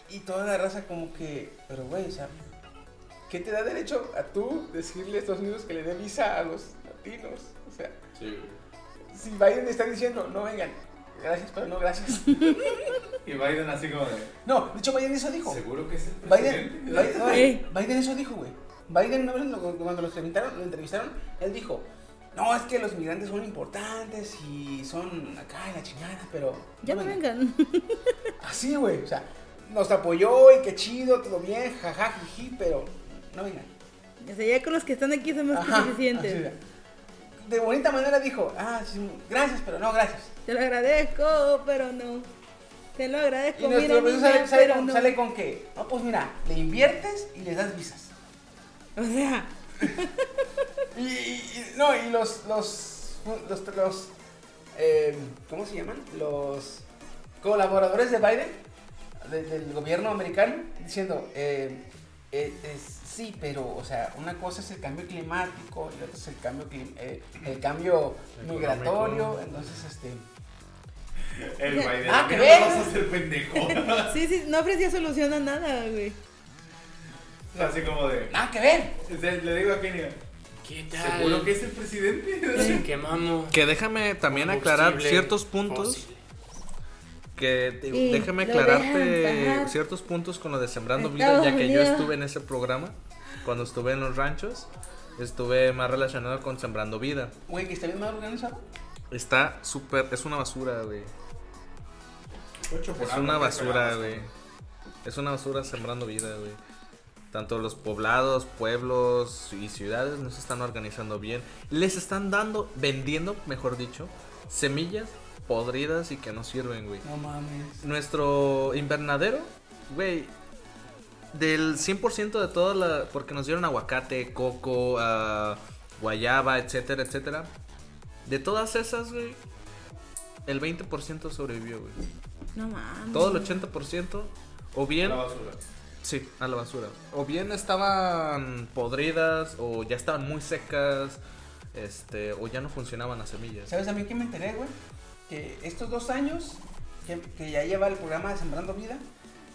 S4: Y, y- y toda la raza como que, pero güey, o sea, ¿qué te da derecho a tú decirle a Estados Unidos que le dé visa a los latinos? O sea,
S7: Sí,
S4: si Biden está diciendo, no vengan, gracias, pero no gracias.
S7: Y Biden así como de.
S4: No, de hecho Biden eso dijo.
S7: ¿Seguro que es el
S4: Biden,
S7: presidente?
S4: Biden, no,
S5: Ey.
S4: Biden eso dijo, güey. Biden no, lo- cuando lo entrevistaron, lo entrevistaron, él dijo, no, es que los migrantes son importantes y son acá en la chingada, pero...
S9: Ya
S4: no
S9: no
S4: vengan".
S9: vengan.
S4: Así, güey. O sea, nos apoyó y qué chido, todo bien, jaja, jiji, pero no vengan.
S5: O sea, ya con los que están aquí son más que
S4: Ajá, así
S5: suficientes.
S4: de- de bonita manera dijo, ah, sí, gracias, pero no, gracias.
S5: Te lo agradezco, pero no. Te lo
S4: Y
S5: agradezco, mira,
S7: pues,
S4: nuestro presidente
S5: niña,
S4: sale, sale
S5: pero
S4: con,
S5: no.
S4: sale con que, no, pues mira, le inviertes y les das visas.
S5: O sea,
S4: Y, y- y- no, y los, los, los, los, eh, ¿cómo se llaman? Los colaboradores de Biden, de- del gobierno americano, diciendo, eh, eh, es- sí, pero, o sea, una cosa es el cambio climático y otra es el cambio, clim- eh, el cambio migratorio, entonces, este,
S7: El Biden.
S4: Ah,
S7: ¿a
S4: que
S7: mí no
S4: ves.
S7: me vas a hacer pendejo.
S5: sí, sí, no ofrecía solución a nada, güey.
S7: así como de.
S4: nada que ver.
S7: Le le digo a Kenny,
S2: ¿Qué
S7: ¿seguro
S2: tal?
S7: que es el presidente?
S2: Si quemamos.
S10: Que déjame también aclarar
S2: combustible
S10: ciertos puntos.
S2: fósil.
S10: Que te-
S9: Y
S10: déjame
S9: lo
S10: aclararte
S9: dejan, ajá.
S10: ciertos puntos con lo de Sembrando Vida,
S9: Estados
S10: ya que
S9: Unidos.
S10: yo estuve en ese programa. Cuando estuve en los ranchos, estuve más relacionado con Sembrando Vida.
S4: Güey, que está bien mal organizado.
S10: Está súper. Es una basura, güey.
S7: Ocho por
S10: Es
S7: algo,
S10: una
S7: ¿qué
S10: basura,
S7: cagamos,
S10: güey. Es una basura sembrando vida, güey. Tanto los poblados, pueblos y ciudades no se están organizando bien. Les están dando, vendiendo, mejor dicho, semillas podridas y que no sirven, güey.
S4: No mames.
S10: Nuestro invernadero, güey, del 100% de toda la... Porque nos dieron aguacate, coco, ah, guayaba, etcétera, etcétera. De todas esas, güey, el 20% sobrevivió, güey.
S5: No mames.
S10: Todo el 80% o
S7: A
S10: bien
S7: la basura.
S10: sí, a la basura. O bien estaban podridas o ya estaban muy secas, este, o ya no funcionaban las semillas.
S4: ¿Sabes a mí qué me enteré, güey? Que estos dos años que, que ya lleva el programa de Sembrando Vida,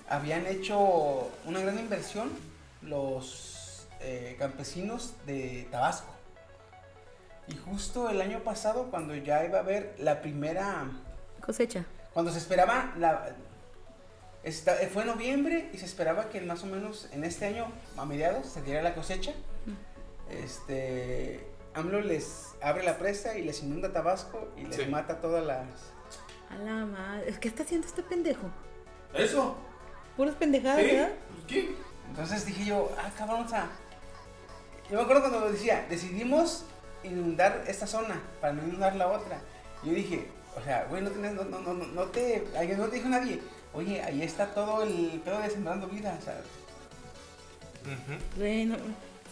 S4: habían hecho una gran inversión los eh, campesinos de Tabasco. Y justo el año pasado, cuando ya iba a haber la primera
S9: Cosecha.
S4: cuando se esperaba la esta- eh, fue en noviembre y se esperaba que más o menos en este año a mediados se diera la cosecha este AMLO les abre la presa y les inunda Tabasco y les
S2: Sí.
S4: mata todas las
S9: A la madre. ¿Qué está haciendo este pendejo?
S7: ¿Eso?
S5: Puras
S4: Ah,
S5: pendejadas,
S7: ¿Sí?
S5: ¿verdad?
S7: Pues, ¿Qué?
S4: entonces dije yo ah cabrón o sea yo me acuerdo cuando lo decía decidimos inundar esta zona para no inundar la otra yo dije o sea güey no tienes no no no no- no te ahí no te dijo nadie oye ahí está todo el pedo de sembrando vida o sea
S5: Güey, no.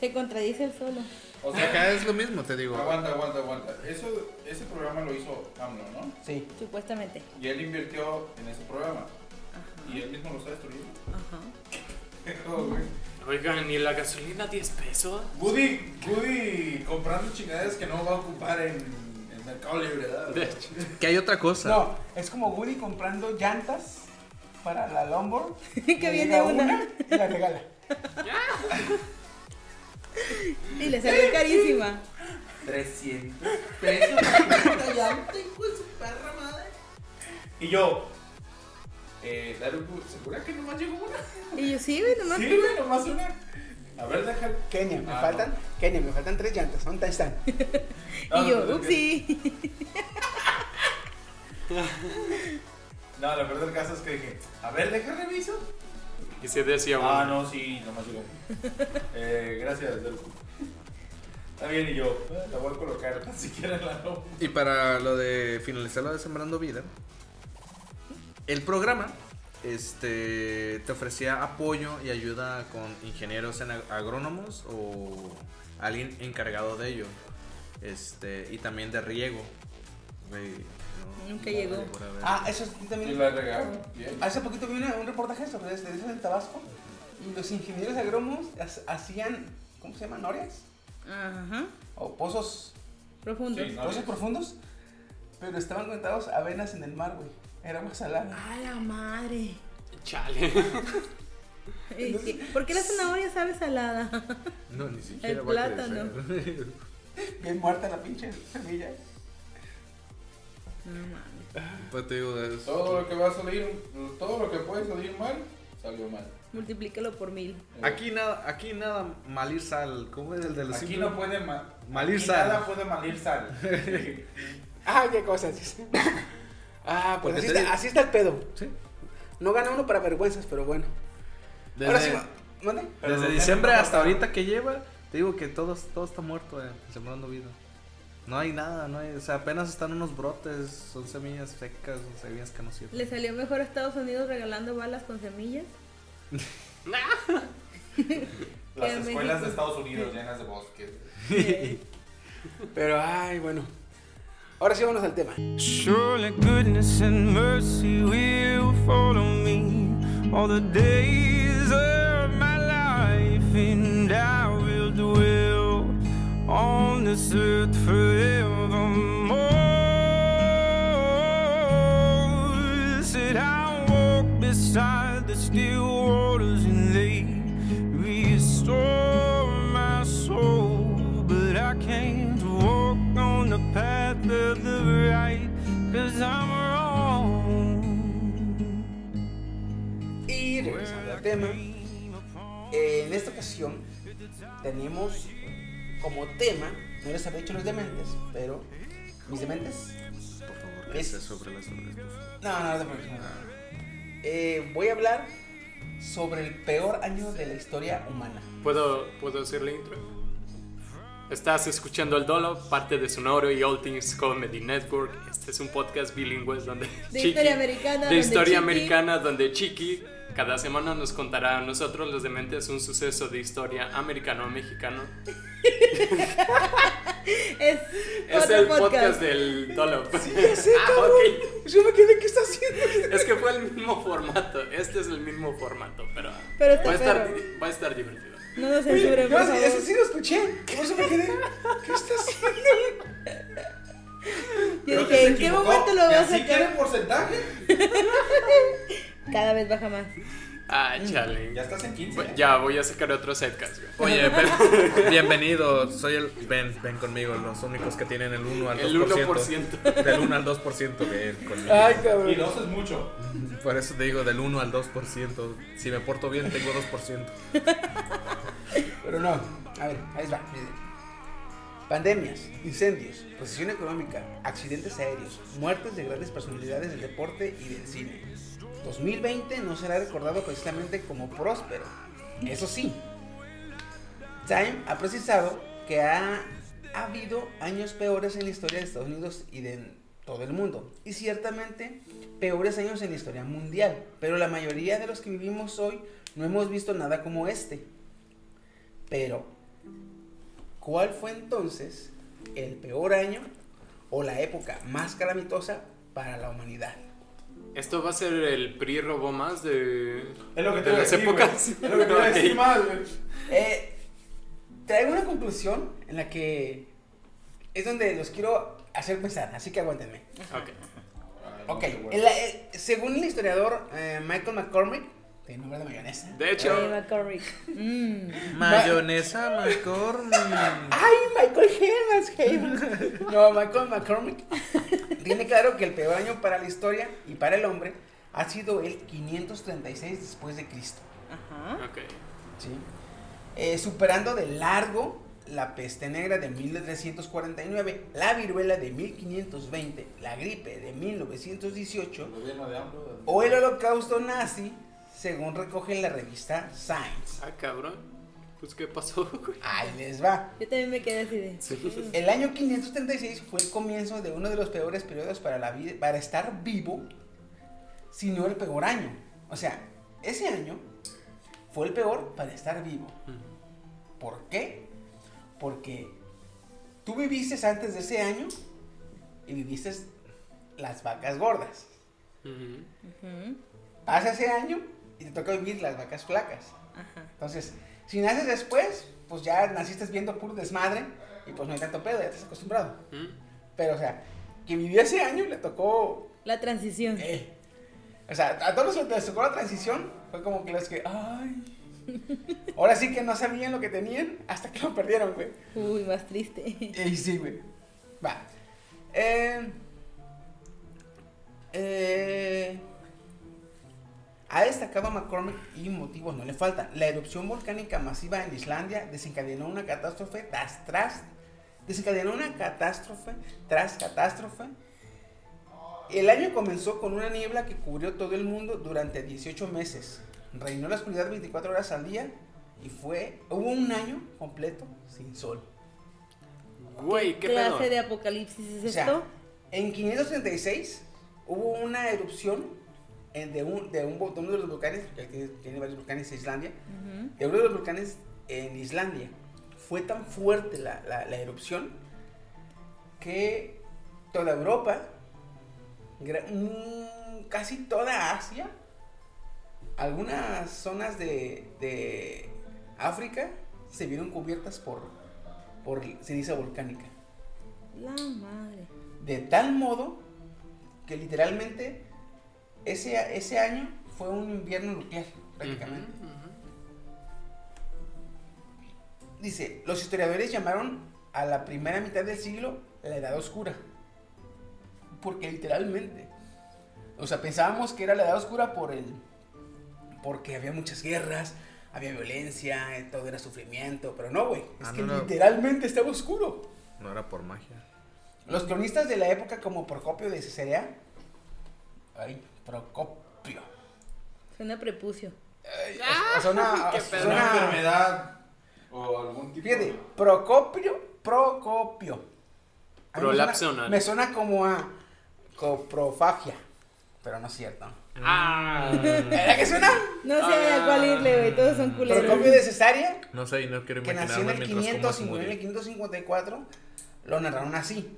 S5: Se contradice el solo.
S7: O sea,
S10: Acá es lo mismo, te digo.
S7: Aguanta, aguanta, aguanta. Eso, ese programa lo hizo AMLO, ¿no?
S4: sí
S5: Supuestamente.
S7: Y él invirtió en ese programa. Y él mismo lo está destruyendo.
S5: Ajá.
S7: Oh, güey.
S2: Oigan, ¿y la gasolina 10 pesos?
S7: Woody, Woody comprando chingaderas que no va a ocupar en, en Mercado Libre, ¿verdad?
S2: De hecho.
S10: Que hay otra cosa.
S13: No, es como Woody comprando llantas para la longboard.
S5: Que
S13: Le
S5: viene
S13: llega
S5: una.
S13: Y la regala.
S5: Y le salió carísima.
S7: 300 pesos. puta llanta, hijo de su perra madre. Y yo. Eh, Daruku, ¿segura que nomás llegó una?
S5: Y yo, sí, güey, nomás.
S7: Sí, güey, nomás una. A ver, déjale.
S13: Kenia, me
S7: Ah,
S13: faltan. Kenia, me faltan tres llantas. ¿Dónde están?
S7: Ah, No,
S5: y yo,
S7: no, no,
S5: upsí.
S7: No, la verdad del caso es que dije, a ver, deja reviso.
S2: Y se decía uno.
S7: Ah, no, sí, nomás llegó. Eh, gracias, Daruku. Está bien, y yo, eh, la voy a colocar ni siquiera en la lomba.
S10: Y para lo de finalizar lo de Sembrando Vida, el programa este, te ofrecía apoyo y ayuda con ingenieros en ag- agrónomos o alguien encargado de ello. Este, y también de riego. Güey, no,
S5: Nunca
S10: no
S5: llegó.
S10: llegó a ver.
S13: Ah, eso sí
S7: Y
S13: también.
S7: la regaron. Bien.
S13: Hace poquito vi una- un reportaje sobre eso de eso en Tabasco. Y los ingenieros agrónomos ha- hacían. ¿Cómo se llaman? ¿Norias?
S5: Ajá.
S13: O pozos.
S5: Profundo.
S7: Sí,
S13: pozos
S7: norias.
S13: profundos. Pero estaban conectados avenas en el mar, güey. Era más salada.
S5: A la madre.
S2: Chale.
S5: Es que, ¿Por qué la zanahoria sabe salada?
S10: No, ni siquiera
S5: El
S10: va a
S5: plátano.
S10: crecer.
S13: Bien muerta la pinche semilla.
S5: No mames.
S10: Pues te digo, es-
S7: Todo lo que va a salir, todo lo que puede salir mal, salió mal.
S5: Multiplícalo por mil.
S10: Aquí nada, aquí nada mal ir sal. ¿Cómo es el de los
S7: Aquí
S10: Simpson?
S7: no puede mal.
S10: Malir
S7: aquí
S10: sal.
S7: Nada puede malir sal. Sí.
S4: Ah, qué cosas. ah, pues
S10: Porque
S4: así
S10: te-
S4: está, así está el pedo.
S10: Sí.
S4: No gana uno para vergüenzas, pero bueno.
S10: Desde,
S4: Ahora sí, ma- mande.
S7: Pero
S10: Desde
S7: lo
S10: diciembre
S7: que-
S10: hasta ahorita que lleva, te digo que todo, todo está muerto, eh, sembrando vida. No hay nada, no hay, o sea, apenas están unos brotes, son semillas secas, son semillas que no sirven.
S5: ¿Le salió mejor a Estados Unidos regalando balas con semillas?
S7: Las
S5: Que en
S7: escuelas
S5: México.
S7: de Estados Unidos llenas de bosques.
S4: Pero, ay, bueno. Ahora sí, vámonos al tema.
S14: Surely goodness and mercy will follow me all the days of my life, and I will dwell on this earth forevermore. Said I'll walk beside the still waters, and they restore my soul, but I can't walk on the path of the right, cause I'm wrong.
S4: Y regresando al tema. eh, en esta ocasión tenemos como tema, no les había dicho los dementes, pero mis dementes.
S10: Por favor,
S4: Es-
S10: que sea sobre las nubes, por favor.
S4: No, no, no, te preocupes, no, no. Eh, voy a hablar sobre el peor año de la historia humana.
S2: ¿Puedo, ¿Puedo hacer la intro? Estás escuchando El Dolo, parte de Sonoro y All Things Comedy Network. Este es un podcast bilingüe donde
S5: De historia americana,
S2: de
S5: donde
S2: historia
S5: Chiqui-
S2: americana donde Chiqui cada semana nos contará a nosotros los dementes un suceso de historia americano-mexicano.
S5: Es,
S2: Es
S5: otro
S2: el podcast, del Dolo. Ah, ok.
S4: Yo me quedé, ¿qué está haciendo?
S2: Es que fue el mismo formato. Este es el mismo formato, pero
S5: Pero está
S2: va a estar,
S5: perro.
S2: va a estar divertido.
S5: No nos censuren, por
S4: No, sí,
S5: favor.
S4: eso sí lo escuché. Por eso me quedé. ¿Qué está haciendo?
S5: Yo
S7: Creo
S5: dije,
S7: se
S5: ¿en qué
S7: equivocó,
S5: momento lo
S7: y
S5: voy a
S7: así quiere
S5: sacar?
S7: porcentaje?
S5: Cada vez baja más.
S2: Ah,
S5: Mm.
S2: chale.
S7: Ya estás en 15. ¿eh?
S2: Ya, voy a sacar otro setcast, güey.
S10: Oye, ven- bienvenido, soy el... Ven, ven conmigo, los únicos que tienen el 1 al 2%.
S2: El 1%.
S10: Del 1 al 2%, ven conmigo.
S4: Ay,
S7: ¿eh? Y
S4: cabrón.
S7: dos es mucho.
S10: Por eso te digo, del 1 al 2%. Si me porto bien, tengo 2%.
S4: Pero no, a ver, ahí va. miren. Pandemias, incendios, recesión económica, accidentes aéreos, muertes de grandes personalidades del deporte y del cine. 2020 no será recordado precisamente como próspero. Eso sí, Time ha precisado que ha habido años peores en la historia de Estados Unidos y de todo el mundo. Y ciertamente peores años en la historia mundial. Pero la mayoría de los que vivimos hoy no hemos visto nada como este. Pero, ¿cuál fue entonces el peor año o la época más calamitosa para la humanidad?
S2: Esto va a ser el PRI robó más de,
S7: Es lo que
S2: de
S7: te iba a
S2: las
S7: decir, güey.
S2: épocas.
S7: Es lo que te iba a decir
S2: Ok.
S7: más, güey.
S4: Eh, traigo una conclusión en la que es donde los quiero hacer pensar, así que aguántenme.
S2: Ah,
S15: Ok.
S4: Ok, el- el- según el historiador eh, Michael McCormick, tiene nombre de mayonesa.
S2: De hecho.
S9: Ay, McCormick. Mm.
S10: Mayonesa McCormick.
S4: ¡Ay, Michael Helmas! Helmas. No, Michael McCormick tiene claro que el peor año para la historia y para el hombre ha sido el 536 después de Cristo,
S9: Ajá.
S2: Ok.
S4: ¿sí? Eh, superando de largo la peste negra de 1349, la viruela de 1520, la gripe de 1918
S16: gobierno de AMLO.
S4: o el holocausto nazi, según recoge la revista Science.
S2: Ah, cabrón. Pues, ¿qué pasó, güey?
S4: Ahí les va.
S9: Yo también me quedé así de.
S4: El año 536 fue el comienzo de uno de los peores periodos para, la vida, para estar vivo, si no el peor año. O sea, ese año fue el peor para estar vivo. ¿Por qué? Porque tú viviste antes de ese año y viviste las vacas gordas.
S2: Ujú.
S9: Ujú.
S4: Pasa ese año y te toca vivir las vacas flacas. Entonces, si naces después, pues ya naciste viendo puro desmadre y pues no hay tanto pedo, ya estás acostumbrado.
S2: Mm.
S4: Pero, o sea, que vivió ese año le tocó.
S9: La transición.
S4: eh. O sea, a todos los que les tocó la transición, fue como que los que. ¡Ay! Ahora sí que no sabían lo que tenían hasta que lo perdieron, güey.
S9: Uy, más triste.
S4: Y sí, güey. Va. Eh, eh, ha destacado McCormick y motivos no le faltan. La erupción volcánica masiva en Islandia desencadenó una catástrofe tras, tras desencadenó una catástrofe tras catástrofe. El año comenzó con una niebla que cubrió todo el mundo durante 18 meses. Reinó la oscuridad 24 horas al día y fue hubo un año completo sin sol.
S2: Güey, ¿qué
S9: clase
S2: pedo?
S9: de apocalipsis es
S4: O sea,
S9: esto?
S4: en 536 hubo una erupción en- de, un, de, un, vo- de uno de los volcanes, porque tiene, tiene varios volcanes en Islandia,
S9: Ujú.
S4: de uno de los volcanes en Islandia. Fue tan fuerte la, la- la erupción que toda Europa, gra- mm, casi toda Asia, algunas zonas de, de África se vieron cubiertas por, por ceniza volcánica.
S9: La madre.
S4: De tal modo que literalmente ese, ese año fue un invierno nuclear, prácticamente.
S2: Ujú, ujú.
S4: Dice, los historiadores llamaron a la primera mitad del siglo la Edad Oscura. Porque literalmente. O sea, pensábamos que era la Edad Oscura por el... Porque había muchas guerras, había violencia, eh, todo era sufrimiento, pero no, güey. Es
S10: Ah,
S4: que
S10: no, no.
S4: literalmente estaba oscuro.
S10: No era por magia.
S4: Los cronistas de la época como Procopio de Cesarea. Ay, Procopio.
S9: Suena prepucio.
S4: Ay, o- o suena-
S2: qué
S4: o
S2: pedo.
S16: Una
S4: suena-
S16: enfermedad o algún tipo
S4: Fíjate,
S16: de...
S4: Procopio, Procopio. A mí me suena-
S2: Prolapsional.
S4: Me suena como a coprofagia, pero no es cierto.
S2: Ah.
S4: ¿Verdad que suena?
S9: No sé a cuál irle, güey. Todos son culeros.
S4: Procopio Ah. de Cesarea,
S10: No sé, y no quiero
S4: que nació en
S10: imaginarme
S4: el 500,
S10: mientras como su
S4: en el
S10: murió.
S4: 554, lo narraron así.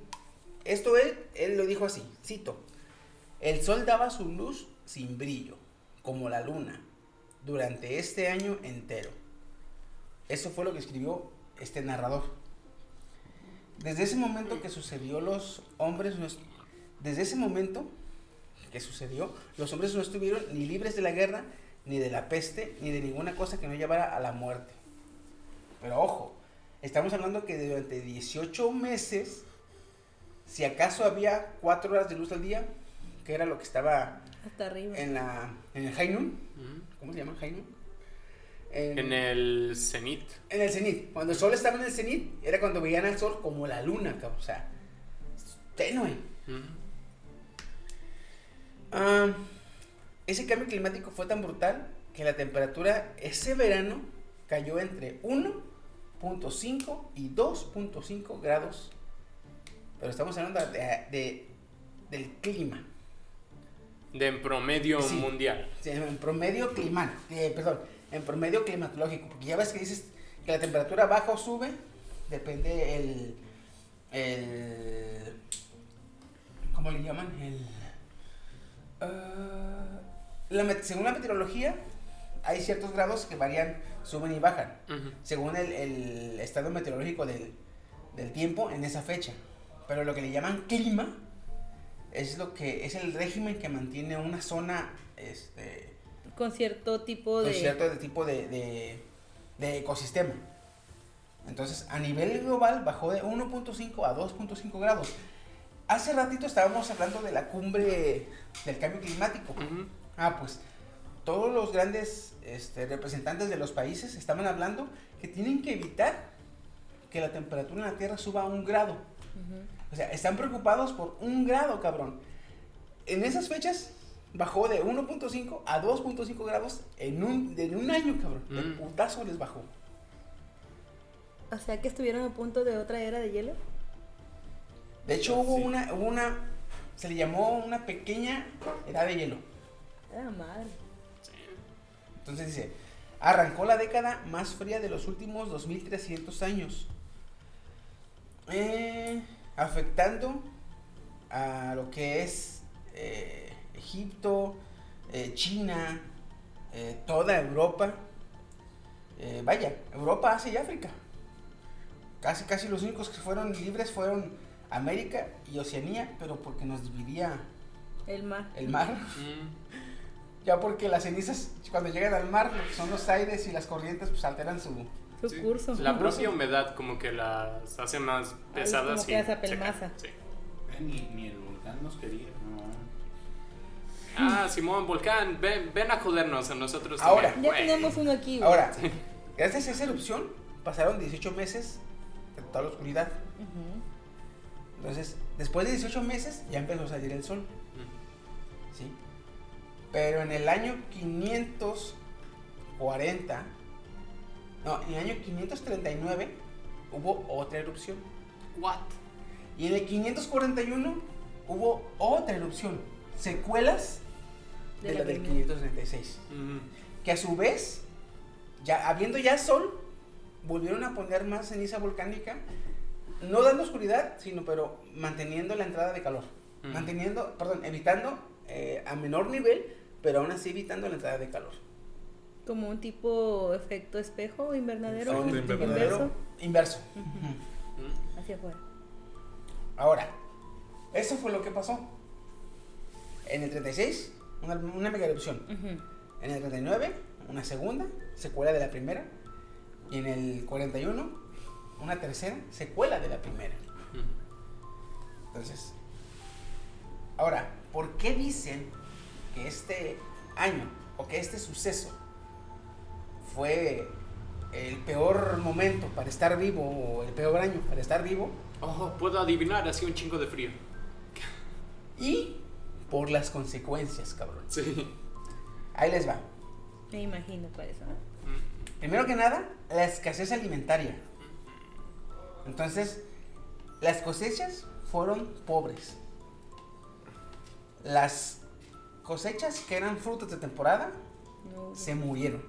S4: Esto él, él lo dijo así, cito. El sol daba su luz sin brillo, como la luna, durante este año entero. Eso fue lo que escribió este narrador. Desde ese momento que sucedió los hombres, no est- desde ese momento que sucedió, los hombres no estuvieron ni libres de la guerra, ni de la peste, ni de ninguna cosa que no llevara a la muerte. Pero ojo, estamos hablando que durante 18 meses, si acaso había 4 horas de luz al día, que era lo que estaba
S9: Hasta arriba.
S4: en, la, en el High Noon,
S2: Ujú.
S4: ¿cómo se llama? High Noon?
S2: En el cenit.
S4: En el cenit. Cuando el sol estaba en el cenit, era cuando veían al sol como la luna, cabrón, O sea, tenue.
S2: Ujú.
S4: Ah, ese cambio climático fue tan brutal que la temperatura ese verano cayó entre 1.5 y 2.5 grados. Pero estamos hablando de, de- del clima.
S2: De en promedio
S4: Sí.
S2: mundial.
S4: Sí, En promedio clima, eh, perdón, en promedio climatológico, porque ya ves que dices que la temperatura baja o sube, depende el, el, ¿cómo le llaman? El, ah, la met- según la meteorología, hay ciertos grados que varían, suben y bajan,
S2: Ujú.
S4: según el, el estado meteorológico del, del tiempo en esa fecha. Pero lo que le llaman clima es lo que es el régimen que mantiene una zona este
S9: con cierto tipo de
S4: con cierto de tipo de, de, de ecosistema. Entonces, a nivel global bajó de 1.5 a 2.5 grados. Hace ratito estábamos hablando de la cumbre del cambio climático. Uh -huh. Ah, pues todos los grandes este, representantes de los países estaban hablando que tienen que evitar que la temperatura en la Tierra suba a un grado. Uh -huh. O sea, están preocupados por un grado, cabrón. En esas fechas bajó de 1.5 a 2.5 grados en un, en un año, cabrón. Mm. De putazo les bajó.
S9: O sea que estuvieron a punto de otra era de hielo.
S4: De hecho, hubo, sí. una, hubo una. Se le llamó una pequeña era de hielo.
S9: Ah, madre.
S4: Entonces dice: arrancó la década más fría de los últimos 2300 años. Eh, afectando a lo que es eh, Egipto, eh, China, eh, toda Europa. eh, vaya, Europa, Asia y África. Casi, casi los únicos que fueron libres fueron América y Oceanía, pero porque nos dividía
S9: el mar.
S4: El mar. Mm. ya porque las cenizas, cuando llegan al mar, son los aires y las corrientes, pues alteran su,
S9: su sí. curso.
S2: La propia humedad, como que las hace más pesadas.
S9: Como que hace pelmaza.
S2: Sí.
S7: Ni, ni, el volcán nos quería, no.
S2: Ah, Simón, volcán, ven, ven a jodernos a nosotros.
S4: Ahora,
S2: también.
S9: ya tenemos uno aquí.
S4: Güey. Ahora, gracias a esa erupción, pasaron 18 meses de total oscuridad. Uh -huh. Entonces, después de 18 meses ya empezó a salir el sol. Mm. ¿Sí? Pero en el año 540, no, en el año 539 hubo otra erupción.
S2: What?
S4: Y en el 541 hubo otra erupción, secuelas de, de la, la del 536. Mm.
S2: Mm-hmm.
S4: Que a su vez, ya habiendo ya sol, volvieron a poner más ceniza volcánica no dando oscuridad, sino pero manteniendo la entrada de calor. Mm. Manteniendo, perdón, evitando eh, a menor nivel, pero aún así evitando la entrada de calor.
S9: Como un tipo efecto espejo invernadero.
S4: Sí,
S9: un
S4: invernadero inverso.
S9: Uh -huh. mm. Hacia afuera.
S4: Ahora, eso fue lo que pasó. En el 36, una, una mega erupción. Uh -huh. En el 39, una segunda, secuela de la primera. Y en el 41, una tercera secuela de la primera. Entonces, ahora, ¿por qué dicen que este año o que este suceso fue el peor momento para estar vivo o el peor año para estar vivo?
S2: Ojo, oh, puedo adivinar, hacía un chingo de frío.
S4: Y por las consecuencias, cabrón.
S2: Sí.
S4: Ahí les va.
S9: Me imagino cuáles son.
S4: Primero que nada, la escasez alimentaria. Entonces, las cosechas fueron pobres. Las cosechas que eran frutas de temporada no. se murieron.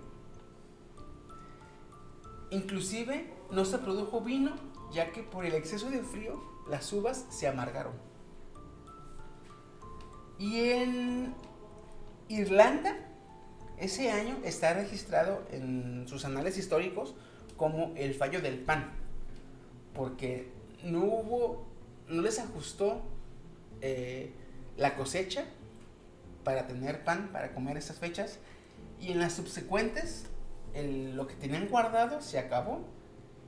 S4: Inclusive no se produjo vino, ya que por el exceso de frío las uvas se amargaron. Y en Irlanda, ese año está registrado en sus anales históricos como el fallo del pan porque no hubo, no les ajustó eh, la cosecha para tener pan, para comer estas fechas, y en las subsecuentes el, lo que tenían guardado se acabó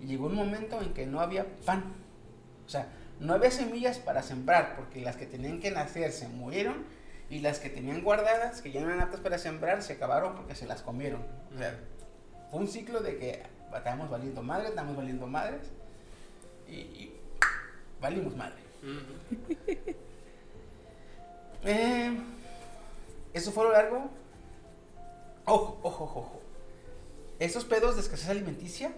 S4: y llegó un momento en que no había pan, o sea, no había semillas para sembrar, porque las que tenían que nacer se murieron y las que tenían guardadas, que ya no eran aptas para sembrar, se acabaron porque se las comieron. O sea, fue un ciclo de que estamos valiendo madres, estamos valiendo madres, y, valimos madre. Uh
S2: Mm-hmm.
S4: -huh. eh, eso fue lo largo. Ojo, ojo, ojo. Esos pedos de escasez alimenticia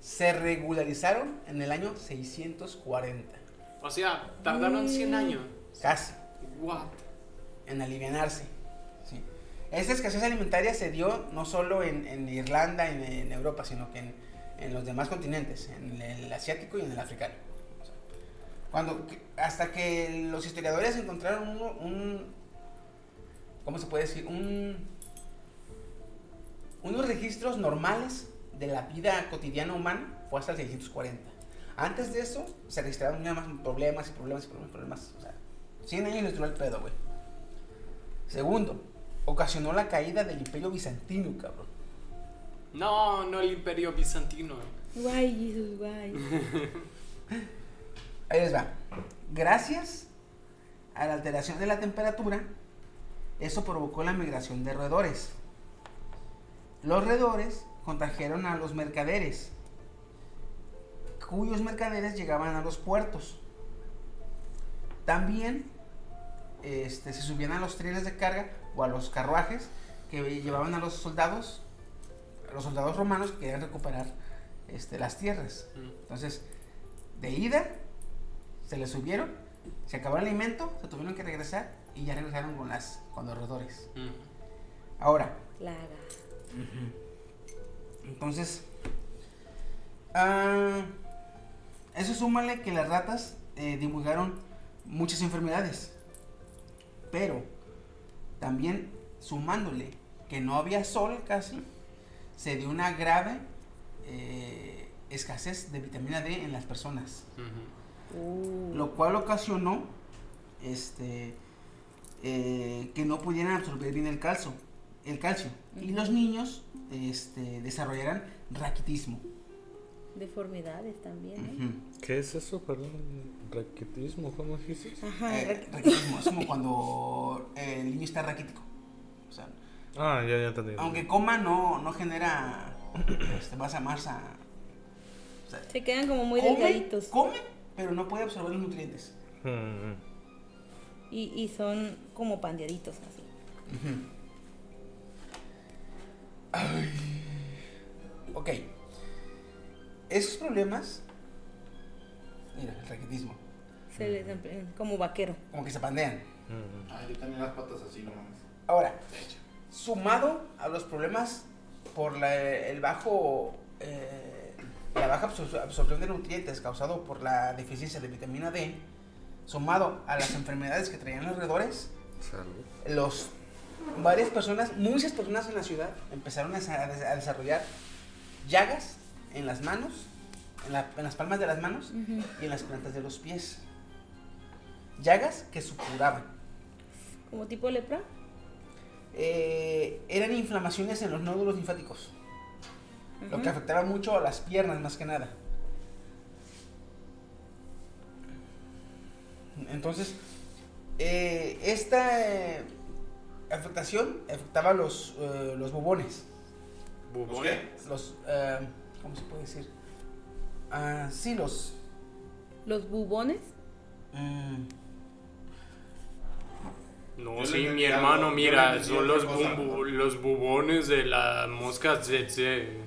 S4: se regularizaron en el año 640.
S2: O sea,
S9: Eh.
S2: tardaron 100 años.
S4: Casi.
S2: What?
S4: En alivianarse. Sí. Esta escasez alimentaria se dio no solo en, en Irlanda, en, en Europa, sino que en, en los demás continentes, en el asiático y en el africano. Cuando, hasta que los historiadores encontraron un, un ¿cómo se puede decir? Un, unos registros normales de la vida cotidiana humana fue hasta el 640. Antes de eso, se registraban nada más problemas y problemas y problemas y problemas. O sea, 100 años les duró el pedo, güey. Segundo, ocasionó la caída del imperio bizantino, cabrón.
S2: No, no el imperio bizantino.
S9: Guay, Jesús, guay.
S4: Ahí les va. Gracias a la alteración de la temperatura, eso provocó la migración de roedores. Los roedores contagiaron a los mercaderes, cuyos mercaderes llegaban a los puertos. También este, se subían a los trenes de carga o a los carruajes que llevaban a los soldados, a los soldados romanos que querían recuperar este, las tierras.
S2: Mm-hmm.
S4: Entonces, de ida, se les subieron, se acabó el alimento, se tuvieron que regresar y ya regresaron con, las, con los roedores.
S2: Mm.
S4: Ahora,
S9: Plaga.
S4: entonces, ah, eso súmale que las ratas eh, divulgaron muchas enfermedades, pero también sumándole que no había sol casi, se dio una grave eh, escasez de vitamina D en las personas
S2: Ujú.
S4: lo cual ocasionó este eh, que no pudieran absorber bien el calcio el calcio y los niños este, desarrollaran raquitismo
S9: Deformidades también, ¿eh?
S4: Ujú.
S10: ¿Qué es eso? Perdón, raquetismo, ¿cómo dijiste?
S9: Ajá,
S4: Eh,
S9: raquet-
S4: raquitismo es como cuando el niño está raquítico O sea,
S10: Ah, ya, ya entendí.
S4: aunque coma no no genera este, masa masa O sea,
S9: Se quedan como muy
S4: come,
S9: delgaditos.
S4: come pero no puede absorber los nutrientes
S10: Mm, mm.
S9: Y, y son como pandeaditos así.
S4: Ok. Esos problemas. Mira, el raquetismo.
S9: Se les emplean como vaquero.
S4: Como que se pandean.
S7: Ah, yo tenía las patas así, no mames.
S4: Ahora, sumado a los problemas por la- el bajo. eh, la baja absor- absorción de nutrientes causado por la deficiencia de vitamina D, sumado a las enfermedades que traían los alrededores,
S10: Salud.
S4: los varias personas, muchas personas en la ciudad empezaron a, sa- a des- a desarrollar llagas en las manos, en, la- en las palmas de las manos y en las plantas de los pies. Llagas que supuraban.
S9: Como tipo lepra.
S4: Eh, eran inflamaciones en los nódulos linfáticos, lo que
S9: Ujú.
S4: afectaba mucho a las piernas más que nada. Entonces, eh, esta eh, afectación afectaba los, eh, los bubones.
S7: ¿Los
S2: Bubones.
S7: qué?
S4: los eh, ¿cómo se puede decir? Ah, sí, los
S9: Los bubones.
S4: mm,
S2: No,
S7: Yo
S2: sí,
S7: le
S2: mi
S7: entendí
S2: hermano,
S7: algo, yo le
S2: mira,
S7: entendí
S2: son
S7: otra
S2: los,
S7: cosa.
S2: bumbu- los bubones de la mosca tsetse.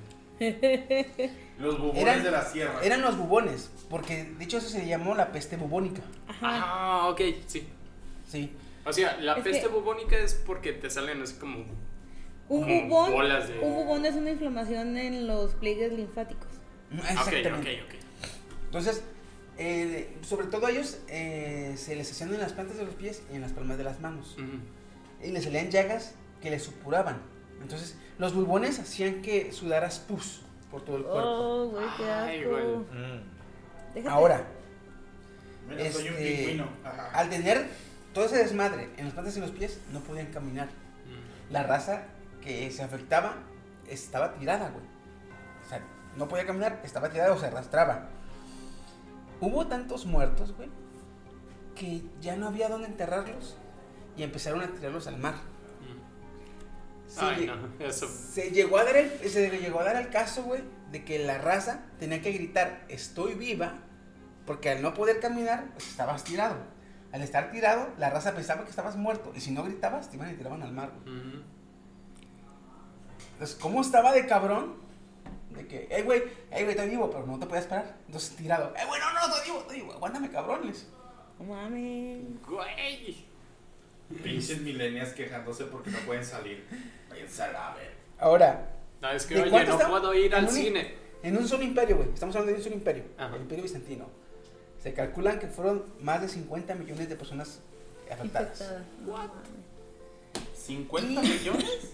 S7: Los bubones
S4: eran,
S7: de la sierra.
S4: eran los bubones, porque de hecho eso se llamó la peste bubónica.
S9: Ajá.
S2: Ah, ok, sí.
S4: Sí,
S2: O sea, la
S9: Es que-
S2: peste bubónica es porque te salen así como...
S9: Un
S2: como
S9: bubón.
S2: bolas de-
S9: Un bubón es una inflamación en los pliegues linfáticos.
S2: Ah, Ok, ok,
S4: exactamente.
S2: ok.
S4: Entonces, eh, sobre todo a ellos eh, se les hacían en las plantas de los pies y en las palmas de las manos.
S2: Ujú.
S7: Mm.
S4: Y les salían llagas que les supuraban. Entonces, los bubones hacían que sudaras pus por todo el cuerpo.
S9: Oh, güey, qué
S2: Ay,
S9: asco.
S2: güey.
S10: Mm.
S9: Déjate.
S4: Ahora,
S7: Mira, soy un
S4: este,
S7: pingüino.
S4: Al tener todo ese desmadre en las plantas y en los pies, no podían caminar.
S2: Mm.
S4: La raza que se afectaba estaba tirada, güey. O sea, no podía caminar, estaba tirada o se arrastraba. Hubo tantos muertos, güey, que ya no había dónde enterrarlos y empezaron a tirarlos al mar.
S2: Mm.
S4: Se,
S2: Ay,
S4: lle-
S2: no, eso...
S4: se llegó a dar el, se le llegó a dar el caso, güey, de que la raza tenía que gritar, estoy viva, porque al no poder caminar, pues estabas tirado. Al estar tirado, la raza pensaba que estabas muerto, y si no gritabas, te iban y tiraban al mar. güey.
S2: Ujú.
S4: Entonces, ¿cómo estaba de cabrón? De que, hey, güey, hey, güey, estoy vivo, pero no te podías parar. Entonces, tirado, hey, güey, no, no, estoy vivo, estoy vivo, aguántame, cabrones.
S9: No mames.
S2: Güey.
S7: Pinches milenias quejándose porque no pueden salir. Váyanse a la ver.
S4: Ahora,
S2: No, es que,
S4: ¿De
S2: oye,
S4: cuánto
S2: no
S4: está-
S2: puedo ir
S4: en
S2: al
S4: un-
S2: cine.
S4: En un solo imperio, güey. Estamos hablando de un solo imperio.
S2: Ajá.
S4: El imperio bizantino. Se calculan que fueron más de 50 millones de personas afectadas.
S9: Infectada.
S7: ¿50 millones?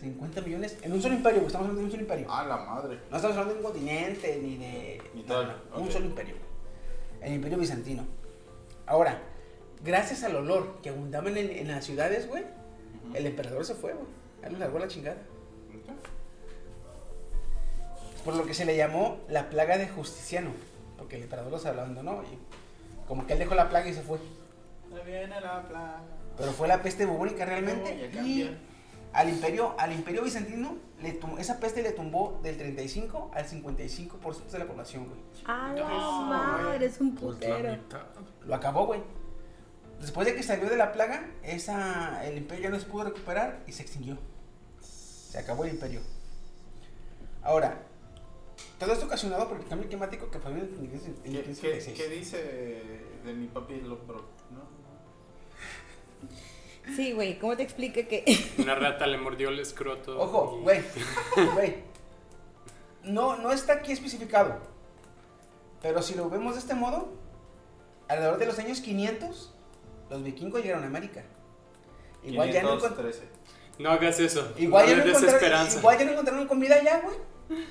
S4: 50 millones en un solo imperio, güey, estamos hablando de un solo imperio.
S10: Ah, la madre.
S4: No estamos hablando de un continente ni de.
S10: Ni tal,
S4: no, no, Un
S10: ok.
S4: solo imperio. El imperio bizantino. Ahora, gracias al olor que abundaban en, en las ciudades, güey, el emperador se fue, güey. Él lo largó a la chingada. Por lo que se le llamó la plaga de justiciano. Porque el emperador los abandonó y como que él dejó la plaga y se fue.
S10: Me viene la plaga.
S4: Pero fue la peste bubónica realmente.
S10: Voy a
S4: y
S10: cambiar.
S4: al imperio, al imperio bizantino, le tum- esa peste le tumbó del 35 al 55% de la población, güey.
S9: A la
S2: Oh,
S9: madre, es
S4: Pues
S9: un putero.
S4: Lo acabó, güey. Después de que salió de la plaga, esa, el imperio ya no se pudo recuperar y se extinguió. Se acabó el imperio. Ahora, todo esto ocasionado por el cambio climático que fue en el
S10: ¿Qué,
S4: 1956.
S10: qué, qué dice de mi papi lo pro? ¿No?
S9: Sí, güey, ¿cómo te explica que.?
S2: Una rata le mordió el escroto.
S4: Ojo,
S2: y-
S4: güey. Güey. No, no está aquí especificado. Pero si lo vemos de este modo, alrededor de los años 500, los vikingos llegaron a América. Igual ya no, encont-
S10: 513.
S2: No hagas eso.
S4: igual
S2: no
S4: ya
S2: le
S4: no
S2: des
S4: encontraron,
S2: esperanza.
S4: igual ya no encontraron comida allá, güey.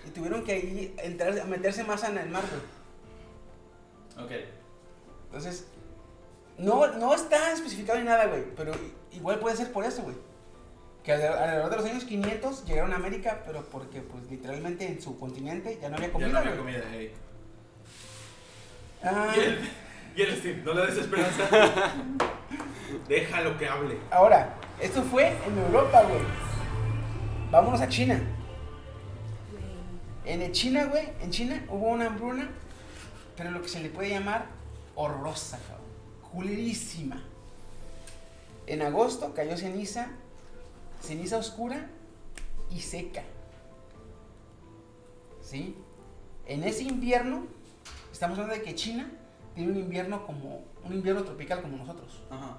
S4: Y tuvieron que ahí entrar, meterse más en el mar, güey.
S10: Ok.
S4: Entonces, no, no está especificado ni nada, güey. Pero igual puede ser por eso, güey. Que al- alrededor de los años 500 llegaron a América, pero porque, pues, literalmente en su continente ya no había comida.
S10: ya no había
S4: güey.
S10: comida, hey.
S4: Ah,
S10: Y el, y el Steve, no le des esperanza. Déjalo que hable.
S4: Ahora, esto fue en Europa, güey. Vámonos a China. En el China, güey, en China hubo una hambruna, pero lo que se le puede llamar horrorosa, cabrón. Culerísima. En agosto cayó ceniza, ceniza oscura y seca. ¿Sí? En ese invierno, estamos hablando de que China tiene un invierno como, un invierno tropical como nosotros.
S10: Ajá.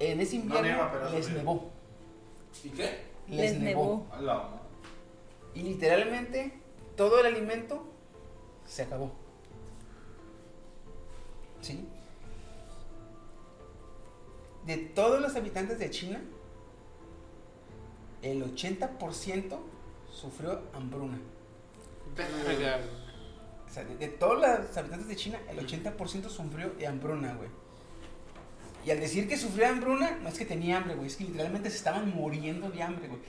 S4: En ese invierno
S10: nieva, pero hace
S4: les
S10: frío.
S4: nevó.
S10: ¿Y qué?
S4: Les,
S9: Les
S4: nevó.
S9: nevó.
S10: A la madre.
S4: Y literalmente todo el alimento se acabó. ¿Sí? De todos los habitantes de China, el 80% sufrió hambruna.
S2: Verga.
S4: O sea, de, de todos los habitantes de China, el 80% sufrió de hambruna, güey. Y al decir que sufrió de hambruna, no es que tenía hambre, güey, es que literalmente se estaban muriendo de hambre, güey.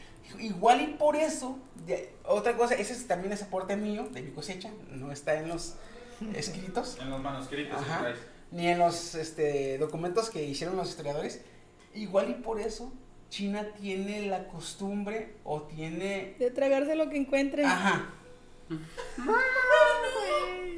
S4: Igual y por eso, de- otra cosa, ese es también es aporte mío, de mi cosecha, no está en los escritos,
S10: En los manuscritos
S4: Ajá.
S10: que traes.
S4: ni en los este, documentos que hicieron los historiadores. Igual y por eso, China tiene la costumbre o tiene...
S9: De tragarse lo que encuentre.
S4: Ajá.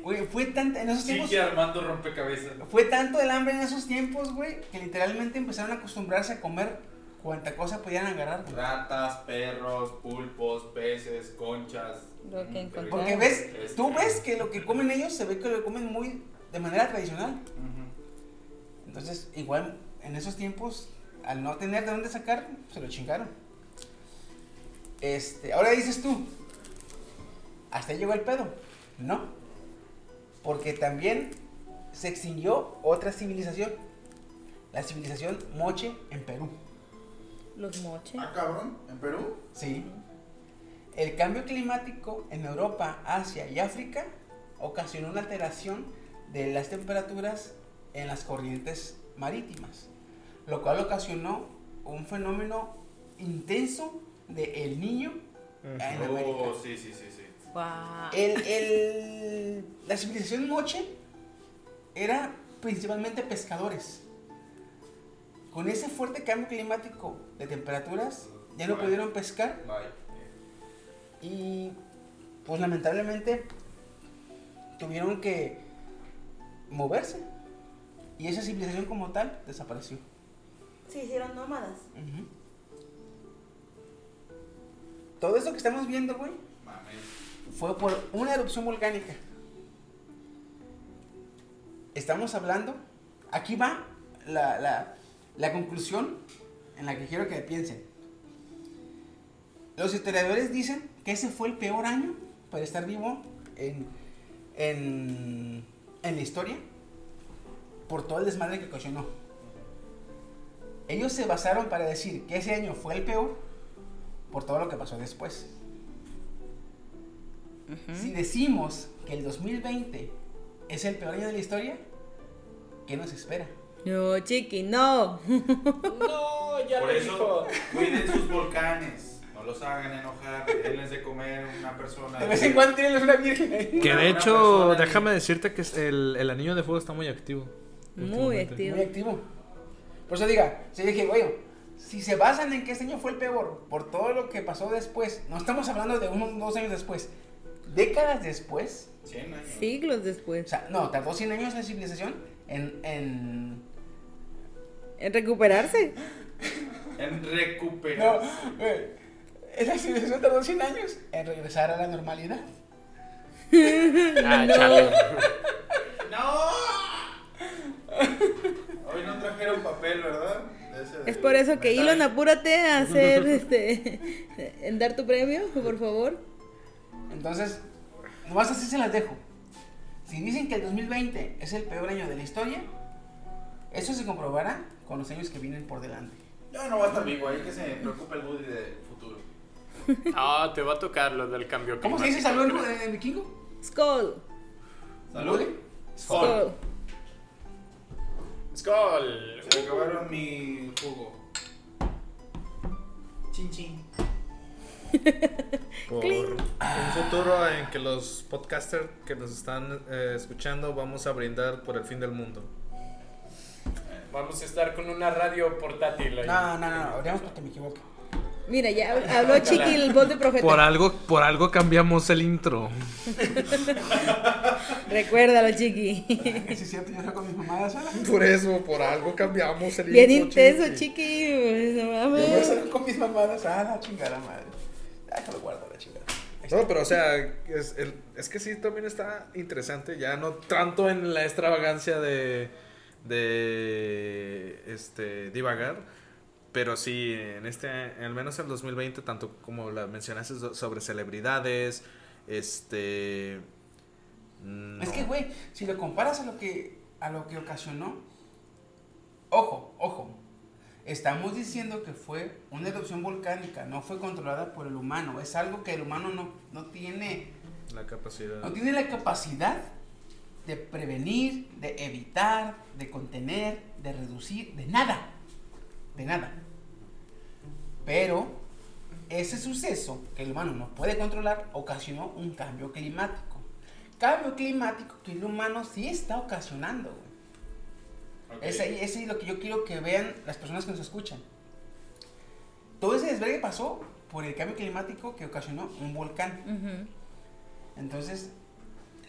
S4: Güey, fue tanta, en esos tiempos...
S10: Sigue armando rompecabezas.
S4: Fue tanto el hambre en esos tiempos, güey, que literalmente empezaron a acostumbrarse a comer cuanta cosa podían agarrar, güey.
S10: Ratas, perros, pulpos, peces, conchas.
S9: Lo que
S10: Mm,
S9: encontraron.
S4: Porque
S10: pero-
S4: ves, tú
S10: Este,
S4: ves que lo que comen ellos se ve que lo comen muy de manera tradicional.
S10: ujú.
S4: Entonces, igual en esos tiempos, al no tener de dónde sacar, se lo chingaron. Este, ahora dices tú, hasta ahí llegó el pedo. No, porque también se extinguió otra civilización, la civilización Moche en Perú.
S9: Los moches.
S10: Ah, cabrón, ¿en Perú?
S4: Sí. El cambio climático en Europa, Asia y África ocasionó una alteración de las temperaturas en las corrientes marítimas, lo cual ocasionó un fenómeno intenso de El Niño en
S10: Oh,
S4: América.
S10: sí, sí, sí, sí.
S17: Wow.
S4: El- el- la civilización moche era principalmente pescadores. Con ese fuerte cambio climático de temperaturas, ya no
S10: Bueno.
S4: pudieron pescar
S10: Bye.
S4: y pues lamentablemente tuvieron que moverse. Y esa civilización como tal desapareció.
S9: Se hicieron nómadas.
S4: Ujú. Todo esto que estamos viendo, güey,
S10: Mames.
S4: fue por una erupción volcánica. Estamos hablando, aquí va la, la- la conclusión en la que quiero que piensen. Los historiadores dicen que ese fue el peor año para estar vivo en, en, en la historia por todo el desmadre que ocasionó. Ellos se basaron para decir que ese año fue el peor por todo lo que pasó después. Uh -huh. Si decimos que el 2020 es el peor año de la historia, ¿qué nos espera?
S9: No, chiqui, no.
S7: no, ya Por lo eso, dijo. Cuiden sus volcanes. No los hagan enojar. Denles de comer una persona.
S4: De vez en cuando tienen una virgen ahí.
S10: Que de hecho, déjame decirte que el, el anillo de fuego está muy activo.
S9: Muy activo.
S4: Muy activo. Por eso diga, si dije, bueno, si se basan en que este año fue el peor, por todo lo que pasó después, no estamos hablando de unos dos años después, décadas después.
S7: 100 años.
S9: Siglos después.
S4: O sea, no, tardó 100 años la civilización en... En,
S9: ¿En recuperarse.
S7: en recuperarse.
S4: No, esa civilización tardó 100 años en regresar a la normalidad.
S2: ah, chale.
S7: ¡No! Hoy no trajeron papel, ¿verdad?
S9: Es por eso que Elon, apúrate a hacer este en dar tu premio, por favor.
S4: Entonces, nomás así se las dejo. Si dicen que el 2020 es el peor año de la historia, eso se comprobará con los años que vienen por delante.
S7: No, no va a estar vivo, ahí que se preocupa el Woody del futuro.
S2: Ah, te va a tocar lo del cambio
S4: ¿Cómo se dice salud en vikingo?
S9: Skull.
S7: ¿Salud?
S9: Skull.
S2: Skull.
S7: Se acabaron mi jugo. Chin chin.
S10: Por un futuro en que los podcasters que nos están eh, escuchando vamos a brindar por el fin del mundo.
S2: Vamos a estar con una radio portátil ahí.
S4: No, no, no, abrimos porque me equivoco.
S9: Mira, ya habló Chiqui el voz de profeta.
S10: Por algo, por algo cambiamos el intro.
S9: Recuérdalo, Chiqui.
S4: Sí, cierto, yo con mis mamadas.
S10: Por eso, por algo cambiamos el
S9: Bien
S10: intro.
S9: Bien intenso, Chiqui. Pues,
S4: Yo salgo con mis mamadas. Ah, la chingada madre. Déjalo guardo, la chingada.
S10: No, pero o sea, es, el, es que sí, también está interesante. Ya no tanto en la extravagancia de, de este, divagar. Pero sí, en este, al menos en 2020, tanto como la mencionaste sobre celebridades, este...
S4: No. Es que, güey, si lo comparas a lo que, a lo que ocasionó, ojo, ojo, estamos diciendo que fue una erupción volcánica, no fue controlada por el humano, es algo que el humano no, no tiene...
S10: La capacidad.
S4: No tiene la capacidad de prevenir, de evitar, de contener, de reducir, de nada, de nada. Pero ese suceso que el humano no puede controlar ocasionó un cambio climático. Cambio climático que el humano sí está ocasionando. Güey. Okay. Es, ahí, es ahí lo que yo quiero que vean las personas que nos escuchan. Todo ese desvergue pasó por el cambio climático que ocasionó un volcán. Uh -huh. Entonces,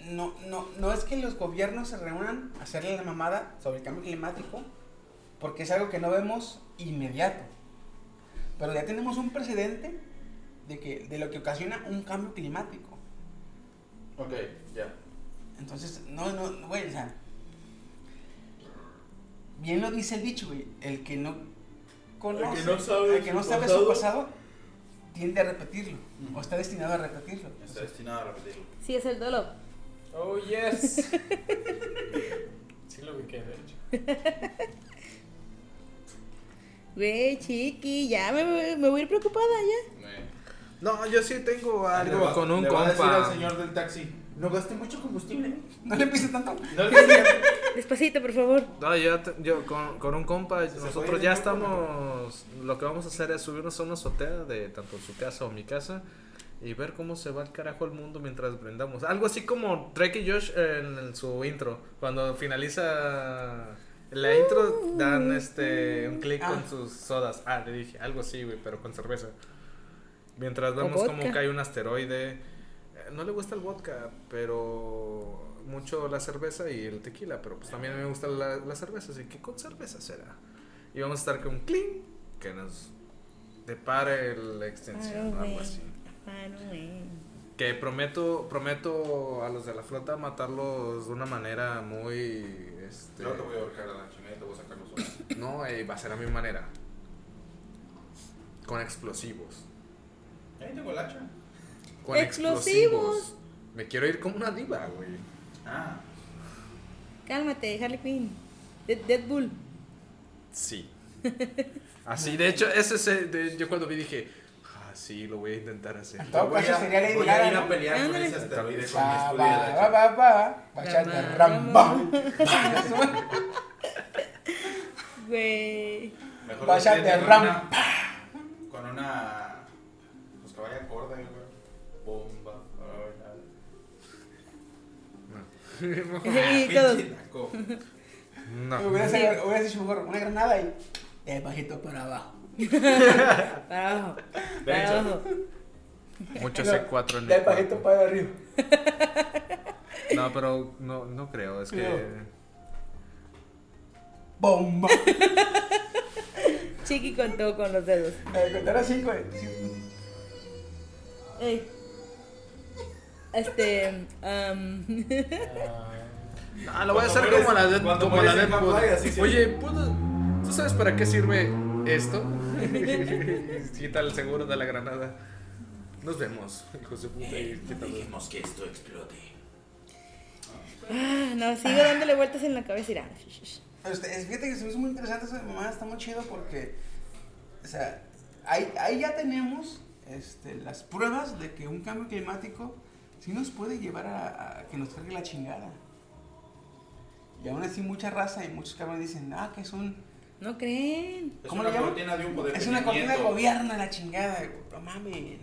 S4: no, no, no es que los gobiernos se reúnan a hacerle la mamada sobre el cambio climático, porque es algo que no vemos inmediato. Pero ya tenemos un precedente de, que, de lo que ocasiona un cambio climático.
S7: Ok, ya. Yeah.
S4: Entonces, no, no, güey, o sea. Bien lo dice el dicho, güey. El que no conoce, el que no sabe, el que no sabe pasado, su pasado, tiende a repetirlo. Mm. O está destinado a repetirlo.
S7: Está destinado a repetirlo.
S9: Sí, es el dolor.
S2: Oh, yes. sí, lo que de hecho.
S9: Güey, chiqui, ya me, me, voy a ir preocupada ya.
S10: No, yo sí tengo algo va, con un
S7: Ah, le
S10: compa.
S7: A decir al señor del taxi. No gasté mucho combustible.
S4: No le pise tanto.
S7: No le
S9: Despacito, por favor.
S10: No, yo, yo con, con, un compa, nosotros ya estamos. Lo que vamos a hacer es subirnos a una azotea de tanto su casa o mi casa y ver cómo se va el carajo el mundo mientras brindamos. Algo así como Drake y Josh en, en su intro, cuando finaliza. La intro dan este un clic ah. con sus sodas. Ah, le dije, algo así, güey, pero con cerveza. Mientras vemos cómo cae un asteroide. Eh, no le gusta el vodka, pero mucho la cerveza y el tequila, pero pues también me gusta la, la cerveza, así que con cerveza será. Y vamos a estar con un clink que nos depare la extensión, Paro, algo así.
S9: Paro,
S10: que prometo, prometo a los de la flota matarlos de una manera muy este...
S7: No te voy a ahorcar a la chingada y te voy a sacar los ojos.
S10: No, eh, va a ser a mi manera. Con explosivos.
S7: Ahí tengo el hacha.
S10: Con explosivos. explosivos. Me quiero ir como una diva, güey.
S7: Ah.
S9: Cálmate, Harley Quinn. Dead, Deadpool.
S10: Sí. Así, de hecho, ese es. El, de, yo cuando vi dije, ah, sí, lo voy a intentar hacer.
S4: En todo caso pues, sería Lady Gaga.
S13: Voy a ir a
S4: ¿no? Ah,
S13: pelear con ese asteroide con mi estudio de la
S4: Va, va, va, va. Bachata, rambam.
S9: Güey.
S13: Mejor
S4: Vaya
S13: decirle
S4: de
S13: con
S4: ram.
S13: una- Con una. Pues que vaya gorda, güey. Bomba. para bailar.
S9: y
S13: Pinche
S9: todos.
S13: naco.
S4: Hubieras hubieras dicho mejor una granada y el bajito para abajo.
S9: Para abajo. Para abajo.
S10: Mucho
S4: No,
S10: C4 en
S4: Del
S10: el
S4: bajito
S10: cuerpo.
S4: para arriba.
S10: No, pero no, no creo, es que...
S4: Bomba.
S9: Chiqui contó con los dedos.
S4: Eh, Contar a cinco. eh, sí.
S9: Ey. Este. am,
S10: Ah, lo voy a
S13: Cuando
S10: hacer
S13: mueres-
S10: como la de,
S13: cuando
S10: como la
S13: mueres en
S10: Deadpool.
S13: Half-Life, así se
S10: Oye, ¿puedo- ¿tú sabes para qué sirve esto? Quita el seguro de la granada. Nos vemos, hijos de puta. y quita todo.
S13: Dijimos que esto explote.
S9: ah, no, sigo dándole vueltas en la cabeza y irá.
S4: Este, es- Fíjate que se me hizo muy interesante esa mamá, está muy chido porque, o sea, ahí, ahí ya tenemos este, las pruebas de que un cambio climático sí nos puede llevar a, a que nos cargue la chingada. Y aún así mucha raza y muchos cabrones dicen, ah, que es un...
S9: ¿No creen?
S13: Es
S4: ¿Cómo
S13: una
S4: le llaman?
S13: cortina de humo de
S4: Es una cortina de
S13: Peña Nieto.
S4: gobierno la chingada, güey, no mames.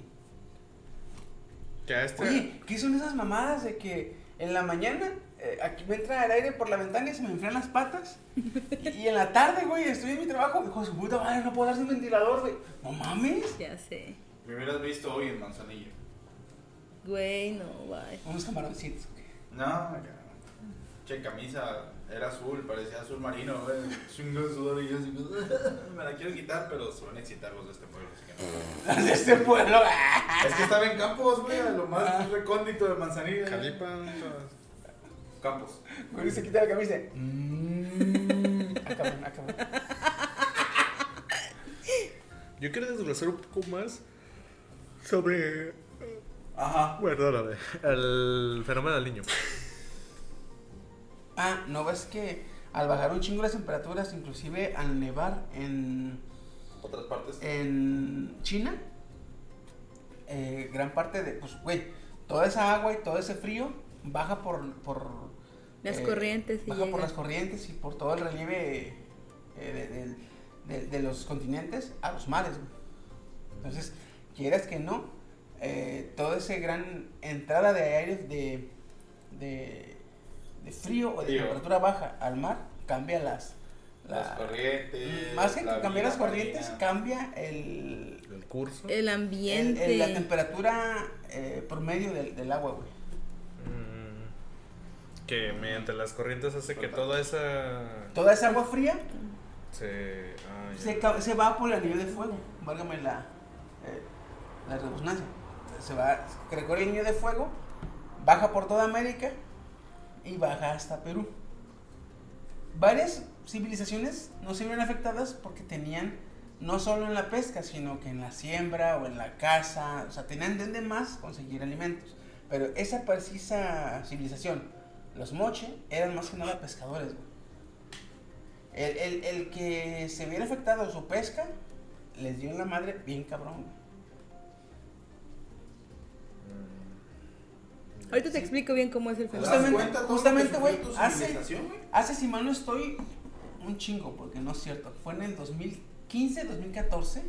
S10: Ya este-
S4: Oye, ¿qué son esas mamadas de que en la mañana eh, aquí me entra el aire por la ventana y se me enfrían las patas? Y, y en la tarde, güey, estoy en mi trabajo, hijo de su puta madre, no puedo darse un ventilador, güey. No mames.
S9: Ya sé.
S13: Me hubieras visto hoy en Manzanillo.
S9: Güey, no, bye.
S4: Unos camaroncitos. güey.
S13: No, ya. Che, camisa. Era azul, parecía azul marino, güey. Chingo de sudor y yo así. Me la quiero quitar, pero se van a excitar los de este pueblo, así que no.
S4: Las de este pueblo. ah.
S13: Es que estaba en Campos, güey, a lo
S10: Ah.
S13: más recóndito de Manzanillo.
S10: Jalipa,
S13: Campos.
S4: Güey, se quita la camisa. Mmm. Ah, cabrón, ah, cabrón.
S10: Yo quiero desglosar un poco más sobre.
S4: Ajá.
S10: Perdóname. El fenómeno del niño.
S4: Ah, ¿no ves que al bajar un chingo las temperaturas, inclusive al nevar en,
S13: Otras partes.
S4: Eh, en China, eh, gran parte de, pues, güey, toda esa agua y todo ese frío baja por... por
S9: Las corrientes
S4: Eh,
S9: y
S4: Baja por
S9: llega.
S4: las corrientes y por todo el relieve eh, de, del- de- de los continentes a los mares. güey. Entonces, quieras que no, eh, toda esa gran entrada de aire de, de, de frío o de
S13: Frío.
S4: temperatura baja al mar cambia las...
S13: Las
S4: la-
S13: corrientes.
S4: más que
S13: Eh, la
S4: cambiar las
S13: vida
S4: corrientes,
S13: marina.
S4: cambia el,
S10: El curso.
S9: El
S4: el-
S9: ambiente.
S4: el- la temperatura eh, promedio del, del agua, güey.
S10: Mm, que mediante las corrientes hace que toda esa.
S4: Toda esa agua fría
S10: Se. ah, ya.
S4: se, ca- se va por el anillo de fuego, válgame la, eh, la redundancia. Se va, recorre el anillo de fuego, baja por toda América y baja hasta Perú. Varias civilizaciones no se vieron afectadas porque tenían, no solo en la pesca, sino que en la siembra o en la caza, o sea, tenían de dónde más conseguir alimentos. Pero esa precisa civilización, los moche, eran más que nada pescadores, güey. El, el- el que se viera afectado su pesca, les dio en la madre bien cabrón. güey.
S9: Ahorita te explico bien cómo es el
S13: ¿Te
S9: fenómeno.
S13: das
S4: Mm. Justamente-
S13: cuenta todo lo que
S4: justamente,
S13: sufrió
S4: güey,
S13: tu
S4: hace-
S13: civilización, güey?
S4: Hace, Ah, si mal no estoy, un chingo, porque no es cierto. Fue en el 2015, 2014,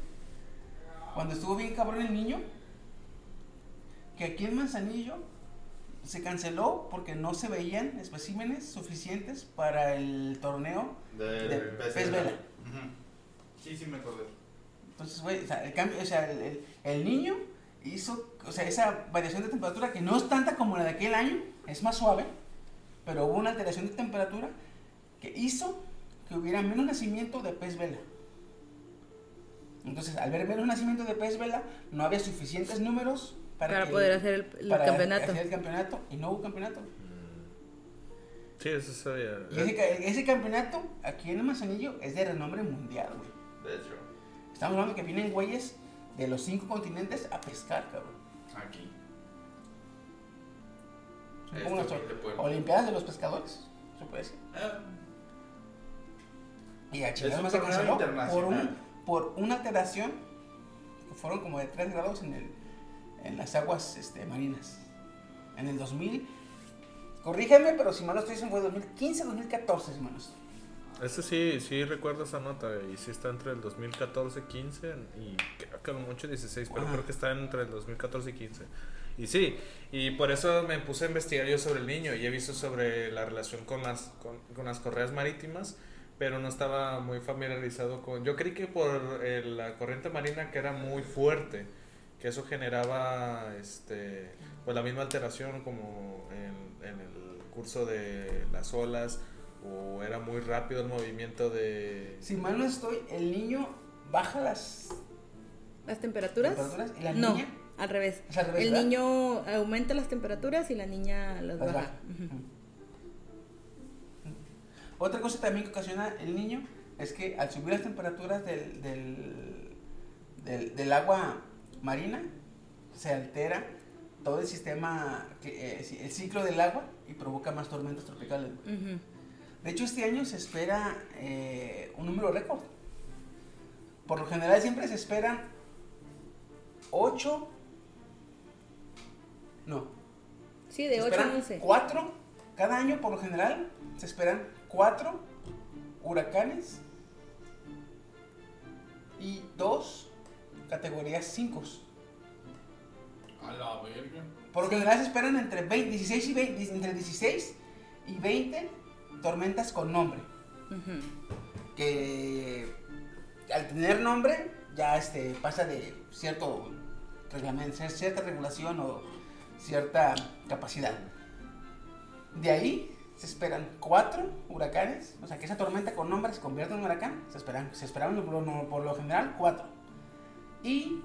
S4: cuando estuvo bien cabrón el niño, que aquí en Manzanillo se canceló porque no se veían especímenes suficientes para el torneo.
S13: Del
S4: de
S13: pez
S4: pez vela.
S13: Ujú. Sí, sí, me acordé.
S4: Entonces, güey, o sea, el cambio, o sea, el, el- el niño hizo, o sea, esa variación de temperatura que no es tanta como la de aquel año, es más suave, pero hubo una alteración de temperatura que hizo que hubiera menos nacimiento de pez vela. Entonces, al ver menos nacimiento de pez vela, no había suficientes números para,
S9: Para
S4: que-
S9: poder hacer el, el
S4: para
S9: campeonato.
S4: hacer el campeonato y no hubo campeonato.
S10: Sí, eso sabía. Eh,
S4: Y ese, ca- ese campeonato aquí en el Manzanillo es de renombre mundial, güey.
S13: De hecho,
S4: Estamos hablando que vienen güeyes de los cinco continentes a pescar, cabrón.
S13: aquí.
S4: Son
S13: Este
S4: como las
S13: güey de Puebla.
S4: Olimpiadas de los pescadores, se puede decir.
S13: Ah,
S4: Y a
S13: Es
S4: Chile
S13: un
S4: más se
S13: torneo
S4: canceló por,
S13: internacional.
S4: un, por una alteración fueron como de 3 grados en, el, en las aguas este, marinas. En el 2000, corrígeme, pero si mal no estoy, diciendo, fue 2015, 2014, si mal no estoy.
S10: Ese sí, sí recuerdo esa nota y sí está entre el 2014 15 y creo que a lo mucho 16, pero
S4: Wow.
S10: creo que está entre el 2014 y 15. Y sí, y por eso me puse a investigar yo sobre el niño y he visto sobre la relación con las, con, con las correas marítimas, pero no estaba muy familiarizado con... Yo creí que por eh, la corriente marina que era muy fuerte, que eso generaba este, pues la misma alteración como en, en el curso de las olas o era muy rápido el movimiento de...
S4: Si mal no estoy, el niño baja las
S9: ¿Las temperaturas?
S4: temperaturas y la
S9: no,
S4: niña
S9: al revés.
S4: Es al revés,
S9: El
S4: ¿verdad?
S9: niño aumenta las temperaturas y la niña
S4: Las
S9: las baja.
S4: baja. Otra cosa también que ocasiona el niño es que al subir las temperaturas del, del, del- del agua marina, se altera todo el sistema, que- eh, sí, el ciclo del agua y provoca más tormentas tropicales. güey.
S9: Ujú.
S4: De hecho, este año se espera eh, un número récord. Por lo general siempre se esperan 8, no,
S9: Sí, de
S4: se
S9: 8 a
S4: esperan
S9: 11.
S4: Cuatro, cada año por lo general se esperan cuatro huracanes y dos categorías 5.
S7: A la verga.
S4: Por lo general se esperan entre 20, 16 y 20, entre 16 y 20 tormentas con nombre.
S9: Ujú.
S4: Que al tener nombre ya este, pasa de cierto reglamento, cier- cierta regulación o cierta capacidad. De ahí se esperan cuatro huracanes, o sea que esa tormenta con nombre se convierte en un huracán, se esperan, se esperaban por lo, por lo general cuatro. Y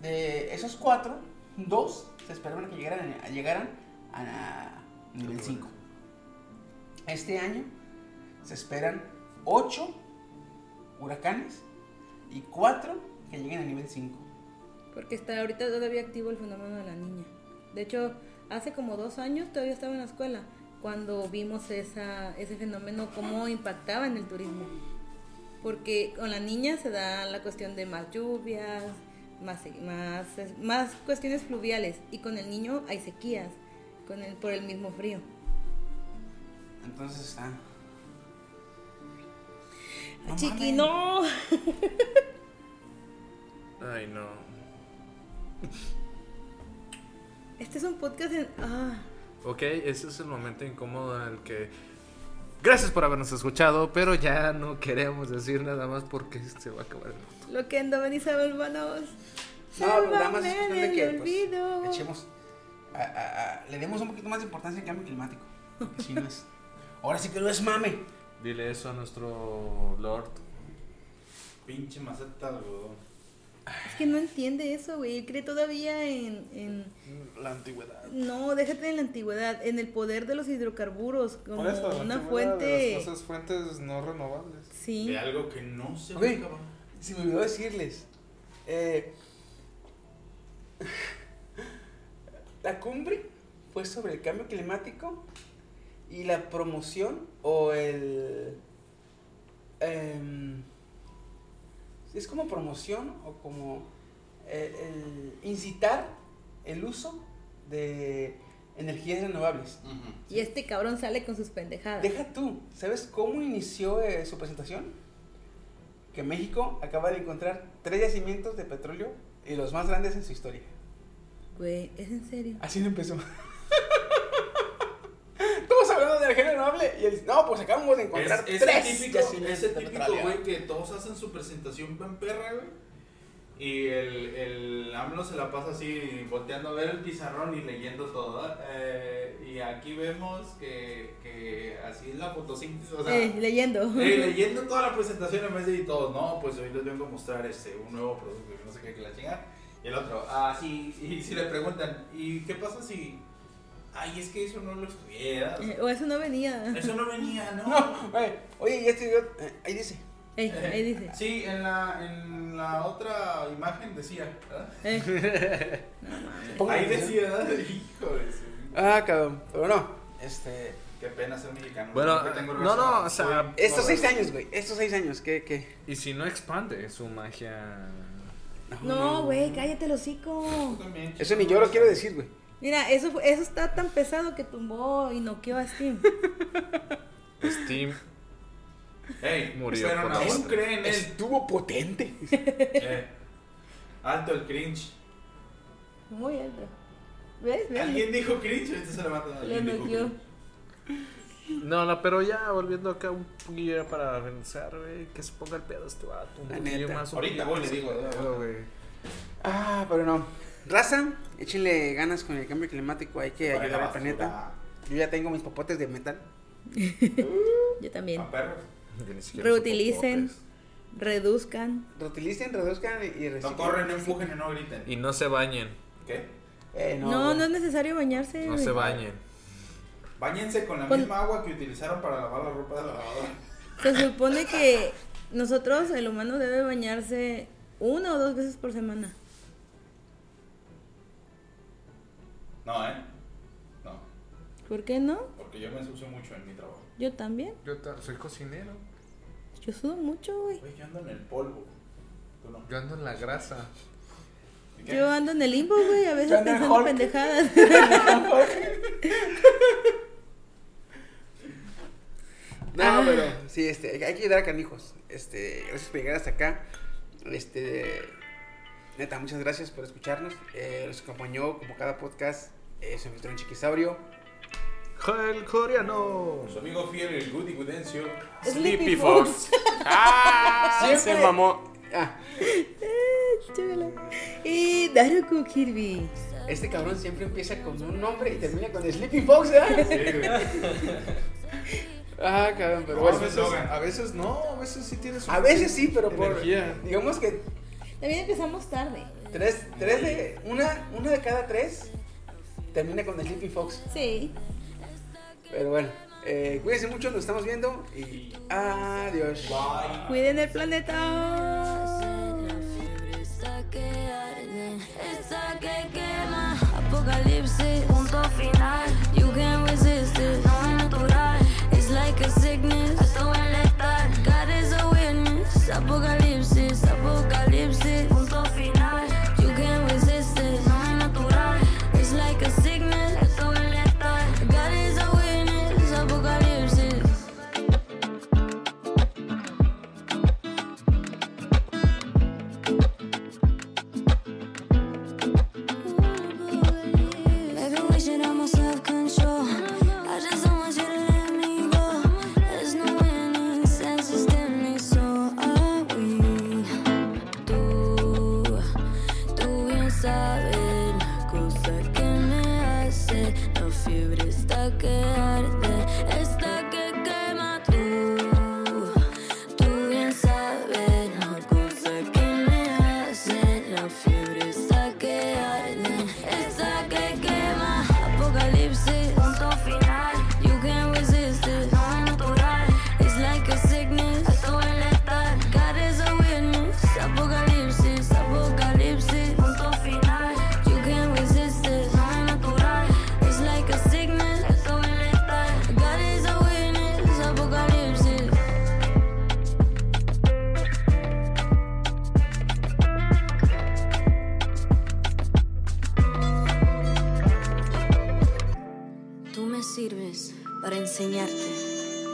S4: de esos cuatro, dos se esperaban que llegaran, llegaran a la- nivel 5. Este año se esperan 8 huracanes y 4 que lleguen a nivel 5.
S9: Porque está ahorita todavía activo el fenómeno de la niña. De hecho, hace como dos años todavía estaba en la escuela cuando vimos esa, ese fenómeno, cómo impactaba en el turismo. Porque con la niña se da la cuestión de más lluvias, más, más, más cuestiones fluviales. Y con el niño hay sequías con el, por el mismo frío.
S4: Entonces está. No
S9: Chiqui,
S4: mames.
S9: no.
S10: Ay, no.
S9: Este es un podcast en... Ah,
S10: Ok, ese es el momento incómodo en el que... Gracias por habernos escuchado, pero ya no queremos decir nada más porque se va a acabar el mundo.
S9: lo que ando, ven y sálvanos.
S4: No, pero nada más es
S9: Sálvame
S4: cuestión de
S9: del
S4: que
S9: olvido.
S4: pues, echemos. a- a- a- le demos un poquito más de importancia al cambio climático. porque si no es- Ahora sí que no es mame.
S10: Dile eso a nuestro Lord.
S7: Pinche maceta de algodón.
S9: Es que no entiende eso, güey. Él cree todavía en, en-
S10: La antigüedad.
S9: No, déjate en la antigüedad, en el poder de los hidrocarburos, como
S10: Por eso, la
S9: una
S10: antigüedad de
S9: fuente...
S10: las- esas fuentes no renovables.
S9: Sí,
S7: De algo que no se
S4: Güey.
S7: ve, cabrón.
S4: Se me olvidó decirles. eh, la cumbre fue sobre el cambio climático y la promoción o el... em, es como promoción o como el, el incitar el uso de energías renovables.
S7: Ujú.
S9: y este cabrón sale con sus pendejadas.
S4: Deja tú, ¿sabes cómo inició eh, su presentación? Que México acaba de encontrar tres yacimientos de petróleo y los más grandes en su historia.
S9: Güey, es en serio.
S4: Así lo empezó. Estamos hablando de energía renovable y el... No, pues acabamos de encontrar
S7: Es,
S4: tres
S7: ese típico,
S4: yacimientos
S7: ese
S4: de
S7: típico
S4: petróleo.
S7: güey que todos hacen su presentación bien perra, güey. Y el, el AMLO se la pasa así volteando a ver el pizarrón y leyendo todo. ¿verdad? Eh, y aquí vemos que, que así es la fotosíntesis. O sea,
S9: Eh, leyendo.
S7: Eh, leyendo toda la presentación en vez de y todos, no, pues hoy les vengo a mostrar este, un nuevo producto que no sé qué, que la chingada. Y el otro, ah, sí, y si le preguntan, ¿y qué pasa si.? Ay, es que eso no lo estuviera.
S9: Eh, o eso no venía.
S7: Eso no venía, ¿no?
S4: No, güey, oye, ya este... eh, ahí dice.
S9: Ey, ahí dice.
S7: Sí, en la, en la otra imagen decía, ¿verdad?
S9: Eh,
S4: Pongan
S7: Ahí
S4: atención.
S7: decía, ¿verdad? Hijo de su-
S4: Ah, cabrón, pero no. Este...
S7: Qué pena ser mexicano.
S10: Bueno,
S7: Siempre tengo
S10: no, no,
S7: razón.
S10: o sea...
S4: Estos seis años, güey, estos seis años, ¿qué, qué?
S10: Y si no expande su magia
S7: No, güey, cállate el hocico.
S4: Eso ni yo lo quiero decir, güey.
S7: Mira, eso, fue- eso está tan pesado que tumbó y noqueó a Steam.
S10: Steam.
S13: Ey,
S10: Murió
S13: pero
S10: por
S13: no
S10: aguante.
S13: creen en él.
S4: Estuvo potente.
S13: Eh, alto el cringe.
S7: Muy alto. ¿Ves? ¿Ves?
S13: Alguien dijo cringe, ahorita se levanta.
S7: Lo
S13: Alguien dijo
S7: noqueó.
S13: cringe.
S10: No, no, pero ya volviendo acá un poquillo para pensar, güey, que se ponga el pedo este vato. Un
S4: La
S10: poquillo
S4: neta.
S10: más. un
S13: Ahorita
S10: poquillo
S13: voy, le digo.
S10: más,
S13: eh,
S10: güey.
S4: Ah, pero no. Raza, échenle ganas con el cambio climático. Hay que
S13: para
S4: ayudar
S13: la
S4: al planeta.
S13: basura.
S4: Yo ya tengo mis popotes de metal.
S7: Yo también.
S13: Pa' perros.
S10: Yo ni siquiera
S7: Reutilicen.
S10: uso popotes.
S7: Reduzcan.
S4: Reutilicen, reduzcan y reciclen.
S13: No corren, ¿eh? no empujen y no griten.
S10: Y no se bañen.
S13: ¿Qué?
S4: Eh,
S7: No,
S4: no,
S7: no,
S4: güey.
S7: es necesario bañarse.
S10: No
S7: güey.
S10: se bañen.
S13: Báñense con la
S7: Pon-
S13: misma agua que utilizaron para lavar la ropa de la lavadora.
S7: Se supone que nosotros, el humano, debe bañarse una o dos veces por semana.
S13: No, ¿eh? No,
S7: ¿Por qué no?
S13: porque yo me ensucio mucho en mi trabajo.
S7: Yo también.
S10: Yo soy cocinero.
S7: Yo sudo mucho, güey.
S13: Güey, yo ando en el polvo. Tú no.
S10: Yo ando en la grasa.
S13: ¿Y qué?
S7: Yo ando en el limbo, güey, a veces
S4: Yo ando en
S7: pensando
S4: Hulk.
S7: pendejadas.
S4: No,
S7: Ah.
S4: pero sí, este, hay que ayudar a canijos. Este, gracias por llegar hasta acá. Este, neta, muchas gracias por escucharnos. Eh, nos acompañó como cada podcast eh, su anfitrión Chiquisaurio.
S10: El coreano.
S13: Su amigo fiel, el Goody Gudencio.
S7: Sleepy
S2: Sleepy
S7: Fox.
S2: Fox. ¡Ah! Se
S4: Siempre-
S2: mamó.
S4: Ah,
S7: Eh, Chúgala. y Daruku Kirby.
S4: este cabrón siempre empieza con un nombre y termina con Sleepy Fox, ¿verdad? Ah, cabrón, pero
S13: Vamos
S4: bueno.
S13: a hacer slogan.
S10: A veces no, a veces sí tienes
S4: A veces sí, pero por.
S10: Energía.
S4: Digamos que
S7: También empezamos tarde.
S4: tres, tres de. Una, una de cada tres termina con Sleepy Fox.
S7: Sí.
S4: Pero bueno, eh, cuídense mucho, nos estamos viendo y adiós.
S7: Cuiden el planeta.
S9: Esta que arde, esta que quema, apocalipsis, punto final. You can resist it, no es natural. It's like a sickness, esto es letal. God is a witness, apocalipsis, apocalipsis, punto final. You can resist it, no es natural. It's like a sickness, esto es letal. God is a witness, apocalipsis. Maybe we should have more self-control. I just don't want you to let me go. There's no winning sense systemic, so are we? Tú, tú bien sabes la cosa que me hace. La fiebre está que arde, está que quema. Tú, tú bien sabes la cosa que me hace. La fiebre está que arde, está que quema. Apocalipsis, punto final. You can resist it, no es natural. It's like a sickness, esto es letal. God is a witness, apocalipsis, apocalipsis, punto final. You can resist it, no es natural. It's like a sickness, esto es letal. God is a witness, apocalipsis. Tú me sirves para enseñarte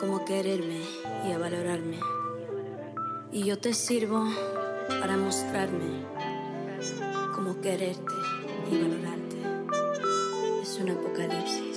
S9: cómo quererme y a valorarme. Y yo te sirvo para mostrarme cómo quererte y valorarte. Es un apocalipsis.